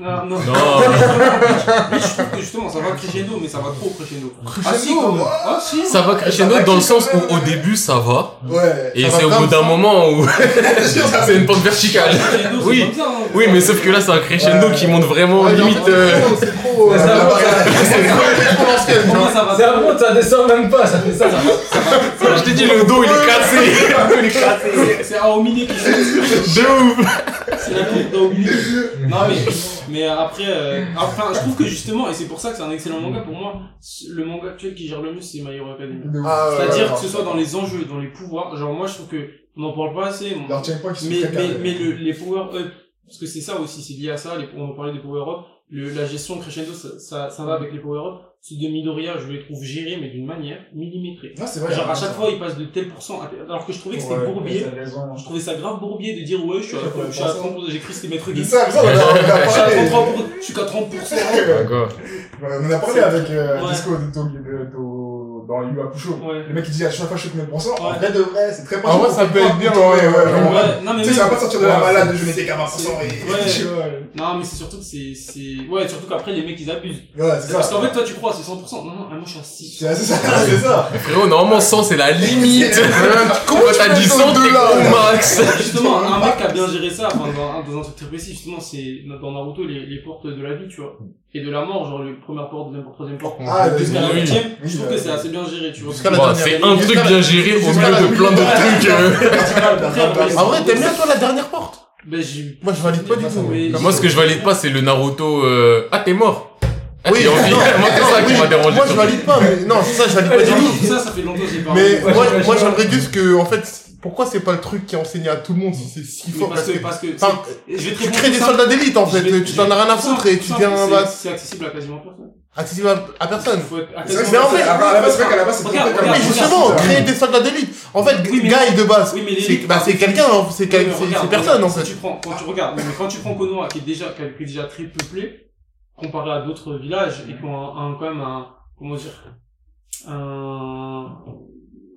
Non, non. Non. Mais je trouve que justement, ça va crescendo, mais ça va trop crescendo. Ah si, quand même. Ah si. Ça va crescendo dans le sens où au début ça va. Ouais. Et Ça va c'est au bout comme d'un ça. moment où c'est une pente verticale. Crescendo, c'est Oui. comme ça, hein. Oui mais sauf que là c'est un crescendo qui monte vraiment limite. euh, C'est trop. Ouais, euh, ça la va, barrière. C'est trop exponentiel, Pour genre. moi, ça va C'est vraiment, ça descend même pas, ça fait ça, ça. Je t'ai dit, le dos il est cassé. C'est- C'est un hominé qui De ouf. C'est la courbe d'un hominé. Non mais, mais après, euh, enfin, je trouve que justement, et c'est pour ça que c'est un excellent manga pour moi, le manga actuel qui gère le mieux c'est My Hero Academia. Ah, ouais, C'est-à-dire ouais, que ce soit dans les enjeux, dans les pouvoirs, genre moi je trouve que on n'en parle pas assez, on- Leur checkpoint, ils sont mais, très mais, carrés. mais le- les power up, parce que c'est ça aussi, c'est lié à ça, les, on en parlait des power up, le, la gestion crescendo, ça, ça, ça va avec les power up. Ceux de Midoriya, je les trouve gérés mais d'une manière millimétrée. Non, c'est vrai. Genre à chaque fois il passe de tel pourcent, à tel- alors que je trouvais que c'était bourbier. Je trouvais ça grave bourbier de dire ouais, je suis à, je suis à 30%, j'ai cru que c'était maître C'est Gims. ça, mais ça, on a- on a Je suis à parlé. 33 pour- je suis qu'à 30%. Ouais, On a parlé avec euh, Ouais. Disco de Tokyo- de- de- dans Yu Hakusho. Ouais. Le mec il dit à chaque fois je suis combien de pourcents. En Ouais. vrai de vrai, c'est très En vrai, Ah, ça peut être bien, ouais, ouais, vraiment. Ouais, non, mais Tu sais, ça va même- pas sortir de la Ouais. malade, je n'étais qu'à 20% et. Ouais. tu vois, ouais. Non, mais c'est surtout que c'est, c'est, ouais, surtout qu'après les mecs ils abusent. Ouais, c'est Parce ça. qu'en fait, toi tu crois, c'est 100%. Non, non, ah, moi je suis à 6. C'est ça, c'est ça. Frérot, normalement 100 c'est la limite. Comment t'as dit fais 100 ça t'es au-delà, au là max Justement, un mec qui a bien géré ça, enfin, dans, un- dans un truc très précis, justement, c'est dans Naruto les, les portes de la vie, tu vois. Et de la mort, genre les premières portes, deuxième porte, troisième porte. Mm. Ah, le Jusqu'à la oui. huitième, je trouve que Oui, bah, ouais. c'est assez bien géré, tu vois. Jusqu'à la Bon, dernière. C'est un truc bien géré au Jusqu'à la- milieu de plein d'autres trucs. euh. Ah, bah, En Ah vrai, t'aimes bien, toi, la dernière porte Ben, j'ai- Moi, je valide pas du tout. Mais- Bah, Moi ce que je valide pas c'est le Naruto. euh, Ah t'es mort. Ah, t'es en vie. non, Moi c'est non, ça qui oui, m'a dérangé. Moi, je surtout. valide pas, mais non, c'est ça, je valide pas du tout. Ça, ça fait longtemps que j'ai pas Mais regardé. moi, je- moi je- j'aimerais juste que, en fait, pourquoi c'est pas le truc qui est enseigné à tout le monde si c'est si Mais fort parce que, parce que, Enfin, je vais te tu répondre crées des tout ça. soldats d'élite en Je fait, vais- tu t'en as rien à foutre et tu Simple, viens c'est- bah, C'est accessible à quasiment personne. accessible à, à personne. Faut être à C'est vrai quasiment que c'est- Mais en fait, à la base, c'est vrai qu'à la base, c'était Regarde, fait comme Ah, Mais regarde, ça. justement, regarde. créer des soldats d'élite. En fait, Ah, Oui, mais- guy de base, Oui, mais les c'est élites, bah, c'est quelqu'un, hein, c'est Oui, mais quel- c'est- regarde, c'est personne en si fait. Tu prends, quand tu regardes, mais quand tu prends Konoha, qui est déjà, qui est déjà très peuplé, comparé à d'autres villages, et qui ont un, un- quand même un, comment dire, un,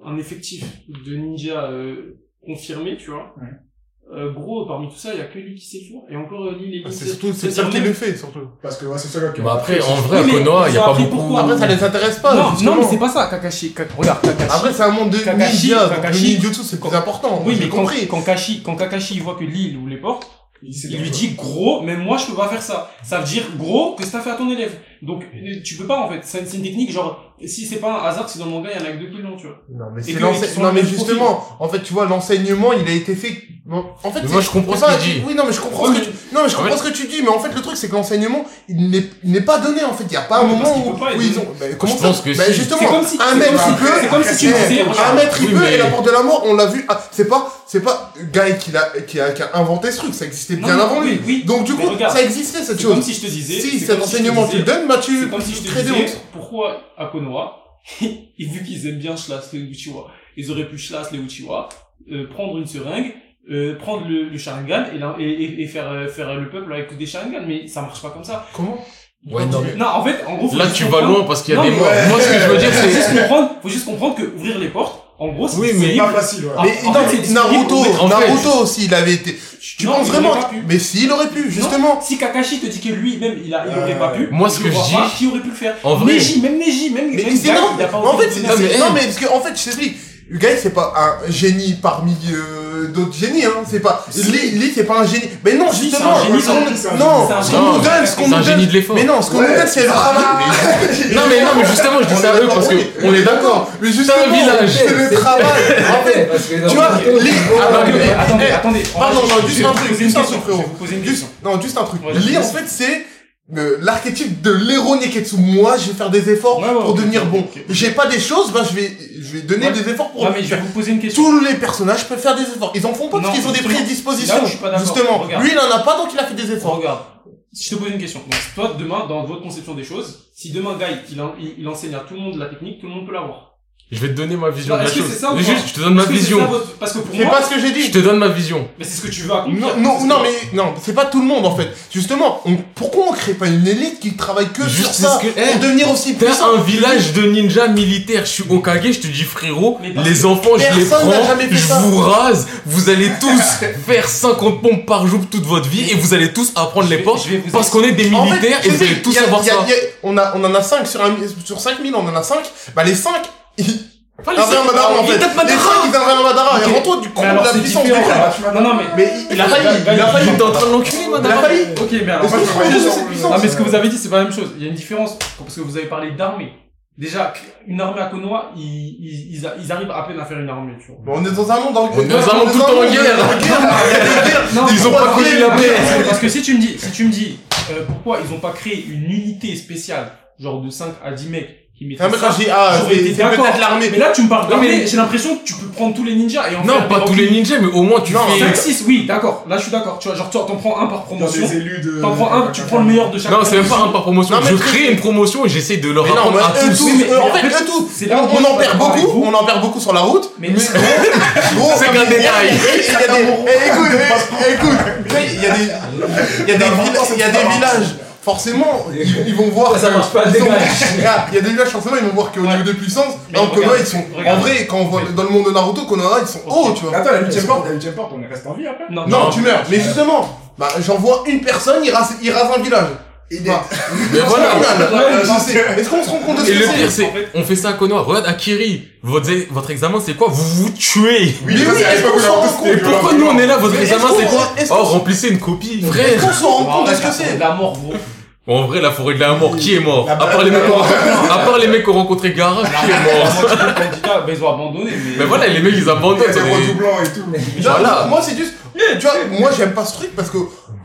un effectif de ninja euh, confirmé, tu vois. Ouais. Euh, gros, parmi tout ça, il y a que lui qui s'effondre, et encore euh, lui, les Ah, Ah, C'est surtout, c'est ça qui le fait surtout. Parce que ouais, c'est ça que. Bah après en Oui, vrai à mais Konoha y ils a ont pas appris beaucoup. pourquoi. Après, ça les intéresse pas. non, justement. non, mais c'est pas ça, Kakashi. Kak- Regarde, Kakashi. Après, c'est un monde de Kakashi, ninjas, donc le Kakashi. ninjutsu c'est plus Quand- important. oui, j'ai mais quand, compris. quand, Kashi, quand Kakashi il voit que l'île ouvre les portes, il lui dit gros, mais moi je peux pas faire ça. Ça veut dire gros Oh, que c'est à fait à ton élève. Donc, euh, tu peux pas, en fait. C'est c'est une technique, genre, si c'est pas un hasard, si dans le manga, il y en a que deux qui l'ont, tu vois. Non, mais Et c'est que- l'ense- qui sont Non, le mais même profil. justement, en fait, tu vois, l'enseignement, il a été fait. Non, En fait, Mais moi, c'est- je comprends c'est ce pas- qu'il dit. Ah Oui, non, mais je comprends ce que Oui. tu, non, mais je En comprends fait- ce que tu dis, mais en fait, le truc, c'est que l'enseignement, il n'est, il n'est pas donné, en fait. Il n'y a pas un Oui, parce moment qu'il où, peut pas être où ils donné. ont, bah, comment je ça- pense que bah, si. justement, C'est comme si, un c'est mètre, comme- il peut, c'est comme si tu Eh, disais, un regarde, mètre, il Oui, peut, mais- et la porte de la mort, on l'a vu, ah, c'est pas, c'est pas Guy qui l'a, qui a, qui a inventé ce truc, ça existait Non, bien non, avant oui, lui. oui. Donc, du Mais coup, regarde, ça existait, cette C'est comme chose. si je te disais. Si c'est cet comme si je te enseignement, tu disais- le donnes, bah, C'est tu, comme si je te crées des disais monstres. pourquoi à Konoha, et vu qu'ils aiment bien Schlass les Uchiwa, ils auraient pu Schlass les Uchiwa, euh, prendre une seringue, euh, prendre le, le Sharingan et, la- et, et, et faire, euh, faire le peuple avec des Sharingan, mais ça marche pas comme ça. Comment? Ouais, non, mais- Non, en fait, en gros, faut Là, juste tu vas comprendre- loin parce qu'il y a Non, des mais- morts. Moi, ce que je veux dire, Faut juste c'est. comprendre, faut juste comprendre que ouvrir les portes, en gros, c'est Oui, c'est mais- C'est libre. pas facile, ouais. Ah, Mais en non, fait, mais c'est Naruto, disponible, en fait. Naruto aussi, il avait été. Tu Non, penses il vraiment aurait pas pu. Mais si, il aurait pu, justement. Si Kakashi te dit que lui-même, il, a- il aurait Euh, pas pu, moi, ce je que je vois dis- pas qui aurait pu le faire En vrai. Neji, même Neji, même Mais même c'est Gaï, non. il a pas mais en envie fait, de c'est donner Non, mais, c'est- hey. non mais parce que en fait, je t'explique. Ugai, c'est pas un génie parmi euh, d'autres génies, hein. C'est pas. Si. Lee, Lee, c'est pas un génie. Mais non, Si, justement. c'est un génie, ce qu'on- c'est un génie. non, C'est un ce génie. qu'on nous donne, ce qu'on C'est un nous génie donne. de l'effort. Mais non, ce qu'on nous donne, c'est le travail. Non, mais non, mais justement, je dis On ça à est eux parce d'accord, que on est d'accord. Mais juste un village. C'est le travail. En fait, tu vois, Lee. Ah, Ah, non, mais mais- attendez, eh, attendez. on va- pardon, je- non, je juste vais un vous truc, poser juste une un question, truc, frérot. je vais vous poser une Juste, question. non, juste un truc. Ouais, Lee, vas-y. en fait, c'est euh, l'archétype de l'héros Neketsu. Moi, je vais faire des efforts Ouais, ouais, pour ok, devenir ok, bon. ok. J'ai pas des choses, bah, je vais, je vais donner Ouais. des efforts pour Non, le mais je vais faire. vous poser une question. Tous les personnages peuvent faire des efforts. Ils en font pas Non, parce qu'ils ont des justement. Là prédispositions. où je suis pas d'accord, Justement. regarde. Lui, il en a pas, donc il a fait des Oh, efforts. regarde, si je te pose une question, donc toi demain, dans votre conception des choses, si demain Guy, il, en- il, il enseigne à tout le monde la technique, tout le monde peut l'avoir. Je vais te donner ma Non, vision de la est-ce que chose. c'est ça ou Mais pas Juste, je te donne ma Est-ce que c'est ça vision. votre- Parce que pour C'est moi, pas ce que j'ai Je dit. te donne ma vision. mais c'est ce que tu veux accomplir. Non, C'est non, ce non, que- mais, non, c'est pas tout le monde, en fait. Justement, on- pourquoi on crée pas une élite qui travaille que sur Juste c'est ça? ce que. Pour hey, devenir aussi T'as puissant. un village de ninjas militaires, je suis Okage, je te dis frérot, Mais parce les enfants je les personne n'a prends, jamais fait je ça. vous rase, vous allez tous faire 50 pompes par jour toute votre vie et vous allez tous apprendre Je les vais- portes je vais vous parce qu'on est des En fait, militaires et je vous sais, allez tous y a- savoir y a- ça. y a- on, a, on en a 5 sur, un, sur 5000, on en a 5. Bah les 5, ils Pas les inventent un Madara en fait. Ils Les 5, tapent Madara. ils inventent un Madara. Ok. Et rends-toi du compte Mais alors, de la c'est puissance du différent, gars. là. Non, non, mais. Mais il, il a failli, il a failli. Il était en train de l'enculer Il a Ah, Madara. failli. Ok, mais alors. Est-ce que tu Non, crois qu'ils ont c'est cette puissant, puissance mais ce que vous avez dit, c'est pas la même chose. Il y a une différence. Parce que vous avez parlé d'armée. Déjà, une armée à Konoha, ils, ils, ils, a- ils arrivent à peine à faire une armée, tu vois. Bon, On est dans un monde en On est dans un monde tout en guerre. Non, Ils ont pas connu la paix. Parce que- Parce que si tu me dis, si tu me dis, euh, pourquoi ils ont pas créé une unité spéciale, genre de 5 à 10 mecs, qui Ah, mettrait mais ça, quand je dis, ah, j'aurais c'est été c'est d'accord. peut-être l'armée. Mais là, tu me parles Non, mais- d'armée, j'ai l'impression que tu peux prendre tous les ninjas et en Non, pas tous les ninjas, mais au moins tu Non, fais. 5, 6, oui, d'accord. Là, je suis d'accord. Tu vois, genre, tu t'en prends un par Dans promotion. des élus de... T'en prends un, tu prends le meilleur de chaque Non, c'est même pas un par promotion. Non, mais je très- crée une promotion et j'essaie de leur Mais non, apprendre mais à eux tous. tous, Oui, mais- eux, en mais fait, en fait, eux tous, c'est on, là où on je en suis perd d'accord avec beaucoup, vous. on en perd beaucoup sur la route. Mais mais- Gros, C'est comme qu'un des- détail. Il y a des, eh, écoute, eh, écoute, tu sais, il y a des, il y a des, villes- il y a des villages. Forcément, ils, ils vont voir. Ça que- marche pas, ils dégage. ont- Regarde, Il y a des villages, forcément, ils vont voir qu'au niveau de puissance, Mais en Konoha, regarde, ils sont. regarde. En vrai, quand on voit dans le monde de Naruto, Konoha, ils sont Ok. hauts, tu vois. Attends, la huitième porte, la huitième porte, on reste en vie après Ah, Non, Non, tu meurs. Mais justement, bah, j'en vois une personne, il rase, il rase un village. Bah, Mais voilà. final, Ouais, euh, je je sais. Est-ce qu'on se rend compte de ce Et que le c'est pire, c'est, on fait ça à Konoha. Regarde, Akiri, votre, votre examen, c'est quoi? Vous vous tuez! Mais oui, est-ce qu'on s'en rend Et compte pourquoi nous on est là? Votre Mais est-ce examen, qu'on- c'est quoi? est-ce qu'on- Oh, remplissez une copie, Est-ce frère! qu'on se rend compte de ce que de c'est La mort, gros. En vrai, la forêt de la mort, qui est mort? La À part les mecs qu'on rencontre- à part les mecs qu'on rencontrait Gara, La qui mort, est mort? la mort, candidat, ben, ils ont abandonné. Mais voilà, les mecs, ils Il y a abandonnent. des ça, rois les- tout blancs et tout. Genre, Voilà. Moi, c'est juste. Tu vois, moi, j'aime pas ce truc parce que,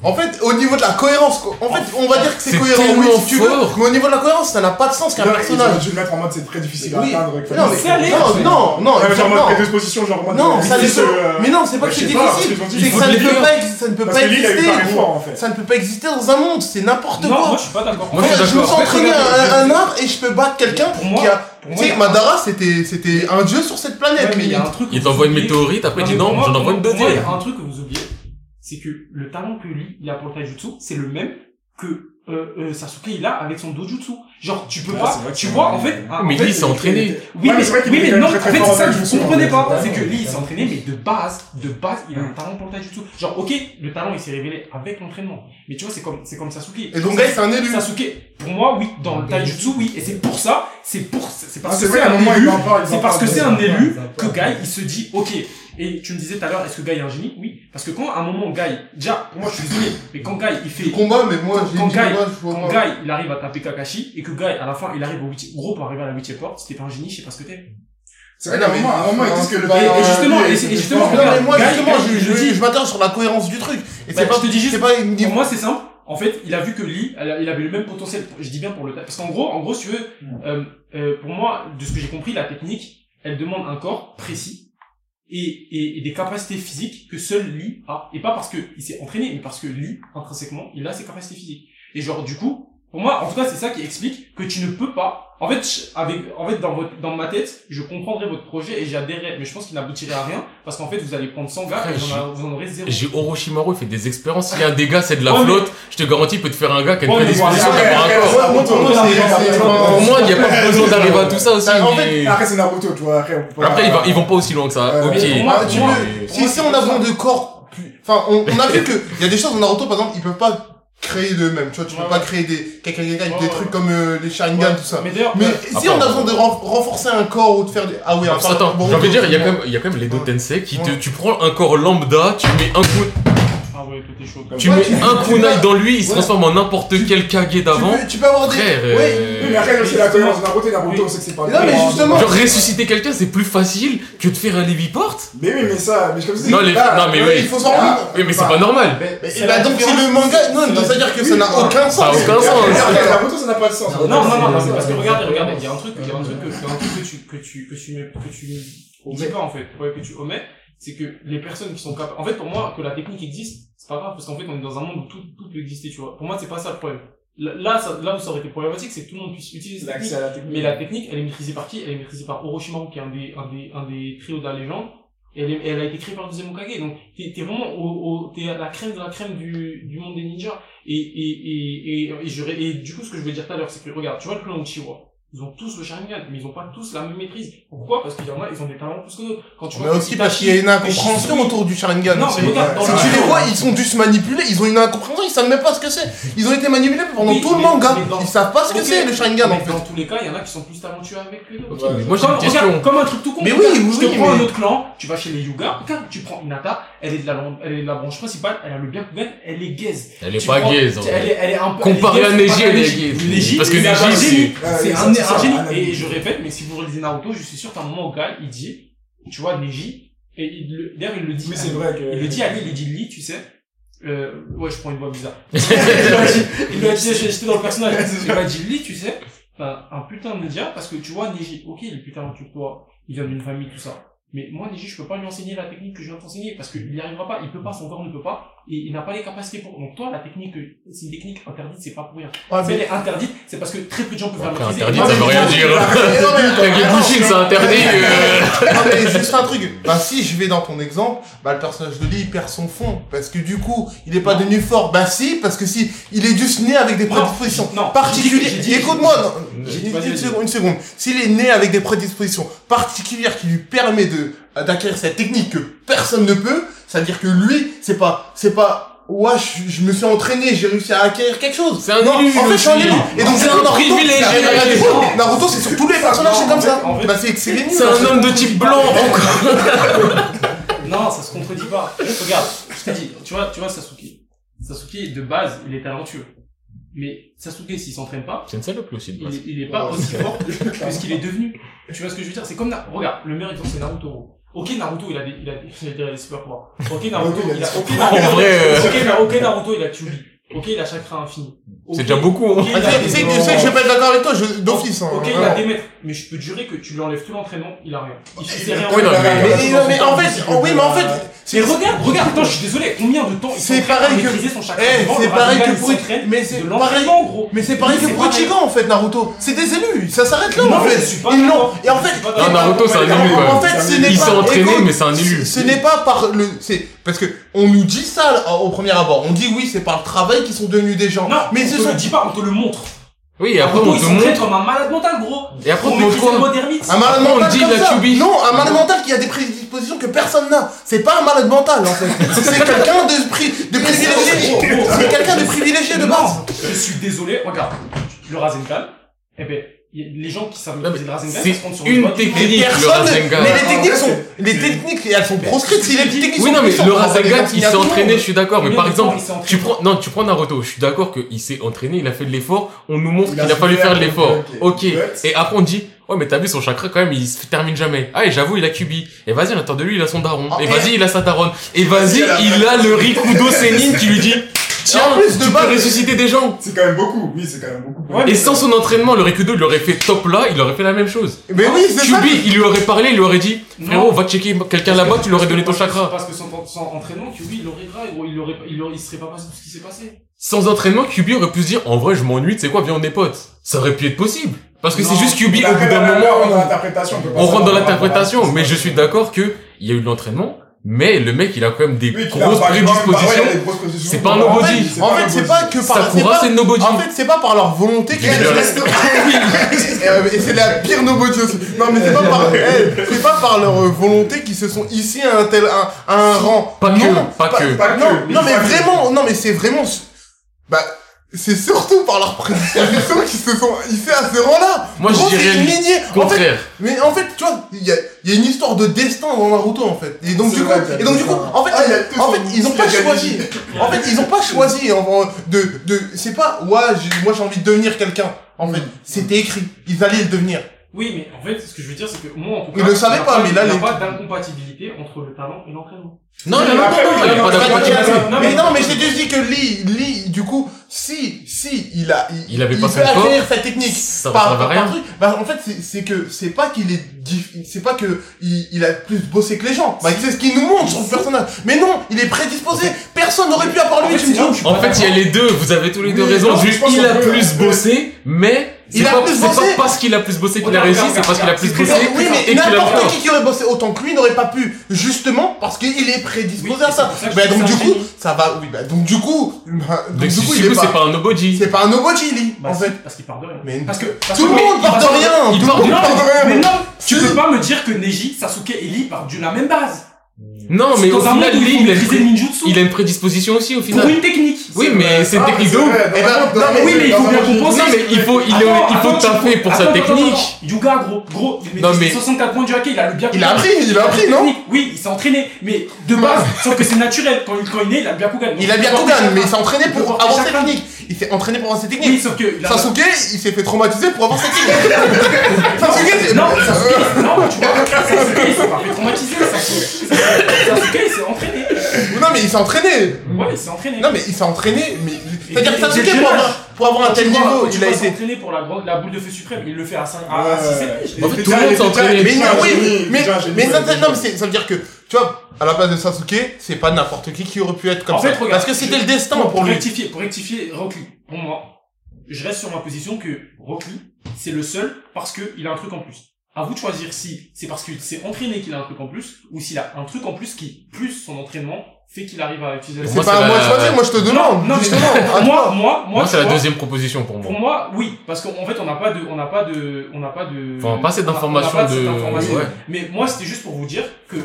en fait, au niveau de la cohérence, quoi, en fait, on va dire que c'est C'est cohérent, oui, tellement si tu veux, fort. mais au niveau de la cohérence, ça n'a pas de sens qu'un Ils auraient personnage. dû le mettre en mode c'est très difficile à Oui. atteindre. avec Non, famille. C'est allé, mais, non, c'est- non, non, Ouais, mais genre en mode non. prédisposition, genre en mode. Non, euh, ça les difficile, euh, Mais non, c'est bah, pas que je c'est sais pas, difficile. parce que C'est faut que ça de ne les peut faire. pas ex- ça ne peut Parce pas que lui, il a eu exister, par gros. effort en fait. Ça ne peut pas exister dans un monde, c'est n'importe Non, moi, quoi. je suis pas d'accord. Moi, je suis je me d'accord. sens entraîner un, Regarde, un art et je peux battre quelqu'un Pour moi, qui a. Pour Tu moi, il y sais, a- Madara, c'était c'était un dieu sur cette Ouais, planète. mais il y a limite. un truc que Il vous t'envoie une oubliez. météorite, après il Non, dit mais pour non, moi- j'en envoie une pour moi, Il y deuxième. a un truc que vous oubliez, c'est que le talent que lui, il a pour le taijutsu, c'est le même que euh, euh, Sasuke il a avec son dojutsu. Genre, tu peux Ouais, pas, Ah, c'est vrai que tu c'est vois, vrai. en fait, un- Mais en fait, lui, il s'est entraîné. Oui, Ouais, mais mais, c'est vrai qu'il oui, était mais quand non, même en très, fait, très fort c'est en ça que je taijutsu, vous comprenez en pas. fait. C'est que lui, il s'est entraîné, mais de base, de base, il a un Mm. talent pour le taijutsu. Genre, ok, le talent, il s'est révélé avec l'entraînement. Mais tu vois, c'est comme, c'est comme Sasuke. Et donc, là, c'est un élu. Sasuke, pour moi, oui, dans le taijutsu, oui. Et c'est pour ça, c'est pour, c'est Mm. Ah, parce C'est que vrai, c'est à un un moment, élu, il en parle. il en c'est parce parle que de- c'est un élu Ouais, que Guy, il se dit, ok, Et tu me disais tout à l'heure, est-ce que Guy est un génie Oui, parce que quand à un moment Guy, déjà, pour moi je suis désolé, mais quand Guy il fait, Il combat, mais moi, Quand- j'ai quand dit, Guy- moi, je vois quand pas. Guy il arrive à taper Kakashi et que Guy à la fin il arrive au huitième, gros pour arriver à la huitième porte, si t'es pas un génie, je sais pas ce que t'es. C'est vrai qu'à un moment, à un moment, ils disent que le Bah, Et, et euh, justement, lui, et, c'est- et justement, Non, mais regarde, moi, Guy- justement, Guy, je, il le je, dit. je m'attarde sur la cohérence du truc. Et Bah, c'est pas, je te dis juste- c'est pas une Pour moi, c'est simple. En fait, il a vu que Lee, elle a- il avait le même potentiel. Je dis bien pour le ta- parce qu'en gros, en gros, si tu veux, euh, euh, pour moi, de ce que j'ai compris, la technique, elle demande un corps précis et, et, et des capacités physiques que seul Lee a, et pas parce que il s'est entraîné, mais parce que Lee intrinsèquement, il a ses capacités physiques. Et genre, du coup, pour moi, en tout cas, c'est ça qui explique que tu ne peux pas. En fait, je- avec, en fait, dans votre, dans ma tête, je comprendrais votre projet et j'y adhérerais, mais je pense qu'il n'aboutirait à rien parce qu'en fait, vous allez prendre 100 gars et vous en, a- vous en aurez zéro. J'ai Orochimaru, il fait des expériences. S'il y a un dégât, c'est de la Ouais, mais- flotte. Je te garantis, il peut te faire un gars qui a une Ouais, mais bon, prédisposition après, pour un corps. Ouais, moi, moi, pour moi, moi, c'est- c'est- c'est- Pour moi, il n'y a pas besoin d'arriver à tout ça aussi. En mais- fait, après, c'est Naruto, tu vois. Après, on peut pas- Après, ils, va- ils vont pas aussi loin que ça. Euh, ok. mais pour moi- Ah, tu pour moi- veux- Si, si on a besoin de corps, plus- enfin, on, on a vu que, il y a des choses en Naruto, par exemple, ils peuvent pas créer d'eux-mêmes, tu vois, tu peux Ouais. pas créer des, quelqu'un, quelqu'un avec Ouais, des ouais. trucs comme euh, les Sharingan, Ouais. tout ça. Mais d'ailleurs, Mais si Après, on a on- besoin de ren- renforcer un corps ou de faire des, ah oui, un Parce que Attends, bon, j'ai envie de bon, dire, il y a bon. quand même, il y a quand même les deux Tensei qui te, Ouais. tu prends un corps lambda, tu mets un coup, Ah ouais, tout est chaud. tu Ouais, mets tu- un tu kunai vas- dans lui, il se ouais. transforme en n'importe quel Kage d'avant. Tu peux, tu peux avoir des, Frère, ouais, Oui, mais euh, après, c'est la Oui. cohérence de Naruto et Oui. Naruto, on sait que c'est pas hein, Non, mais justement. genre ressusciter quelqu'un, c'est plus facile que de faire un Levi Porte. Mais oui, mais ça, mais comme je dis, Non, les- là, non, mais ouais, oui. il faut s'en rendre. Oui, mais c'est pas normal. Mais- mais- C'est bah, la donc, si différence. le manga, non, donc, ça veut dire que ça n'a aucun sens. Ça a aucun mais sens. après, après, Naruto, ça n'a pas de sens. Non, non, non, non, c'est- c'est parce que c'est- regardez, c'est- regardez, il y a un truc, il y a un truc que, il y a un truc que tu, que tu, que tu, mets- que tu, dis pas, en fait, ouais, que tu omets, c'est que les personnes qui sont capables, en fait, pour moi, que la technique existe, c'est pas grave, parce qu'en fait, on est dans un monde où tout, tout peut exister, tu vois. Pour moi, c'est pas ça le problème. Là, là, ça, là où ça aurait été problématique, c'est que tout le monde puisse utiliser cette technique. L'accès à la technique. Mais la technique, elle est maîtrisée par qui Elle est maîtrisée par Orochimaru, qui est un des, un des, un des trios de la légende. Et elle, est- elle a été créée par le deuxième Hokage. Donc, t'es, t'es vraiment au, au- t'es à la crème de la crème du, du monde des ninjas. Et, et, et, et, et, je ré- et du coup, ce que je voulais dire tout à l'heure, c'est que, regarde, tu vois le clan Uchiwa. Ils ont tous le Sharingan, mais ils ont pas tous la même maîtrise. Pourquoi Parce qu'il y en a, ils ont des talents plus que d'autres. Quand tu Mais vois que aussi Itachi- parce qu'il y a une mais incompréhension je- autour du Sharingan. Non, aussi. mais regarde, dans Si le tu les show- vois, ils sont juste manipulés, ils ont une incompréhension, ils savent même pas ce que c'est. Ils ont été manipulés pendant Oui, tout le mais- manga. mais dans- Ils savent pas ce que Ok, c'est le Sharingan en mais fait. dans tous les cas, il y en a qui sont plus talentueux avec que d'autres. Mais moi, j'ai Comme, une question. regarde, comme un truc tout con. Mais oui, regarde, oui, je te oui, prends mais- un autre clan, tu vas chez les Yuga, regarde, tu prends Inata, elle est de la, lan- elle est de la branche principale, elle a le Byakugan, elle est gaze. Elle est Tu pas prends- gaze. en tu- Elle vrai. est, elle est un peu. Comparé à elle est gaze, Neji, elle comparée à est Neji. gaze. Neji, Parce que c'est Neji, un génie. c'est. Euh, C'est ça, un, ça, un ça, génie. un ami. Et je répète, mais si vous relisez Naruto, je suis sûr qu'à un moment, au gars, il dit, tu vois, Neji, et il le- d'ailleurs, il le dit. Mais c'est vrai que. Euh, Il le dit à lui, il lui dit Lee, tu sais. Euh, ouais, je prends une voix bizarre. il lui a dit, il lui a dit, j'étais dans le personnage. Il lui a dit Lee, tu sais. Ben, un putain de ninja, parce que tu vois, Neji, ok, il est plus talentueux que toi. Il vient d'une famille, tout ça. Mais moi, Neji, je peux pas lui enseigner la technique que je viens de t'enseigner, parce qu'il n'y arrivera pas, il peut pas, son corps ne peut pas, et il n'a pas les capacités pour. Donc toi, la technique, euh, c'est une technique interdite, c'est pas pour rien. Ouais, Si mais- elle est interdite, c'est parce que très peu de gens peuvent la Après, maîtriser. Ah, interdite, ça Non, mais- veut rien dire. Non, mais- Kagebushin, c'est interdit. euh. Non mais juste un truc, bah si je vais dans ton exemple, bah le personnage de Lee il perd son fond, parce que du coup il est pas devenu fort, bah si, parce que si, il est juste né avec des Non, prédispositions non, particulières, j'ai dit- j'ai dit- écoute-moi, non, j'ai dit- une, vas-y, une vas-y. seconde, une seconde, s'il est né avec des prédispositions particulières qui lui permet de, d'acquérir cette technique que personne ne peut, ça veut dire que lui, c'est pas, c'est pas, ouais je, je me suis entraîné, j'ai réussi à acquérir quelque chose. C'est un Non, nul, en fait, je suis un aussi. élu. Et donc, C'est un Naruto, privilégié, c'est un mais- Naruto. Naruto, c'est sur tous les personnages, c'est comme ça. en fait- Bah, c'est c'est les nuls, C'est en un fait. homme de type blanc. encore. Non, ça se contredit pas. Regarde, je t'ai dit, tu vois, tu vois Sasuke. Sasuke, de base, il est talentueux. Mais Sasuke, s'il s'entraîne pas, C'est une salope lui aussi de il, base. est- il est pas aussi fort que ce qu'il est devenu. Tu vois ce que je veux dire C'est comme, Na- regarde, le meilleur exemple, c'est Naruto. Ok, Naruto, il a des, il a des, j'allais dire, il a des super pouvoirs. Ok, Naruto, il a des il a, ok, En Naruto, vrai, euh, ok, Na- ok, Naruto, il a Kyuubi. Ok, il a chakra infini. Ok, c'est déjà beaucoup. hein. ok, il a- Ah, tu sais- tu sais- tu sais que je vais pas être d'accord avec toi, je- d'office. hein, Ok, il vraiment. a des mètres. Mais je peux te jurer que tu lui enlèves tout l'entraînement, il a rien. Il sait rien. Oui, non, mais- Mais, mais- mais en fait, oh oui, mais en fait, Mais c'est regarde, regarde, attends, je suis désolé, combien de temps il C'est s'entraîne à pareil que- maîtriser son chakra Eh, devant, c'est le pareil Rasengan, que il pour s'entraîne mais c'est de pareil. l'entraînement, gros. Mais c'est pareil Mais que c'est pour pareil. Ichigo en fait Naruto, c'est des élus, ça s'arrête là Non, en mais fait. je suis pas Ils l'ont d'accord. et en Je fait suis pas Non, d'accord. Naruto, c'est un en- élu, quoi. en fait, ce n'est Il s'est pas- entraîné, écoute, mais c'est un élu. Ce n'est pas par le, c'est parce que on nous dit ça là, au premier abord. On dit oui, c'est par le travail qu'ils sont devenus des gens. Non, mais on ce te le sont dit pas, on te le montre. Oui, et après, Naruto, on il te s'entraîne montre. comme un malade mental, gros. Et après, on te On montre maîtrise le quoi mode ermite. un malade Après, on mental dit comme la ça. Kyuubi. Non, un malade mental qui a des prédispositions que personne n'a. C'est pas un malade mental en fait. c'est quelqu'un de, pri- de privilégié. C'est quelqu'un de privilégié de Non, base. Je suis désolé, regarde, le Rasengan, eh ben, y a- les gens qui savent Non, mais maîtriser le Rasengan, c'est ça se compte sur une doigt de pied. technique, le Personne, Rasengan. mais les techniques Ah, sont, ouais, les techniques, elles sont proscrites, si les techniques Oui, sont non, mais puissantes, le on va les Rasengan, il enseigner à s'est tout le entraîné, monde. je suis d'accord, mais Combien par de exemple, temps il s'est entraîné tu prends, non, tu prends Naruto, je suis d'accord qu'il s'est entraîné, il a fait de l'effort, on nous montre Il qu'il a a fallu souffert, faire de l'effort. ok. Ok. Et après, on dit, ouais, mais t'as vu son chakra quand même, il se termine jamais. Ah, et j'avoue, il a Kubi. Et vas-y, on attend de lui, il a son daron. Ah, et et- vas-y, il a sa daronne. Et vas-y, Et à la- il a le Rikudo Senin qui lui dit, tiens, Et en plus, de tu base- peux ressusciter des gens. C'est quand même beaucoup, oui, c'est quand même beaucoup. Ouais, Et sans son entraînement, le Rikudo, il aurait fait top là, il aurait fait la même chose. Mais oui, c'est ça. Kubi, il lui aurait parlé, il lui aurait dit, frérot, va checker quelqu'un là-bas, tu lui aurais donné ton Parce que- chakra. Parce que sans, sans entraînement, Kyubi, il aurait grave, gros, il aurait, il aurait, il serait pas passé tout ce qui s'est passé. Sans entraînement, Kubi aurait pu se dire, en vrai, je m'ennuie, tu sais quoi, viens, on est potes. Ça aurait pu être possible. Parce que c'est Non. juste Kubi, au bout Après, d'un là, là, moment, on rentre dans l'interprétation. peut pas On rentre dans savoir, l'interprétation, voilà, mais c'est je ça. suis d'accord que il y a eu de l'entraînement, mais le mec il a quand même des Oui, qu'il a un grosses background, bah ouais, il a prédispositions. des grosses positions. C'est pas un En fait, nobody. c'est En pas un fait, c'est nobody. pas que par, c'est Sakura pas- c'est nobody. en fait, c'est pas par leur volonté Mais qu'elles le- restent. Et, euh, et c'est la pire nobody aussi. Non, mais c'est pas par, eh, c'est pas par leur euh, volonté qu'ils se sont ici à un tel, à, à un rang. Pas non, que, pas que. Pas que, non, non, mais pas que. vraiment, non, mais c'est vraiment, su- bah, c'est surtout par leur prédisposition qu'ils se sont ici à ce rang-là. Moi, En je gros, c'est dirais une lignée. En fait, Contraire. mais en fait, tu vois, il y a, il y a une histoire de destin dans Naruto en fait. Et donc C'est du coup, vrai qu'il y a et donc tout du coup, ça. en fait, Ah, il y a ils- tout en ça. fait, ils ont Il pas y a choisi. En fait, ils ont pas choisi en- de de c'est pas ouais, j'ai- moi j'ai envie de devenir quelqu'un. En Mm. fait, c'était écrit. Ils allaient le devenir. Oui, mais en fait, ce que je veux dire, c'est que moi, en tout cas. Ils le savaient il y a pas, mais là, Il n'y les- a pas d'incompatibilité entre le talent et l'entraînement. Non, non, non, Après, non, oui, il y a pas non, non, d'incompatibilité. non, non, mais mais- non, mais j'ai juste dit que Lee, Lee, du coup, si, si, il a, Il avait pas peut son corps. acquérir sa technique. Ça par, ça va par rien. truc. Bah, en fait, c'est- c'est que c'est pas qu'il est, diff- c'est pas que il, il a plus bossé que les gens. Bah, c'est ce qu'il nous montre sur le personnage. Mais non, il est prédisposé. Personne n'aurait pu à part lui. En fait, tu me c'est là où dis. je suis En pas fait, il y a d'accord. les deux, vous avez tous les deux Oui, raison. non, je Juste, pense il qu'on a peut- plus bossé, mais c'est Il a pas plus c'est pas bossé. parce qu'il a plus bossé qu'il a Regarde, réussi, regarde, c'est parce qu'il a regarde, plus c'est bossé très- Oui, et mais qu'il a n'importe tort. qui qui aurait bossé autant que lui n'aurait pas pu, justement parce qu'il est prédisposé Oui, à c'est ça. pour ça que Bah, je dis donc du que c'est un coup, génie. ça va. Oui, bah donc du coup, bah, donc, Donc, du du coup, coup, il est c'est pas, pas un nobody. c'est pas un nobody, Lee. Bah, En si, fait, Parce qu'il part de rien. Mais- Parce que, parce tout que- le monde parce part de que- rien. Il Tout le part de monde rien. part de rien. Mais non, tu Si. peux pas me dire que Neji, Sasuke et Lee partent de la même base. Non, mais dans au un monde final, où ils lui, font il a maîtriser une- le ninjutsu il a une prédisposition aussi au pour final. une technique. Oui, mais c'est Ah, une technique de c'est ouf. vrai, dans Eh ben, un monde- non, dans mais un oui, monde- mais il dans faut un bien monde- compenser. Non, mais il faut, il, Attends, il faut attends, taffer attends, pour sa attends, technique. attends, attends. Yuga, gros, gros, il Non, maîtrise mais- 64 points du hockey, il a le bien Il a appris, il a appris, non technique. Oui, il s'est entraîné, mais de base, sauf que c'est naturel. Quand il, quand il est, il a le Byakugan. Donc, Il a bien porte tout gagné, chacun. mais il s'est entraîné Il pour porte avoir ses chacun. techniques. Il s'est entraîné pour avoir ses Oui, techniques. sauf que. il a- Sasuke, il s'est fait traumatiser pour avoir ses techniques. Sasuke, c'est- Non, Sasuke, non, tu vois, Sasuke, il s'est pas fait traumatiser, Sasuke. Sasuke, il s'est entraîné. non, mais il s'est entraîné. Ouais, il s'est entraîné. Non, mais il s'est entraîné, mais. Et- C'est-à-dire que et- et- Sasuke, pour avoir, pour avoir un Quand tu tel vois- niveau, quand tu il a vois été. s'entraîner pour la, grande- la boule de feu suprême, il le fait à 5 Ah, Ouais. à 6 et En fait, tout le monde Déjà, s'est entraîné. Mais non, Déjà, oui, j'ai dit, mais, déjà, j'ai mais dit, ça, ouais, ça- j'ai non, mais dit. c'est- ça veut dire que, tu vois, à la place de Sasuke, c'est pas n'importe qui qui aurait pu être comme En ça. fait, regarde, Parce que c'était je- le destin Pour, pour lui. rectifier, pour rectifier Rock Lee, pour moi, je reste sur ma position que Rock Lee, c'est le seul parce qu'il a un truc en plus. À vous de choisir si c'est parce qu'il s'est entraîné qu'il a un truc en plus ou s'il a un truc en plus qui, plus son entraînement, fait qu'il arrive à utiliser le C'est Moi, pas c'est à moi de la- choisir, moi je te demande. non, mais justement, pour à moi, toi. moi, moi, Moi, c'est tu la vois, deuxième proposition pour moi. Pour moi, oui, parce qu'en fait, on n'a pas de, on n'a pas de, on n'a pas de. Enfin, pas assez on a- on a d'informations pas cette de- information. ouais. Mais moi, c'était juste pour vous dire que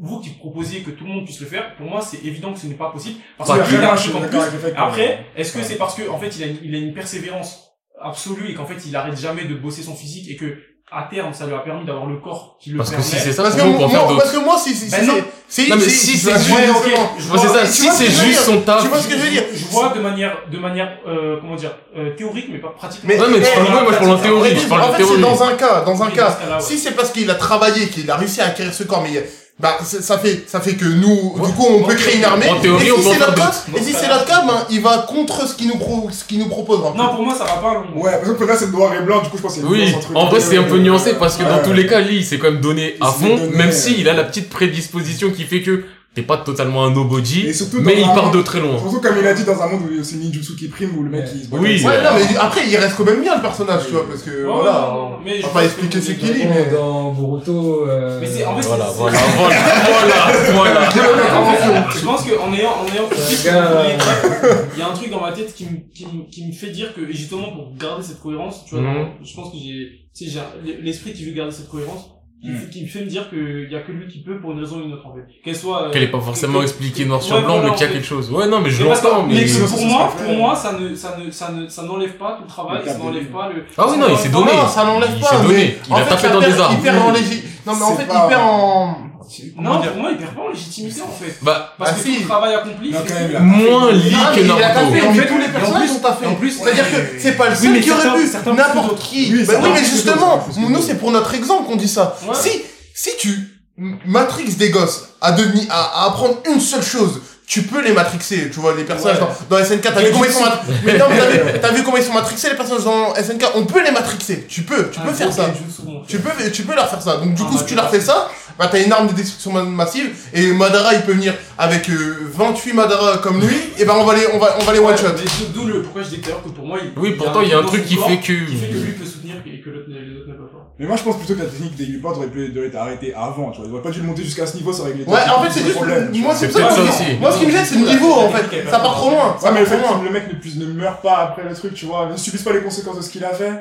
vous qui proposiez que tout le monde puisse le faire, pour moi, c'est évident que ce n'est pas possible parce Bah, qu'il Après, a un je suis truc en d'accord plus. avec le fait que- Après, est-ce que c'est parce que en fait, il a, une, il a une persévérance absolue et qu'en fait, il arrête jamais de bosser son physique et que à terme, ça lui a permis d'avoir le corps qui le Parce que permet. si c'est ça, Parce que on peut en faire moi, d'autres. parce que moi, si, si, si, Ben si- non. si, Non, mais si, c'est si, Ouais, si, ok, justement. je Ouais, c'est vois- ça, tu si vois ce c'est que je veux juste dire son taf. Tu vois ce que je veux dire Je vois de manière, de manière, euh, comment dire, euh, théorique, mais pas pratique. Mais- Ouais, mais tu eh, parles de moi, moi je parle en En théorie, je fait, parle en en fait, c'est théorie. dans un cas, dans un Oui, cas. dans ce cas-là, ouais. Si c'est parce qu'il a travaillé, qu'il a réussi à acquérir ce corps, mais bah c'est- ça fait ça fait que nous, du coup, on peut Ok. créer une armée. En théorie, et on si peut en c'est faire notre cas, d'autres. et si c'est notre cas, ben, il va contre ce qu'il nous pro- ce qu'il nous propose. un peu. Non, pour moi, ça va pas. Ouais, parce que pour là, c'est noir et blanc, du coup, je pense qu'il y a une Oui, nuance entre en les vrai deux. c'est un peu nuancé parce que dans euh, Ouais. tous les cas, lui, il s'est quand même donné à Il s'est fond, donné, euh. même ouais. si il a la petite prédisposition qui fait que t'es pas totalement un Et nobody, surtout dans mais il un part monde- de très loin. Surtout comme il a dit dans un monde où c'est ninjutsu qui prime où le mec il se bat Oui. comme ça. Ouais, non, euh, mais après, il reste quand même bien le personnage, tu vois, parce que euh, voilà. mais on va pas expliquer ce qu'il dit, mais. Dans, dans Boruto, euh, Mais c'est en fait, Voilà, c'est- voilà, voilà, voilà, voilà. En fait, je pense qu'en ayant, en ayant compris ce qu'on gars. voulait dire, il y a un truc dans ma tête qui me, qui me, qui me fait dire que, et justement pour garder cette cohérence, tu vois, Mhm. je pense que j'ai, tu sais, j'ai un- l'esprit qui veut garder cette cohérence, qui, Mhm. qui me fait me dire qu'il y a que lui qui peut pour une raison ou une autre, en fait. Qu'elle soit... euh, Qu'elle est pas forcément que- expliquée noir sur Ouais, blanc, voilà, mais qu'il y en a fait. quelque chose. Ouais, non, mais je Mais parce que- l'entends, mais. mais que pour c'est moi, ça, pour ouais. moi, ça ne, ça ne, ça ne, ça n'enlève pas tout le travail, Le ça cadre de n'enlève vie. pas le. Ah oui, non, il s'est Non, donné. Non, ça n'enlève Il pas. s'est mais donné. Il en a fait, tapé ça dans perd- des arbres. Il perd en légi- Non, mais en C'est fait, pas- il perd en. Non, Comment dire pour moi, il perd pas en légitimité en fait. Bah, Parce Ah, que si. tout le travail accompli, Non, c'est quand même, tout. là. moins lit Ah, que mais il a Naruto. tapé, Et en mais fait- tous les et en personnages plus- sont taffés. et en plus- C'est-à-dire Ouais. que c'est pas le mais seul qui certains- aurait pu. certains plus N'importe que qui. Oui, Bah oui, certains mais plus que justement, d'autres, plus que nous, d'autres. c'est pour notre exemple qu'on dit ça. Ouais. Si, si tu matrixes des gosses à devenir, à, à apprendre une seule chose, tu peux les matrixer, tu vois, les personnages Ouais. dans, dans SNK, t'as vu comment ils sont matrixés, mais non, mais t'as vu, t'as vu comment ils sont matrixés, les personnages dans SNK, on peut les matrixer, tu peux, tu Un peux faire gros ça. genjutsu, mon Tu frère. peux, tu peux leur faire ça. Donc du Ah, coup, si bah, tu leur fais ça, bah t'as une arme de destruction ma- massive et Madara il peut venir avec euh, 28 Madara comme lui et ben on va les on va on va les one shot. Ouais, mais c'est D'où le pourquoi je dis que d'ailleurs que pour moi, il. Oui, pourtant, il y a un truc qui fait Qui fait que que. lui peut soutenir et que l'autre ne- les autres ne peuvent pas. Mais moi je pense plutôt que la technique des Newport aurait pu devait être arrêtée avant, tu vois. Ils auraient pas dû le monter jusqu'à ce niveau, ça aurait réglé Ouais, en fait le c'est juste problème, tu moi vois. c'est C'est pour ça que peut-être je ça dis- aussi. moi ce qui me gêne c'est le niveau en fait. Ça part trop loin. Ça Ouais, mais le part trop fait que loin. le mec ne, puisse- ne meurt pas après le truc, tu vois, ne subisse pas les conséquences de ce qu'il a fait.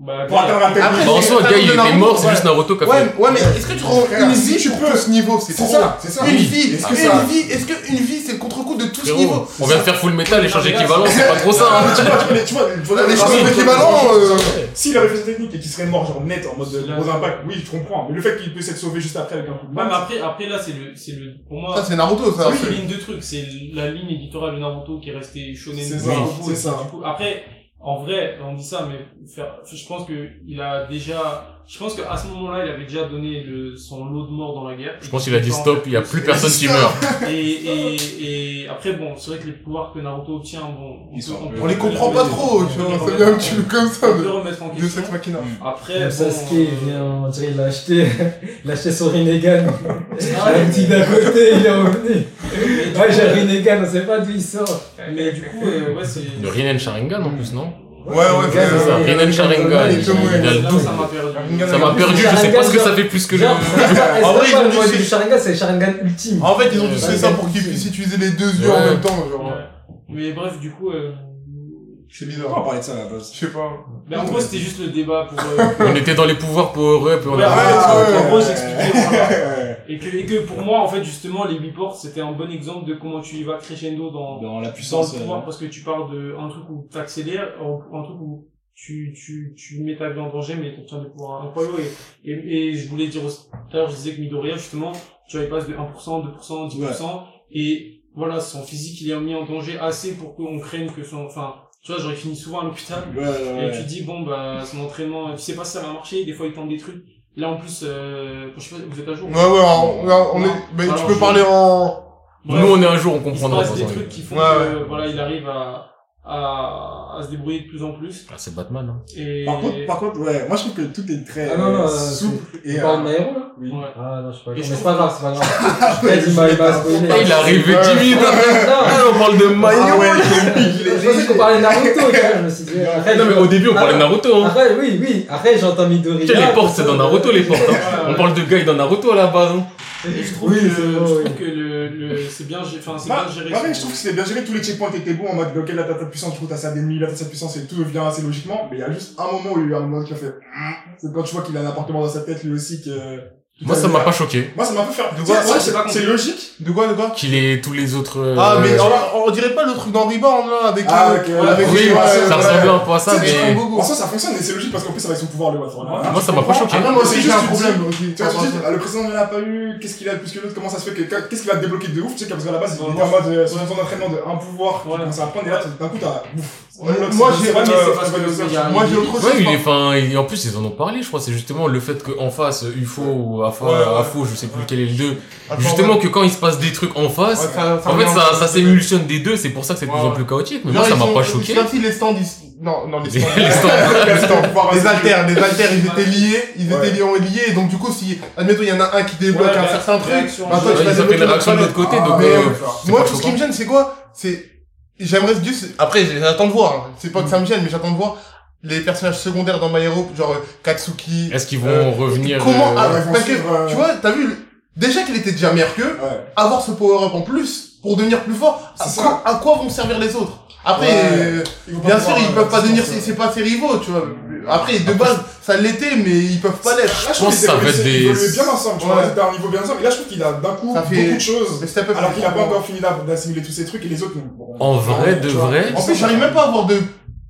Bah, Pour atteindre la Après, technique. Bah, en soi, le gars, il de était Naruto, mort, c'est ouais. juste Naruto qui a Ouais, fait. ouais, mais est-ce que tu rends Frère, une vie tu pour peux. tout ce niveau C'est C'est trop. ça, c'est ça. Une Oui. vie, Est-ce est-ce que qu'une ça- vie, est-ce qu'une vie c'est le contre-coup de tout ce Frérot, niveau on vient de faire full metal, échange Non, mais là, équivalent, c'est pas trop ça, hein. Tu vois, tu vois, les- tu vois, les- tu vois, Les les- choses les- équivalentes. euh, S'il avait fait cette technique et qu'il serait mort genre net en mode de Là, gros c'est- impact, oui, je comprends. Mais le fait qu'il puisse être sauvé juste après avec un coup de Ouais, mais balle, après, après là, c'est le, c'est le, pour moi, Ça c'est Naruto ça. Oui, c'est- c'est une ligne de trucs, c'est la ligne éditoriale de Naruto qui est restée shonen. C'est jusqu'au ça, bout, c'est et ça. du coup, après, en vrai, on dit ça, mais faire- je pense que il a déjà, je pense qu'à ce moment-là, il avait déjà donné le, son lot de morts dans la guerre. Je pense qu'il a dit stop, il y a plus personne qui meurt. Et, et, et après, bon, c'est vrai que les pouvoirs que Naruto obtient, bon, Ils sont un peu- On les comprend pas trop, tu vois, ça vient un petit peu comme ça. On peut mais- le remettre en De question. cette machina. Après, Même bon, Sasuke, euh, il vient, on dirait, il l'a acheté, il l'a acheté sur Rinnegan. Ah, Le petit d'à côté, il est revenu. mais du Ouais, j'ai coup, Rinnegan, on sait pas d'où il sort. mais du coup, euh, ouais, c'est. Le Rinen Sharingan en plus, non Ouais, ouais, Rinnegan, c'est C'est ça, Rinen Sharingan. il- il a le Là où ça m'a perdu. Rinnegan, Ça m'a perdu, je sais pas ce que ça fait plus que le. Genre, est-ce En vrai, que ils ont Ah pas le dû mode se- du Sharingan, c'est le Sharingan ultime En fait, ils ont Ouais. tous fait ça pour qu'ils puissent utiliser les deux yeux en Ouais. même temps, genre. Ouais. Mais bref, du coup, euh, C'est pourquoi bizarre. on parlait de ça à la base Je sais pas. Mais en gros, c'était juste le débat pour. euh, On était dans les pouvoirs pour eux, puis on Ouais, a. ouais, ouais, en gros, ouais. j'expliquais. voilà. Ouais. Et que, et que pour moi, en fait, justement, les reports, c'était un bon exemple de comment tu y vas crescendo dans, euh, Dans la dans puissance. le pouvoir, parce que tu parles de un truc où t'accélères, un, un truc où tu, tu, tu mets ta vie en danger, mais t'obtiens des pouvoirs incroyables. Et, et, et je voulais dire aussi, tout à l'heure, je disais que Midoriya, justement, tu vois, il passe de 1%, 2%, 10%, et voilà, son physique, il est mis en danger assez pour qu'on craigne que son, enfin, tu vois, j'aurais fini souvent à l'hôpital. Ouais, ouais, Euh, Et tu ouais. te dis, bon, bah, son entraînement, tu sais pas si ça va marcher, des fois il tente des trucs. Là, en plus, euh, je sais pas, vous êtes à jour Ouais, ouais, on, on est, Non. mais tu Alors, peux je- parler en... Bref, Nous, on est un jour, on il se comprendra. passe de toute des façon. trucs qui font Ouais, que, voilà, il arrive à, à, à se débrouiller de plus en plus. Ah, C'est Batman, hein. Et... Par contre, par contre, ouais, moi je trouve que tout est très Ah non, non, euh, euh, souple et. C'est euh, pas un héros, là oui. Ouais. Ah non, je sais pas. Et Mais je c'est trouve- pas grave, c'est pas grave. Ouais, Vas-y, je Maï, voulais bah, pas- spoiler. Et Ah, il est arrivé Ouais. timide Non, Ah, on parle de Ah maillot ouais, je pensais qu'on parlait de Naruto, tu vois, je me suis dit. Après, Non, mais au début, on parlait de Naruto, hein. Après, oui, oui. Après, j'entends Midoriya. Tiens, les portes, tout c'est ça, dans euh, Naruto, les portes, hein. Ouais, ouais. On parle de Guy dans Naruto, là-bas, non Et je trouve Oui, que, c'est je vrai, trouve oui. que le, le, c'est bien, gé- enfin, c'est Bah, bien géré. son- pareil, je trouve que c'était bien géré, tous les checkpoints étaient bons en mode ok là t'as ta puissance, du coup t'as sa demi, là t'as sa puissance et tout vient assez logiquement, mais il y a juste un moment où il y a un moment qui a fait c'est quand tu vois qu'il a un appartement dans sa tête lui aussi que. Moi, ça m'a pas choqué. Moi ça m'a un peu fait. De quoi Tu sais, Ouais, c'est- j'ai pas compris. C'est logique. De quoi, de quoi Qu'il est tous les autres. euh, Ah, mais on, on dirait pas le truc dans Reborn, là, avec... Ah, euh, ok, avec- ouais. Oui, ouais, ça ouais, ressemble ouais. un peu à ça, Tu sais, tu mais. prends Gogo. En soi ça fonctionne et c'est logique parce qu'en plus avec son pouvoir le hein. Watford. Moi, ça m'a pas choqué. Ah non, moi aussi, C'est j'ai juste un que tu problème aussi. Tu vois, tu te dis, ah, le président il en a pas eu, qu'est-ce qu'il a de plus que l'autre, comment ça se fait, que- qu'est-ce qu'il va te débloquer de ouf, tu sais, parce qu'à la base, il Ouais, était en moi, mode, euh, sur son entraînement de un pouvoir, tu Ouais. commences à apprendre, et là, d'un coup, t'as, ouf. Ouais, Unlock, moi, c'est- j'ai- c'est pas- Ouais, mais euh, c'est parce c'est pas que de ça, il y a- Moi, j'ai autre chose. Ouais, par- il est, enfin, il- en plus, ils en ont parlé, je crois. C'est justement le fait qu'en face, UFO ou AFO, Ouais, ouais. AFO, je sais plus lequel est le deux. Attends, Justement, ouais. que quand il se passe des trucs en face, Ouais, ça- en fait, revient ça, en- ça s'émulsionne des deux, c'est pour ça que c'est de plus Ouais, en ouais. plus chaotique, mais Genre, moi, ça ils m'a sont- pas C'est choqué. comme si les stands, ils... Non, non, les Les- stands... les stands. Les stands. pouvoir Les rester- alters, les alters, ils étaient liés, ils Ouais. étaient liés, on est liés, et donc du coup, si, admettons, il y en a un qui débloque Ouais, un la- certain truc, réaction, bah, toi, Ouais, tu vas Ils ont fait débloquer une réaction de l'autre l'autre côté, Ah, donc. mais, euh, ouais. c'est Moi, pas tout ce qui choquant. me gêne, c'est quoi C'est. J'aimerais juste. Après, j'attends de voir. hein. C'est pas que ça me gêne, mais j'attends de voir les personnages secondaires dans My Hero, genre euh, Katsuki. Est-ce qu'ils vont Euh, revenir Comment. euh, ah, ouais, ils vont parce que, suivre, euh, tu vois, t'as vu, le- déjà qu'il était déjà meilleur qu'eux, Ouais. avoir ce power-up en plus pour devenir plus fort, à C'est quoi, à quoi vont servir les autres Après, Ouais. euh, Ils vont pas bien sûr, pouvoir, ils euh, peuvent pas se devenir. sortir. C'est c'est pas ses rivaux, tu vois. Après, de base, ça l'était, mais ils peuvent pas l'être. Là, je pense que ça va être des- Il évoluait bien ensemble, tu Ouais. vois, ils étaient à un niveau bien ensemble. Et là, je trouve qu'il a d'un coup Ça fait- beaucoup de choses. Mais c'était à peu près Alors qu'il a ça. pas encore fini d'a- d'assimiler tous ces trucs et les autres. bon, En vrai, de tu vois. vrai, En plus, j'arrive même pas à avoir de,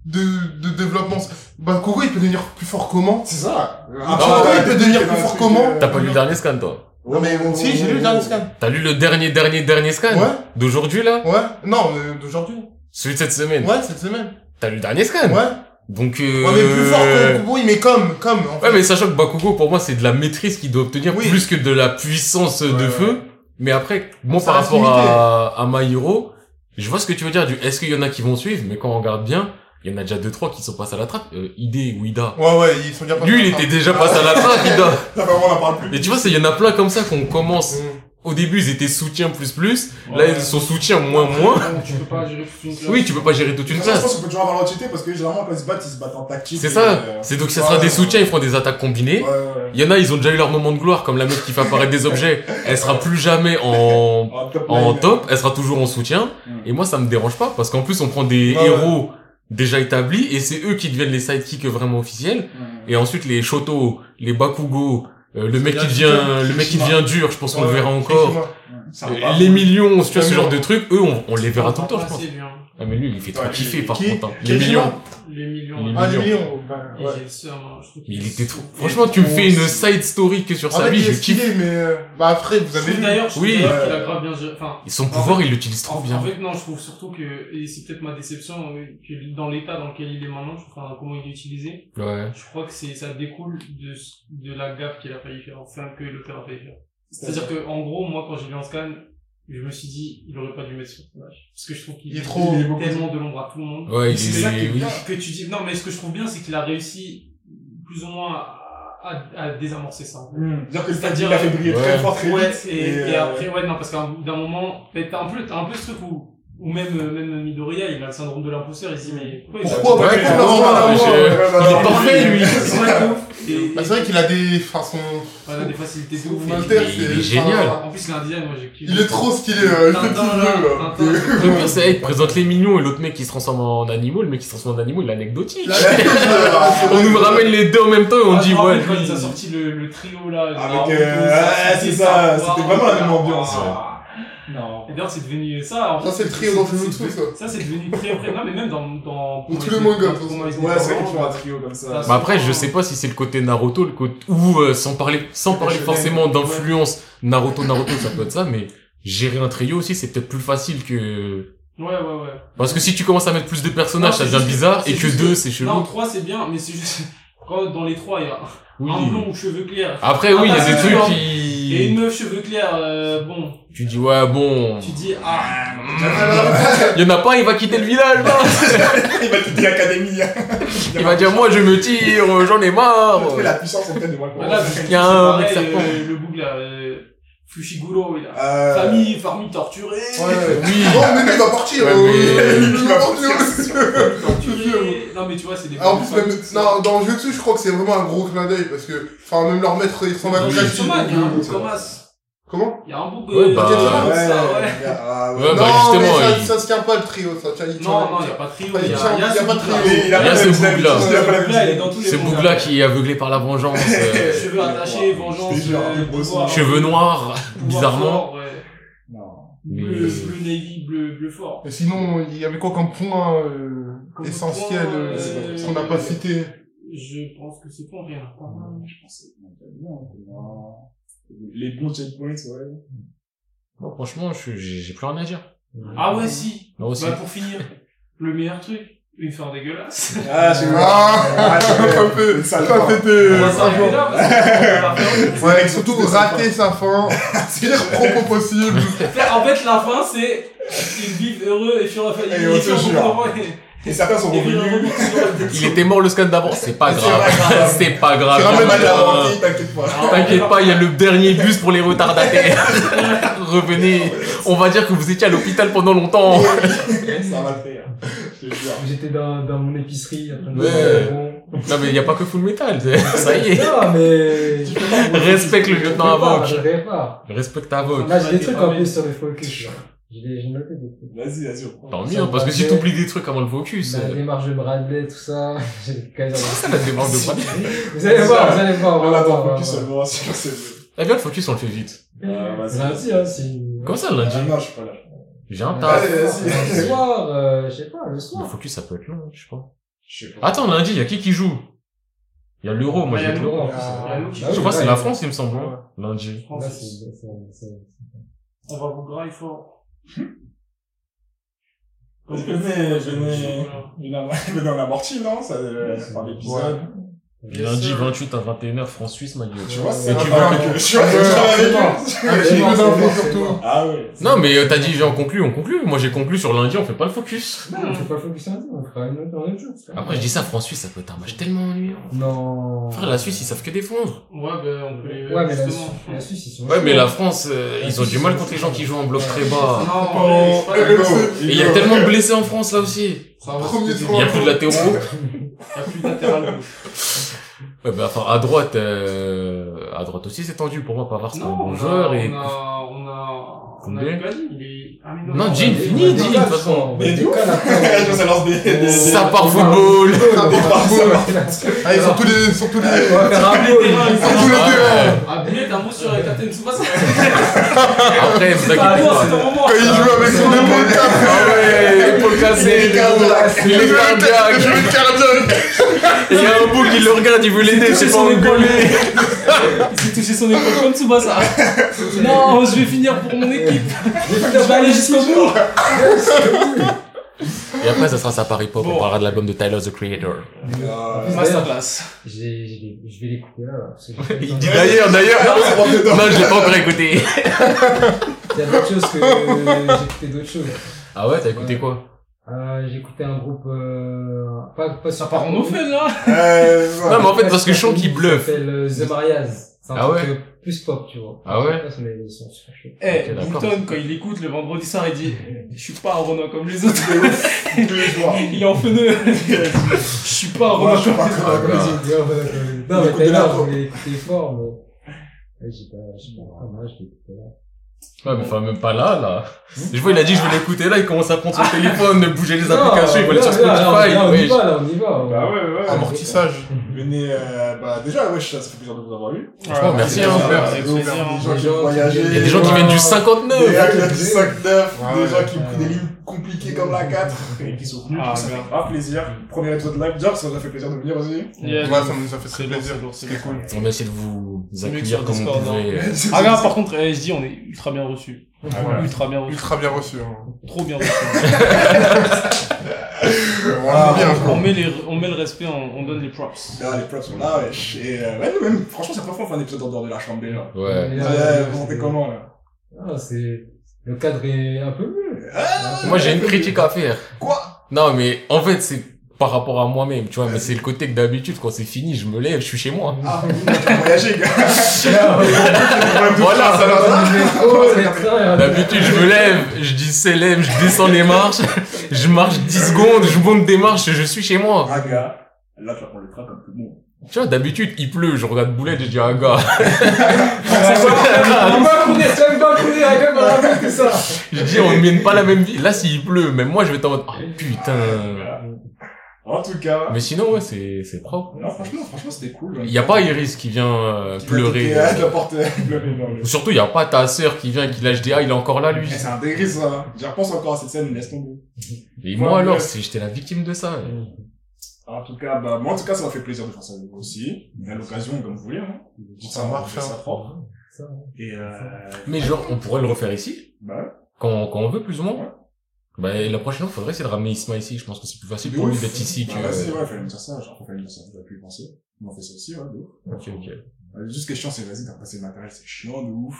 de, de développement. Bah, Kogo, il peut devenir plus fort comment C'est ça. Après, Kogo, il peut devenir plus fort comment T'as pas lu le dernier scan, toi Non, mais si, j'ai lu le dernier scan. T'as lu le dernier, dernier, dernier scan Ouais, D'aujourd'hui, là ouais. Non, euh, d'aujourd'hui. Celui de cette semaine Ouais, cette semaine. T'as lu le dernier scan Ouais. Ouais, Donc, euh... mais plus fort que Kogo, il met comme, comme. en fait. Ouais, mais sachant que Bakugo, pour moi, c'est de la maîtrise qu'il doit obtenir Oui. plus que de la puissance euh, de Ouais, feu. Mais après, moi, Ça par reste rapport à, à My Hero, je vois ce que tu veux dire du est-ce qu'il y en a qui vont suivre, mais quand on regarde bien, il y en a déjà deux, trois qui sont passés à la trappe. Euh, Ide ou Ida. Ouais, ouais, ils sont bien Ah, bah, pas Lui, il était déjà passé à la trappe, Ida. Là, vraiment, on en parle plus. Et tu vois, c'est- il y en a plein comme ça qu'on commence. Mm. Au début, ils étaient soutien plus plus. Là, ils sont soutien moins moins. Non, tu peux pas gérer toute une classe. Oui, tu peux pas gérer toute une De toute façon, Je pense classe. qu'on peut toujours avoir l'entité parce que généralement, quand ils se battent, ils se battent en tactique. C'est et, ça. euh, C'est donc, ça ouais, sera des ouais. soutiens, ils feront des attaques combinées. Ouais, ouais. Il y en a, ils ont déjà eu leur moment de gloire, comme la meuf qui fait apparaître des objets. Elle sera plus jamais en, En top. en line. top, elle sera toujours en soutien. Mm. Et moi, ça me dérange pas, parce qu'en plus, on prend des Ouais, ouais. héros déjà établis, et c'est eux qui deviennent les sidekicks vraiment officiels. Mm, Et ensuite, les Shoto, les Bakugo, euh, le mec qui devient, le mec qui devient dur, je pense qu'on le verra encore. Euh, Ah, Les millions, tu vois, ce genre de trucs, eux, on, on les verra tout le temps, je pense. Assez bien. Ah, mais lui, il fait trop Ouais, kiffer, qui- par qui- contre, hein. qui- Les qui- millions. Les millions. Les là. Ah, les millions. millions. Et ouais. j'ai le seum, hein, je trouve Mais qu'il- il était trop, franchement, tu me fais une side story que sur En sa fait, vie, Ah, il je est kiffe. stylé, mais euh, bah après, vous Je avez trouve vu. d'ailleurs, je Oui. trouve d'ailleurs Ouais. qu'il a grave bien géré. Enfin, Et son pouvoir, il l'utilise en, trop en bien. fait, non, je trouve surtout que, et c'est peut-être ma déception, euh, que dans l'état dans lequel il est maintenant, je- enfin, comment il est utilisé, Ouais. je crois que c'est, ça découle de, ce- de la gaffe qu'il a failli faire, enfin, que l'auteur a failli faire. C'est-à-dire que, en gros, moi, quand j'ai vu en scan, je me suis dit, il aurait pas dû mettre son personnage. Parce que je trouve qu'il Il est fait trop- il est beaucoup- tellement de l'ombre à tout le monde. Ouais, C'est il ça qui est est, oui. bien, que tu dis. Non, mais ce que je trouve bien, c'est qu'il a réussi plus ou moins à, à- à désamorcer ça. en fait. Hum. C'est-à-dire que le C'est-à-dire- il a fait briller Ouais. très fort, très Ouais, vite. et, et euh, après, ouais, non, parce qu'à un bout d'un moment, ben, t'as un peu, t'as un peu ce truc où, où même, euh, même Midoriya, il a le syndrome de l'imposteur, il se dit, mais pourquoi, il a- Pourquoi Ouais, Bah, pourquoi non, on non, l'a non, pas non, fait non, non, Il non, est parfait, lui. Ouais, de ouf. Et- Bah, c'est vrai qu'il a des. Enfin, son. voilà, des facilités de son ouf. alter, Et- il est enfin, génial. En plus, il a un design, moi, j'ai kiffé. Il est trop stylé, euh, le Tintin, petit là, bleu, là. Tintin. Le pire, c'est, hey, il te présente les mignons et l'autre mec qui se transforme en animaux, le mec qui se transforme en animaux, il est anecdotique. On nous ramène les deux en même temps et on Ah, je dit, me ouais, rappelle quand lui, ils ont sorti le, le trio là. Avec, euh, ah, c'est ça, c'était vraiment la même ambiance, ouais. ah. Non. Et d'ailleurs, c'est devenu ça. en Ça, fait, c'est le trio dont je me c'est- souviens, ça. Ça, c'est devenu très vrai. Non, mais même dans. dans Dans tous les mangas, dans- dans- ouais, dans- Ouais, c'est vrai dans- qu'ils font un trio comme ça. Ça, Bah après, je hein. sais pas si c'est le côté Naruto, le côté ou euh, sans parler, sans Le parler shonen, forcément d'influence Naruto, Naruto, ça peut être ça, mais gérer un trio aussi, c'est peut-être plus facile que Ouais, ouais, ouais. parce que si tu commences à mettre plus de personnages, Non, ça c'est devient juste- bizarre et c'est que juste deux, c'est Non, chelou. 3 c'est bien, mais c'est juste. Quand dans les 3, il y a Oui. un blond aux cheveux clairs Après, oui, il y a Ah, des c'est trucs sûr. et une qui meuf cheveux clairs, euh, bon, tu dis ouais bon, tu dis ah. il y en a pas, il va quitter le village. là. Il va quitter l'académie. hein. Il va dire moi je me tire, euh, j'en ai marre. Après, la puissance en tête de moi. Bah là, Il y a un mec c'est pareil, serpent. euh, le bouc là, euh, Fushiguro, il a. Euh, Famille, famille torturée. Ouais. Oui. Non, mais lui, il va partir. Ouais, euh, mais- lui, il va partir. famille Je torturée. Non mais tu vois, c'est des. Ah, en plus, même, non, dans Jutsu, je crois que c'est vraiment un gros clin d'œil parce que, enfin, même leur maître, il ressemble à Dans Kakashi. Gentleman, il y a un bouc c'est comme vrai. as. Comment Il y a un bouc. Ouais, euh, bah, Gentleman, Ouais, ça, ouais. ah, ouais. Ouais, bah, Non, mais justement, ça, il- ça se tient pas le trio, ça tient il tient- Non, non, il n'y a pas de trio. Ouais, Il y il y a- a, il y a pas de trio. Mais il a Il y a pas ce la même bouc-là. habitude, il a pas Ce la bouc-là, même il est habitude. dans tous les Ce mangas. bouc là qui est aveuglé par la vengeance, euh, Cheveux attachés, vengeance. Je te jure, euh, le brosson. pouvoir- cheveux noirs, pouvoir bizarrement. fort, ouais. Non. Bleu, bleu navy, bleu, bleu fort. Et sinon, il y avait quoi comme point euh, Comme essentiel point, euh, euh, qu'on n'a pas cité Je pense que c'est pas rien. Je pensais que c'était bien, comment- Les bons checkpoints, ouais. Non, franchement, je suis- j'ai j'ai plus rien à dire. Ah ouais, si. Moi aussi. Bah, pour finir, le meilleur truc, une fin dégueulasse. Ah, c'est Ah, un peu, Ça, ça le c'était On va euh, s'arrêter là, parce qu'on va pas faire- ouais, et surtout rater sa fin, pire propos possible. Faire- En fait, la fin, c'est qu'ils vivent heureux et sur la famille. Et on ils te sont jure. contents, ouais. Et euh, certains sont Et puis, revenus. Il était mort le scan d'avant, c'est pas C'est grave. pas grave. C'est pas grave. Tu ramènes T'inquiète de la pas. routine. T'inquiète pas. T'inquiète pas, il y a le dernier bus pour les retardataires. Revenez. On va dire que vous étiez à l'hôpital pendant longtemps. Ça va le faire. Je te jure. J'étais dans, dans mon épicerie, après Ouais. Non mais il y a pas que Full Metal. Ça y est. Non, mais. Respecte le lieutenant Je peux pas, Havoc. Je répare. Respecte ta vogue. Là, j'ai Ouais, des trucs t'es pas un peu bête. sur les focus. J'ai des- j'ai noté des trucs. Vas-y, vas-y, on prend. Tant Ça mieux, hein, parce que va si bien. t'oublies des trucs avant le focus, Bah, La euh, démarche de Bradley, tout ça. J'ai quand même- c'est ça la démarche de Bradley. Vous allez voir, vous allez voir. On on va attend voir, le on va focus voir. seulement, sinon c'est mieux. Eh bien, le focus, on le fait vite. Ah, vas-y. Lundi, hein, c'est. Comment ça, lundi? Ah, non, je suis pas là. J'ai un taf. Allez, Le vas-y. soir, euh, je sais pas, le Le soir. focus, ça peut être long, je sais pas. Je sais pas. Attends, lundi, il y a qui qui joue? Il y a l'euro, moi, Ah, il y j'ai a l'euro. en plus, Ah, c'est- l'eau qui- Ah oui, Je crois que ouais, c'est la ouais. France, il me semble, hein, lundi. Là, c'est, c'est, c'est- On va vous grailler fort. Vas-y, venez, venez. Venez dans la mortie, non? Ça, euh, par l'épisode. Lundi 28 à 21h, France-Suisse, ma gueule. Tu vois, c'est Et un tu vas bac, avec- euh, Tu vois, tu vas avec eux. Un Ah, c'est- petit peu c'est- d'info, c'est- surtout. c'est- Ah ouais. Non, mais euh, t'as dit, viens, on conclut, on conclut. Moi, j'ai conclu sur lundi, on fait pas le focus. Non, on fait pas le focus lundi, on fera une autre, un autre jour. c'est pas Après, je dis ça, France-Suisse, ça peut être un match tellement ennuyant. grave. Non. Frère, la Suisse, ils savent que défendre. Ouais, ben, on peut les, Ouais, mais la, justement. Su- la Suisse, ils sont. Ouais, chauds. mais la France, euh, La ils ont Suisse, du mal ils contre les sont- gens qui jouent en bloc très bas. Non, en vrai, je sais Ah, pas, Hugo, Et il y a Hugo. tellement de blessés en France, là aussi. ça va, Premier c'est- Il y a plus de latéraux. Il y a plus de latéral gauche. Ouais, bah, enfin, à droite, euh, à droite aussi, c'est tendu pour moi. Pavard, c'est un Non, on bon a- joueur et... On a, on a, on a Koundé. Luka Digne, il est, ah, mais Non, Ouais, Jean, mais- fini, mais Jean, Lucas, de toute façon. mais Mais Lucas, Je vois, là, ça lance des, des, des- Ça part on parle football! on des va- parts, ça marche. Ah, ils sont tous les, ils sont tous les, on va faire un peu, terrain, il ils sont tous les deux, hein. Ah, Boulet, un mot sur la capitaine Souba, ça va. Après, vous Ah, inquiétez non, pas. c'est ton moment. Quand ils jouent avec son épaule, Ah ouais, l'épaule cassée, Les cardiaques. les je cardiaques. vais le cardiaque. Il y a un bout qui le regarde, il veut l'aider, c'est pas rigoler. Il s'est touché son épaule comme Souba, ça. Non, je vais finir pour mon équipe. Je vais aller jusqu'au bout. Et après, ça sera sa Paris Pop, on Bon. parlera de l'album de Tyler, the Creator. Ah, Masterclass. Je vais- je vais- je vais les couper là, là. parce que j'ai pas le Il temps. dit d'ailleurs, d'ailleurs. c'est rentré dedans. Non, je l'ai pas encore écouté. Il y a d'autres choses que j'ai écouté d'autres choses. Ah ouais, t'as écouté quoi Euh, j'ai écouté un groupe, euh, pas, pas Ça part en open, là. Euh, ouais. Non, mais en fait, parce que je sens qu'il Ça bluffe. s'appelle euh, The Marias. C'est un Ah truc euh, plus pop, tu vois. Ah ouais Mais ils sont super chauds. Eh, Ok, d'accord. Boulton, quand il écoute le vendredi soir, il dit Je suis pas un renard comme les autres. Tous les joueurs. il est en feneux. Je suis pas un Moi, renard je suis Ah, bah. comme pas les Ah, comme autres. la comédie. bah, Non, mais Écoute de Taylor, la- je voulais l'écouter fort, mais. Ouais, j'ai pas, j'ai pas, ah, moi, je l'ai écouté là. Ouais, mais enfin, même pas là, là. Ah. Je vois, il a dit, je vais l'écouter là, il commence à prendre son téléphone, de bouger les Non, applications, il va aller sur là, là, là, on y Spotify. va, là, on y va. Bah ouais, ouais. Amortissage. Venez, euh, bah, déjà, wesh, ça fait plaisir de vous avoir eu. euh, Franchement, merci, hein. Ouais, Merci, des plaisir. gens qui Les gens ont qui- voyagé. Il y a des gens qui viennent du Des 59. gens qui viennent du 5-9, Ouais, des gens qui ah ouais. ont pris des lignes compliquées comme la 4 et qui sont venus. Ah, ça fait grave. grave plaisir. Premier épisode live, déjà, ça nous a fait plaisir de venir aussi. Ouais, Yeah. ça me, ça fait très C'est lourd, plaisir. c'est lourd, c'est lourd. On va essayer de vous C'est mieux que accueillir sur comme on Discord, pouvait. Ah, grave, par contre, eh, je dis, on est ultra bien reçu. Ah, voilà. Ultra bien reçu. Ultra bien reçu, hein. Trop bien reçu. Ah, Vraiment bien, on, quoi. met les, on met le respect, on, on donne les props. Là, Ah, les props sont là, wesh. Et, euh, ouais, même, franchement, c'est la première fois qu'on fait un épisode en dehors de la chambre, déjà. Ouais. Et Ouais, là, ouais, c'est- vous sentez comment, là? Ah, c'est, le cadre est un peu mieux. Ah, Moi, j'ai une critique à faire. Quoi Non, mais en fait, c'est par rapport à moi-même, tu vois, mais c'est le côté que d'habitude, quand c'est fini, je me lève, je suis chez moi. Ah, vous avez voyagé, gars. Voilà. Oh, les trains, D'habitude, je me lève, je dis célèbre, je descends les marches, je marche 10 secondes, je monte des marches, je suis chez moi. Ah, gars. Là, tu vas prendre le train comme tout le monde. Tu vois, d'habitude, il pleut, je regarde Boulette, je dis, ah, gars. Il va courir, tu vas me courir, il va me Ah, bah, rappeler que ça. Je dis, on ne mène pas la même vie. Là, s'il pleut, même moi, je vais t'en mode, ah, putain. En tout cas. Mais sinon, ouais, c'est, c'est propre. Non, franchement, franchement, c'était cool. Il n'y a pas Iris qui vient euh, pleurer. Ah, tu vas porter- pleurer, non, mais- Surtout, il n'y a pas ta sœur qui vient et qui lâche des, ah, il est encore là, lui. Eh, C'est un dégris, ça. J'y repense encore à cette scène, laisse tomber. Et moi, alors, c'est- j'étais la victime de ça. En tout cas, bah, moi, en tout cas, ça m'a fait plaisir de faire ça avec vous aussi. À l'occasion, comme vous voulez, hein. Dites Ça marche, on fait hein. ça propre. Ça, Et euh, Mais genre, on pourrait le refaire ici. bah, quand, quand on veut plus ou moins. Bah, et la prochaine fois, faudrait essayer de ramener Isma ici. Je pense que c'est plus facile de pour lui ouf. d'être ici que. Bah, vas-y, ouais, fallait me dire ça, genre, fallait me dire ça, j'aurais pu y penser. Mais on fait ça aussi, ouais, de ouf. ok, ok. Euh, Juste question, c'est vas-y, t'as passé le matériel, c'est chiant de ouf.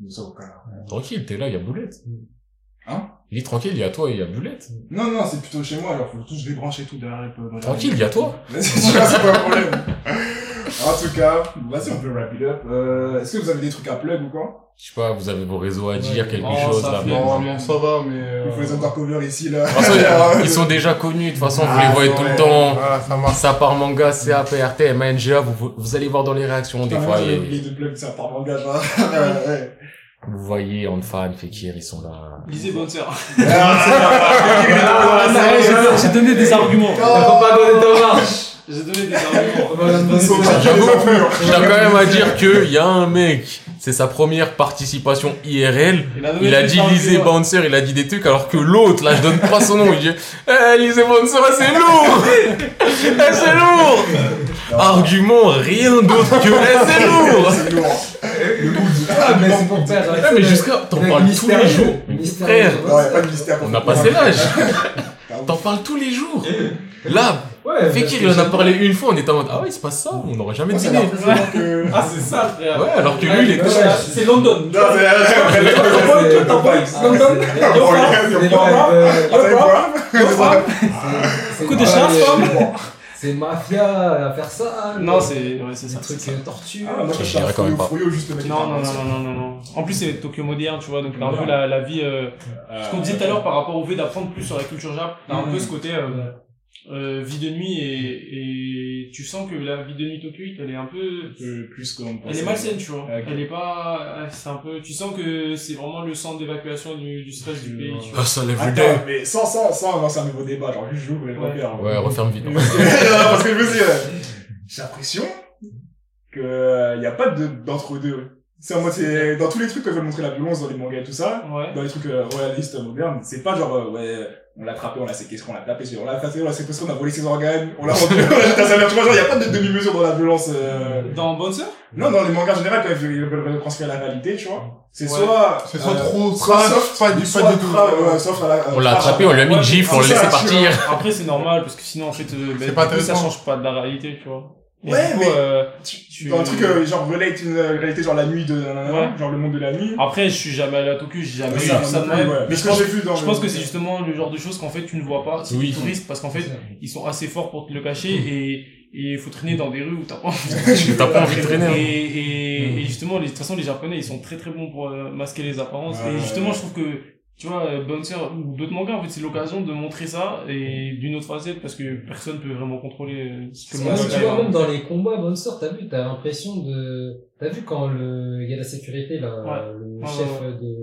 Nous ça, au cas. Tranquille, t'es là, il y a Boulette. Hein Il est tranquille, il y a toi et il y a Boulette. Non, non, c'est plutôt chez moi, alors faut tous débrancher tout derrière les potes. Tranquille, il y a toi. Vas-y, tu vois, c'est pas un problème. en tout cas, vas-y, on peut wrap it up. Euh, est-ce que vous avez des trucs à plug ou quoi? Je sais pas, vous avez vos réseaux à dire, Ouais. quelque Oh, chose ça là. fait- bon. Normalement, ça va, mais. euh, Il faut les undercover ici, là. De toute façon, ils sont déjà connus, de toute façon, vous les Ah, voyez ouais. tout le temps. Voilà, ça marche. Ça part manga, CAP, RT, Ah, MNGA, vous, vous allez voir dans les réactions des Putain, fois. j'ai et- hein. oublié de plug, ça par manga, genre. Ouais, ouais. Vous voyez, on fan, Fekir, ils sont là. Lisez bonne sœur. Ah, non, ouais, j'ai- ouais. j'ai donné des arguments. Oh. pas donné ta marche. J'ai donné des arguments. hein. Je tiens quand même à dire que il y a un mec, c'est sa première participation IRL. donné Il a des dit arguments. Lisez Bouncer, il a dit des trucs, alors que l'autre, là, je donne pas son nom, il dit Eh, Lisez Bouncer, ah, c'est lourd Eh, c'est lourd Argument, rien d'autre que Eh, c'est lourd C'est lourd. Le good. Ah, mais c'est pour faire. Ah, mais jusqu'à, t'en parles tous les jours Frère, Non, y a pas de mystère. on a passé l'âge T'en parles tous les jours Là, Ouais, Fekir, il en a parlé une fois, on était en mode Ah ouais, c'est pas ça, on n'aurait jamais Moi, ça a deviné l'air plus violent que... Ah, c'est ça, frère. Ouais, alors que lui, il était. Ouais. C'est London. Non, c'est... Ah, Ah, Coup de chasse, femme. C'est mafia à faire ça. Non, c'est ouais, c'est C'est ça. un truc c'est ça. euh, torture. Ah, moi, je Je suis un dirais quand même pas. fouillot juste mec. Non, non, non, non, non, non, non. En plus, c'est Tokyo moderne, tu vois, donc t'as un peu la, la vie. euh, ce qu'on disait tout à l'heure par rapport au fait d'apprendre plus sur la culture Jap, t'as un peu ce côté euh, euh, vie de nuit et, et tu sens que la vie de nuit Tokyo, elle est un peu. Plus qu'on Elle est malsaine, tu vois. Ok. Elle Euh, est pas. ouais, C'est un peu. Tu sens que c'est vraiment le centre d'évacuation du, du stress du pays. Tu vois. Ah, ça lève le Attends, mais sans, sans, sans lancer un nouveau débat, genre juste joue, vous allez pas Ouais. faire. Ouais, referme vite. hein. Parce que je veux dire, j'ai l'impression que euh, y a pas de, d'entre deux. C'est en mode, c'est, dans tous les trucs que veulent montrer la violence dans les mangas et tout ça, Ouais. dans les trucs euh, royalistes euh, modernes, c'est pas genre, euh, ouais, on l'a attrapé, on l'a séquestré, on l'a tapé, on l'a fatigué, on l'a séquestré, on a volé ses organes, on l'a rendu, on l'a jeté à sa mère, tu vois, genre, y a pas de demi-mesure dans la violence, euh, Dans Bonne Sœur non, dans les mangas en général, quand ils veulent- ils veulent retranscrire la réalité, tu vois, c'est Ouais. soit, C'est soit euh, trop soit trash, soft, pas du soit pas du tout. tra- ouais, soft à la- euh, On l'a trash. attrapé, on lui a mis le gif, on l'a laissé partir. Après, c'est normal parce que sinon, en fait, euh, ben, C'est pas du coup, ça intéressant. change pas de la réalité, tu vois. Et Ouais, du coup, mais- euh, Tu- Dans un truc euh, genre relate une euh, réalité genre la nuit de nanana, genre le monde de la nuit. Après, je suis jamais allé à Tokyo, j'ai jamais Oui, vu ça, Ah, ça, de non ma plus, vie. ouais. Mais Mais je ce que pense, j'ai vu dans je le- pense que c'est justement le genre de choses qu'en fait tu ne vois pas, c'est Oui. les touristes, parce qu'en fait ils sont assez forts pour te le cacher et et il faut traîner dans des rues où t'as pas envie de T'as pas envie de traîner, hein. Et, et, et justement, les- de toute façon, les Japonais ils sont très très bons pour euh, masquer les apparences. Ouais. et justement, je trouve que tu vois, euh, Bouncer ou d'autres mangas, en fait, c'est l'occasion de montrer ça et d'une autre facette parce que personne peut vraiment contrôler euh, ce que le Moi, manga si tu fait. vois, même dans les combats, bonne sorte, t'as vu, t'as l'impression de, t'as vu quand le, il y a la sécurité, là, euh, Ouais. le Ouais, chef ouais, de,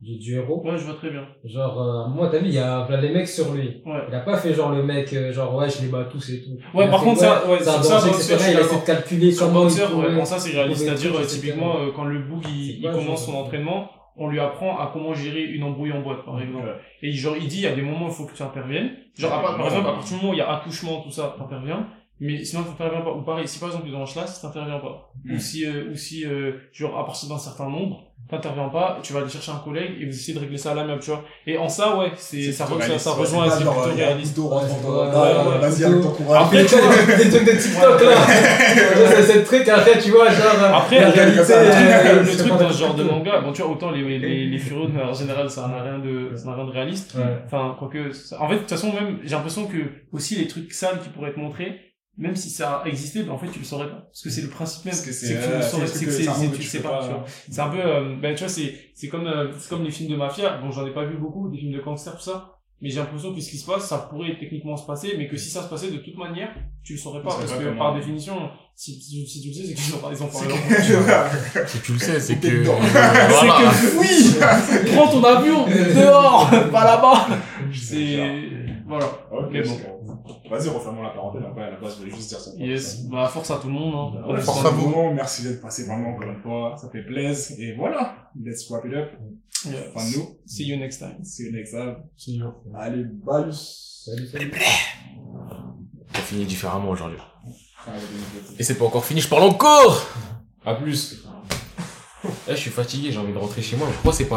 du, du héros. Ouais, je vois très bien. Genre, euh, moi, t'as vu, il y a plein les mecs sur lui. Ouais. Il a pas fait genre le mec, euh, genre, ouais, je les bats tous et tout. Ouais, Il a par fait, contre, ça, ouais, c'est un sur ça, danger, Bouncer, etc. je suis Il d'accord. essaie de calculer Sur comment il Bouncer, pourrait- ouais, bon, ça c'est réaliste. trouver des C'est-à-dire, trucs, euh, etc. typiquement, euh, quand le Boog il, C'est il pas commence genre- son entraînement, on lui apprend à comment gérer une embrouille en boîte, par exemple. Et il- genre, il dit, il y a des moments où il faut que tu interviennes. Genre, à part- par exemple, à partir du moment où il y a accouchement, tout ça, t'interviens. Mais sinon, t'interviens pas. Ou pareil, si par exemple, tu es dans la chlasse, t'interviens pas. Ou si, euh, ou si, euh, genre, à partir d'un certain nombre, t'interviens pas, tu vas aller chercher un collègue et vous essayez de régler ça à la même, tu vois. Et en ça, ouais, c'est, C'est ça, plutôt ça, réaliste, ça ouais, rejoint, Pas c'est genre, plutôt euh, réaliste. Ido rentre Ouais, dans- ouais, dans- ouais, Vas-y, Ido. avec ton courage. Après, tu vois, des trucs de TikTok, là. C'est- C'est le truc, après, tu vois, genre, euh, Après, la le- réalité, le- euh, le c'est truc pas dans la ce genre de culture. manga, bon, tu vois, autant les, les, les furieux, de manière générale, ça n'a rien de, ça n'a rien de réaliste. Ouais. Enfin, quoique, ça- en fait, de toute façon, même, j'ai l'impression que, aussi, les trucs sales qui pourraient être montrés, même si ça existait, ben, en fait, tu le saurais pas. Parce que c'est le principe même. Parce que c'est, que tu euh, le saurais, c'est c'est que que c'est, ça c'est- montre que tu le tu sais peux pas, pas- tu vois. C'est un peu, euh, ben, tu vois, c'est, c'est comme, euh, c'est comme les films de mafia. Bon, j'en ai pas vu beaucoup, des films de gangsters, tout ça. Mais j'ai l'impression que ce qui se passe, ça pourrait techniquement se passer, mais que si ça se passait de toute manière, tu le saurais pas, saurais parce pas que comment. par définition, si, si, si tu le sais, c'est qu'ils ont, ils ont pas leur- Si hein. tu le sais, c'est T'es que. dedans. Ah, oui Voilà. bah, Prends ton avion dehors, pas là-bas. C'est voilà. Ok, Mais bon. bon. Vas-y, refermons la parenthèse. Après, à la base, je voulais juste dire ça. Yes, bah force à tout le monde. Hein. Voilà, Force c'est à un vous. moment. Merci d'être passé vraiment encore une fois. Ça fait plaisir. Et voilà. Let's wrap it up. Yeah. Enfin, nous. See you next time. See you next time. Allez, bye. Salut, salut. On finit différemment aujourd'hui. Ah, ouais, Et c'est pas encore fini, je parle encore À plus. Là, je suis fatigué, j'ai envie de rentrer chez moi. Je crois que c'est pas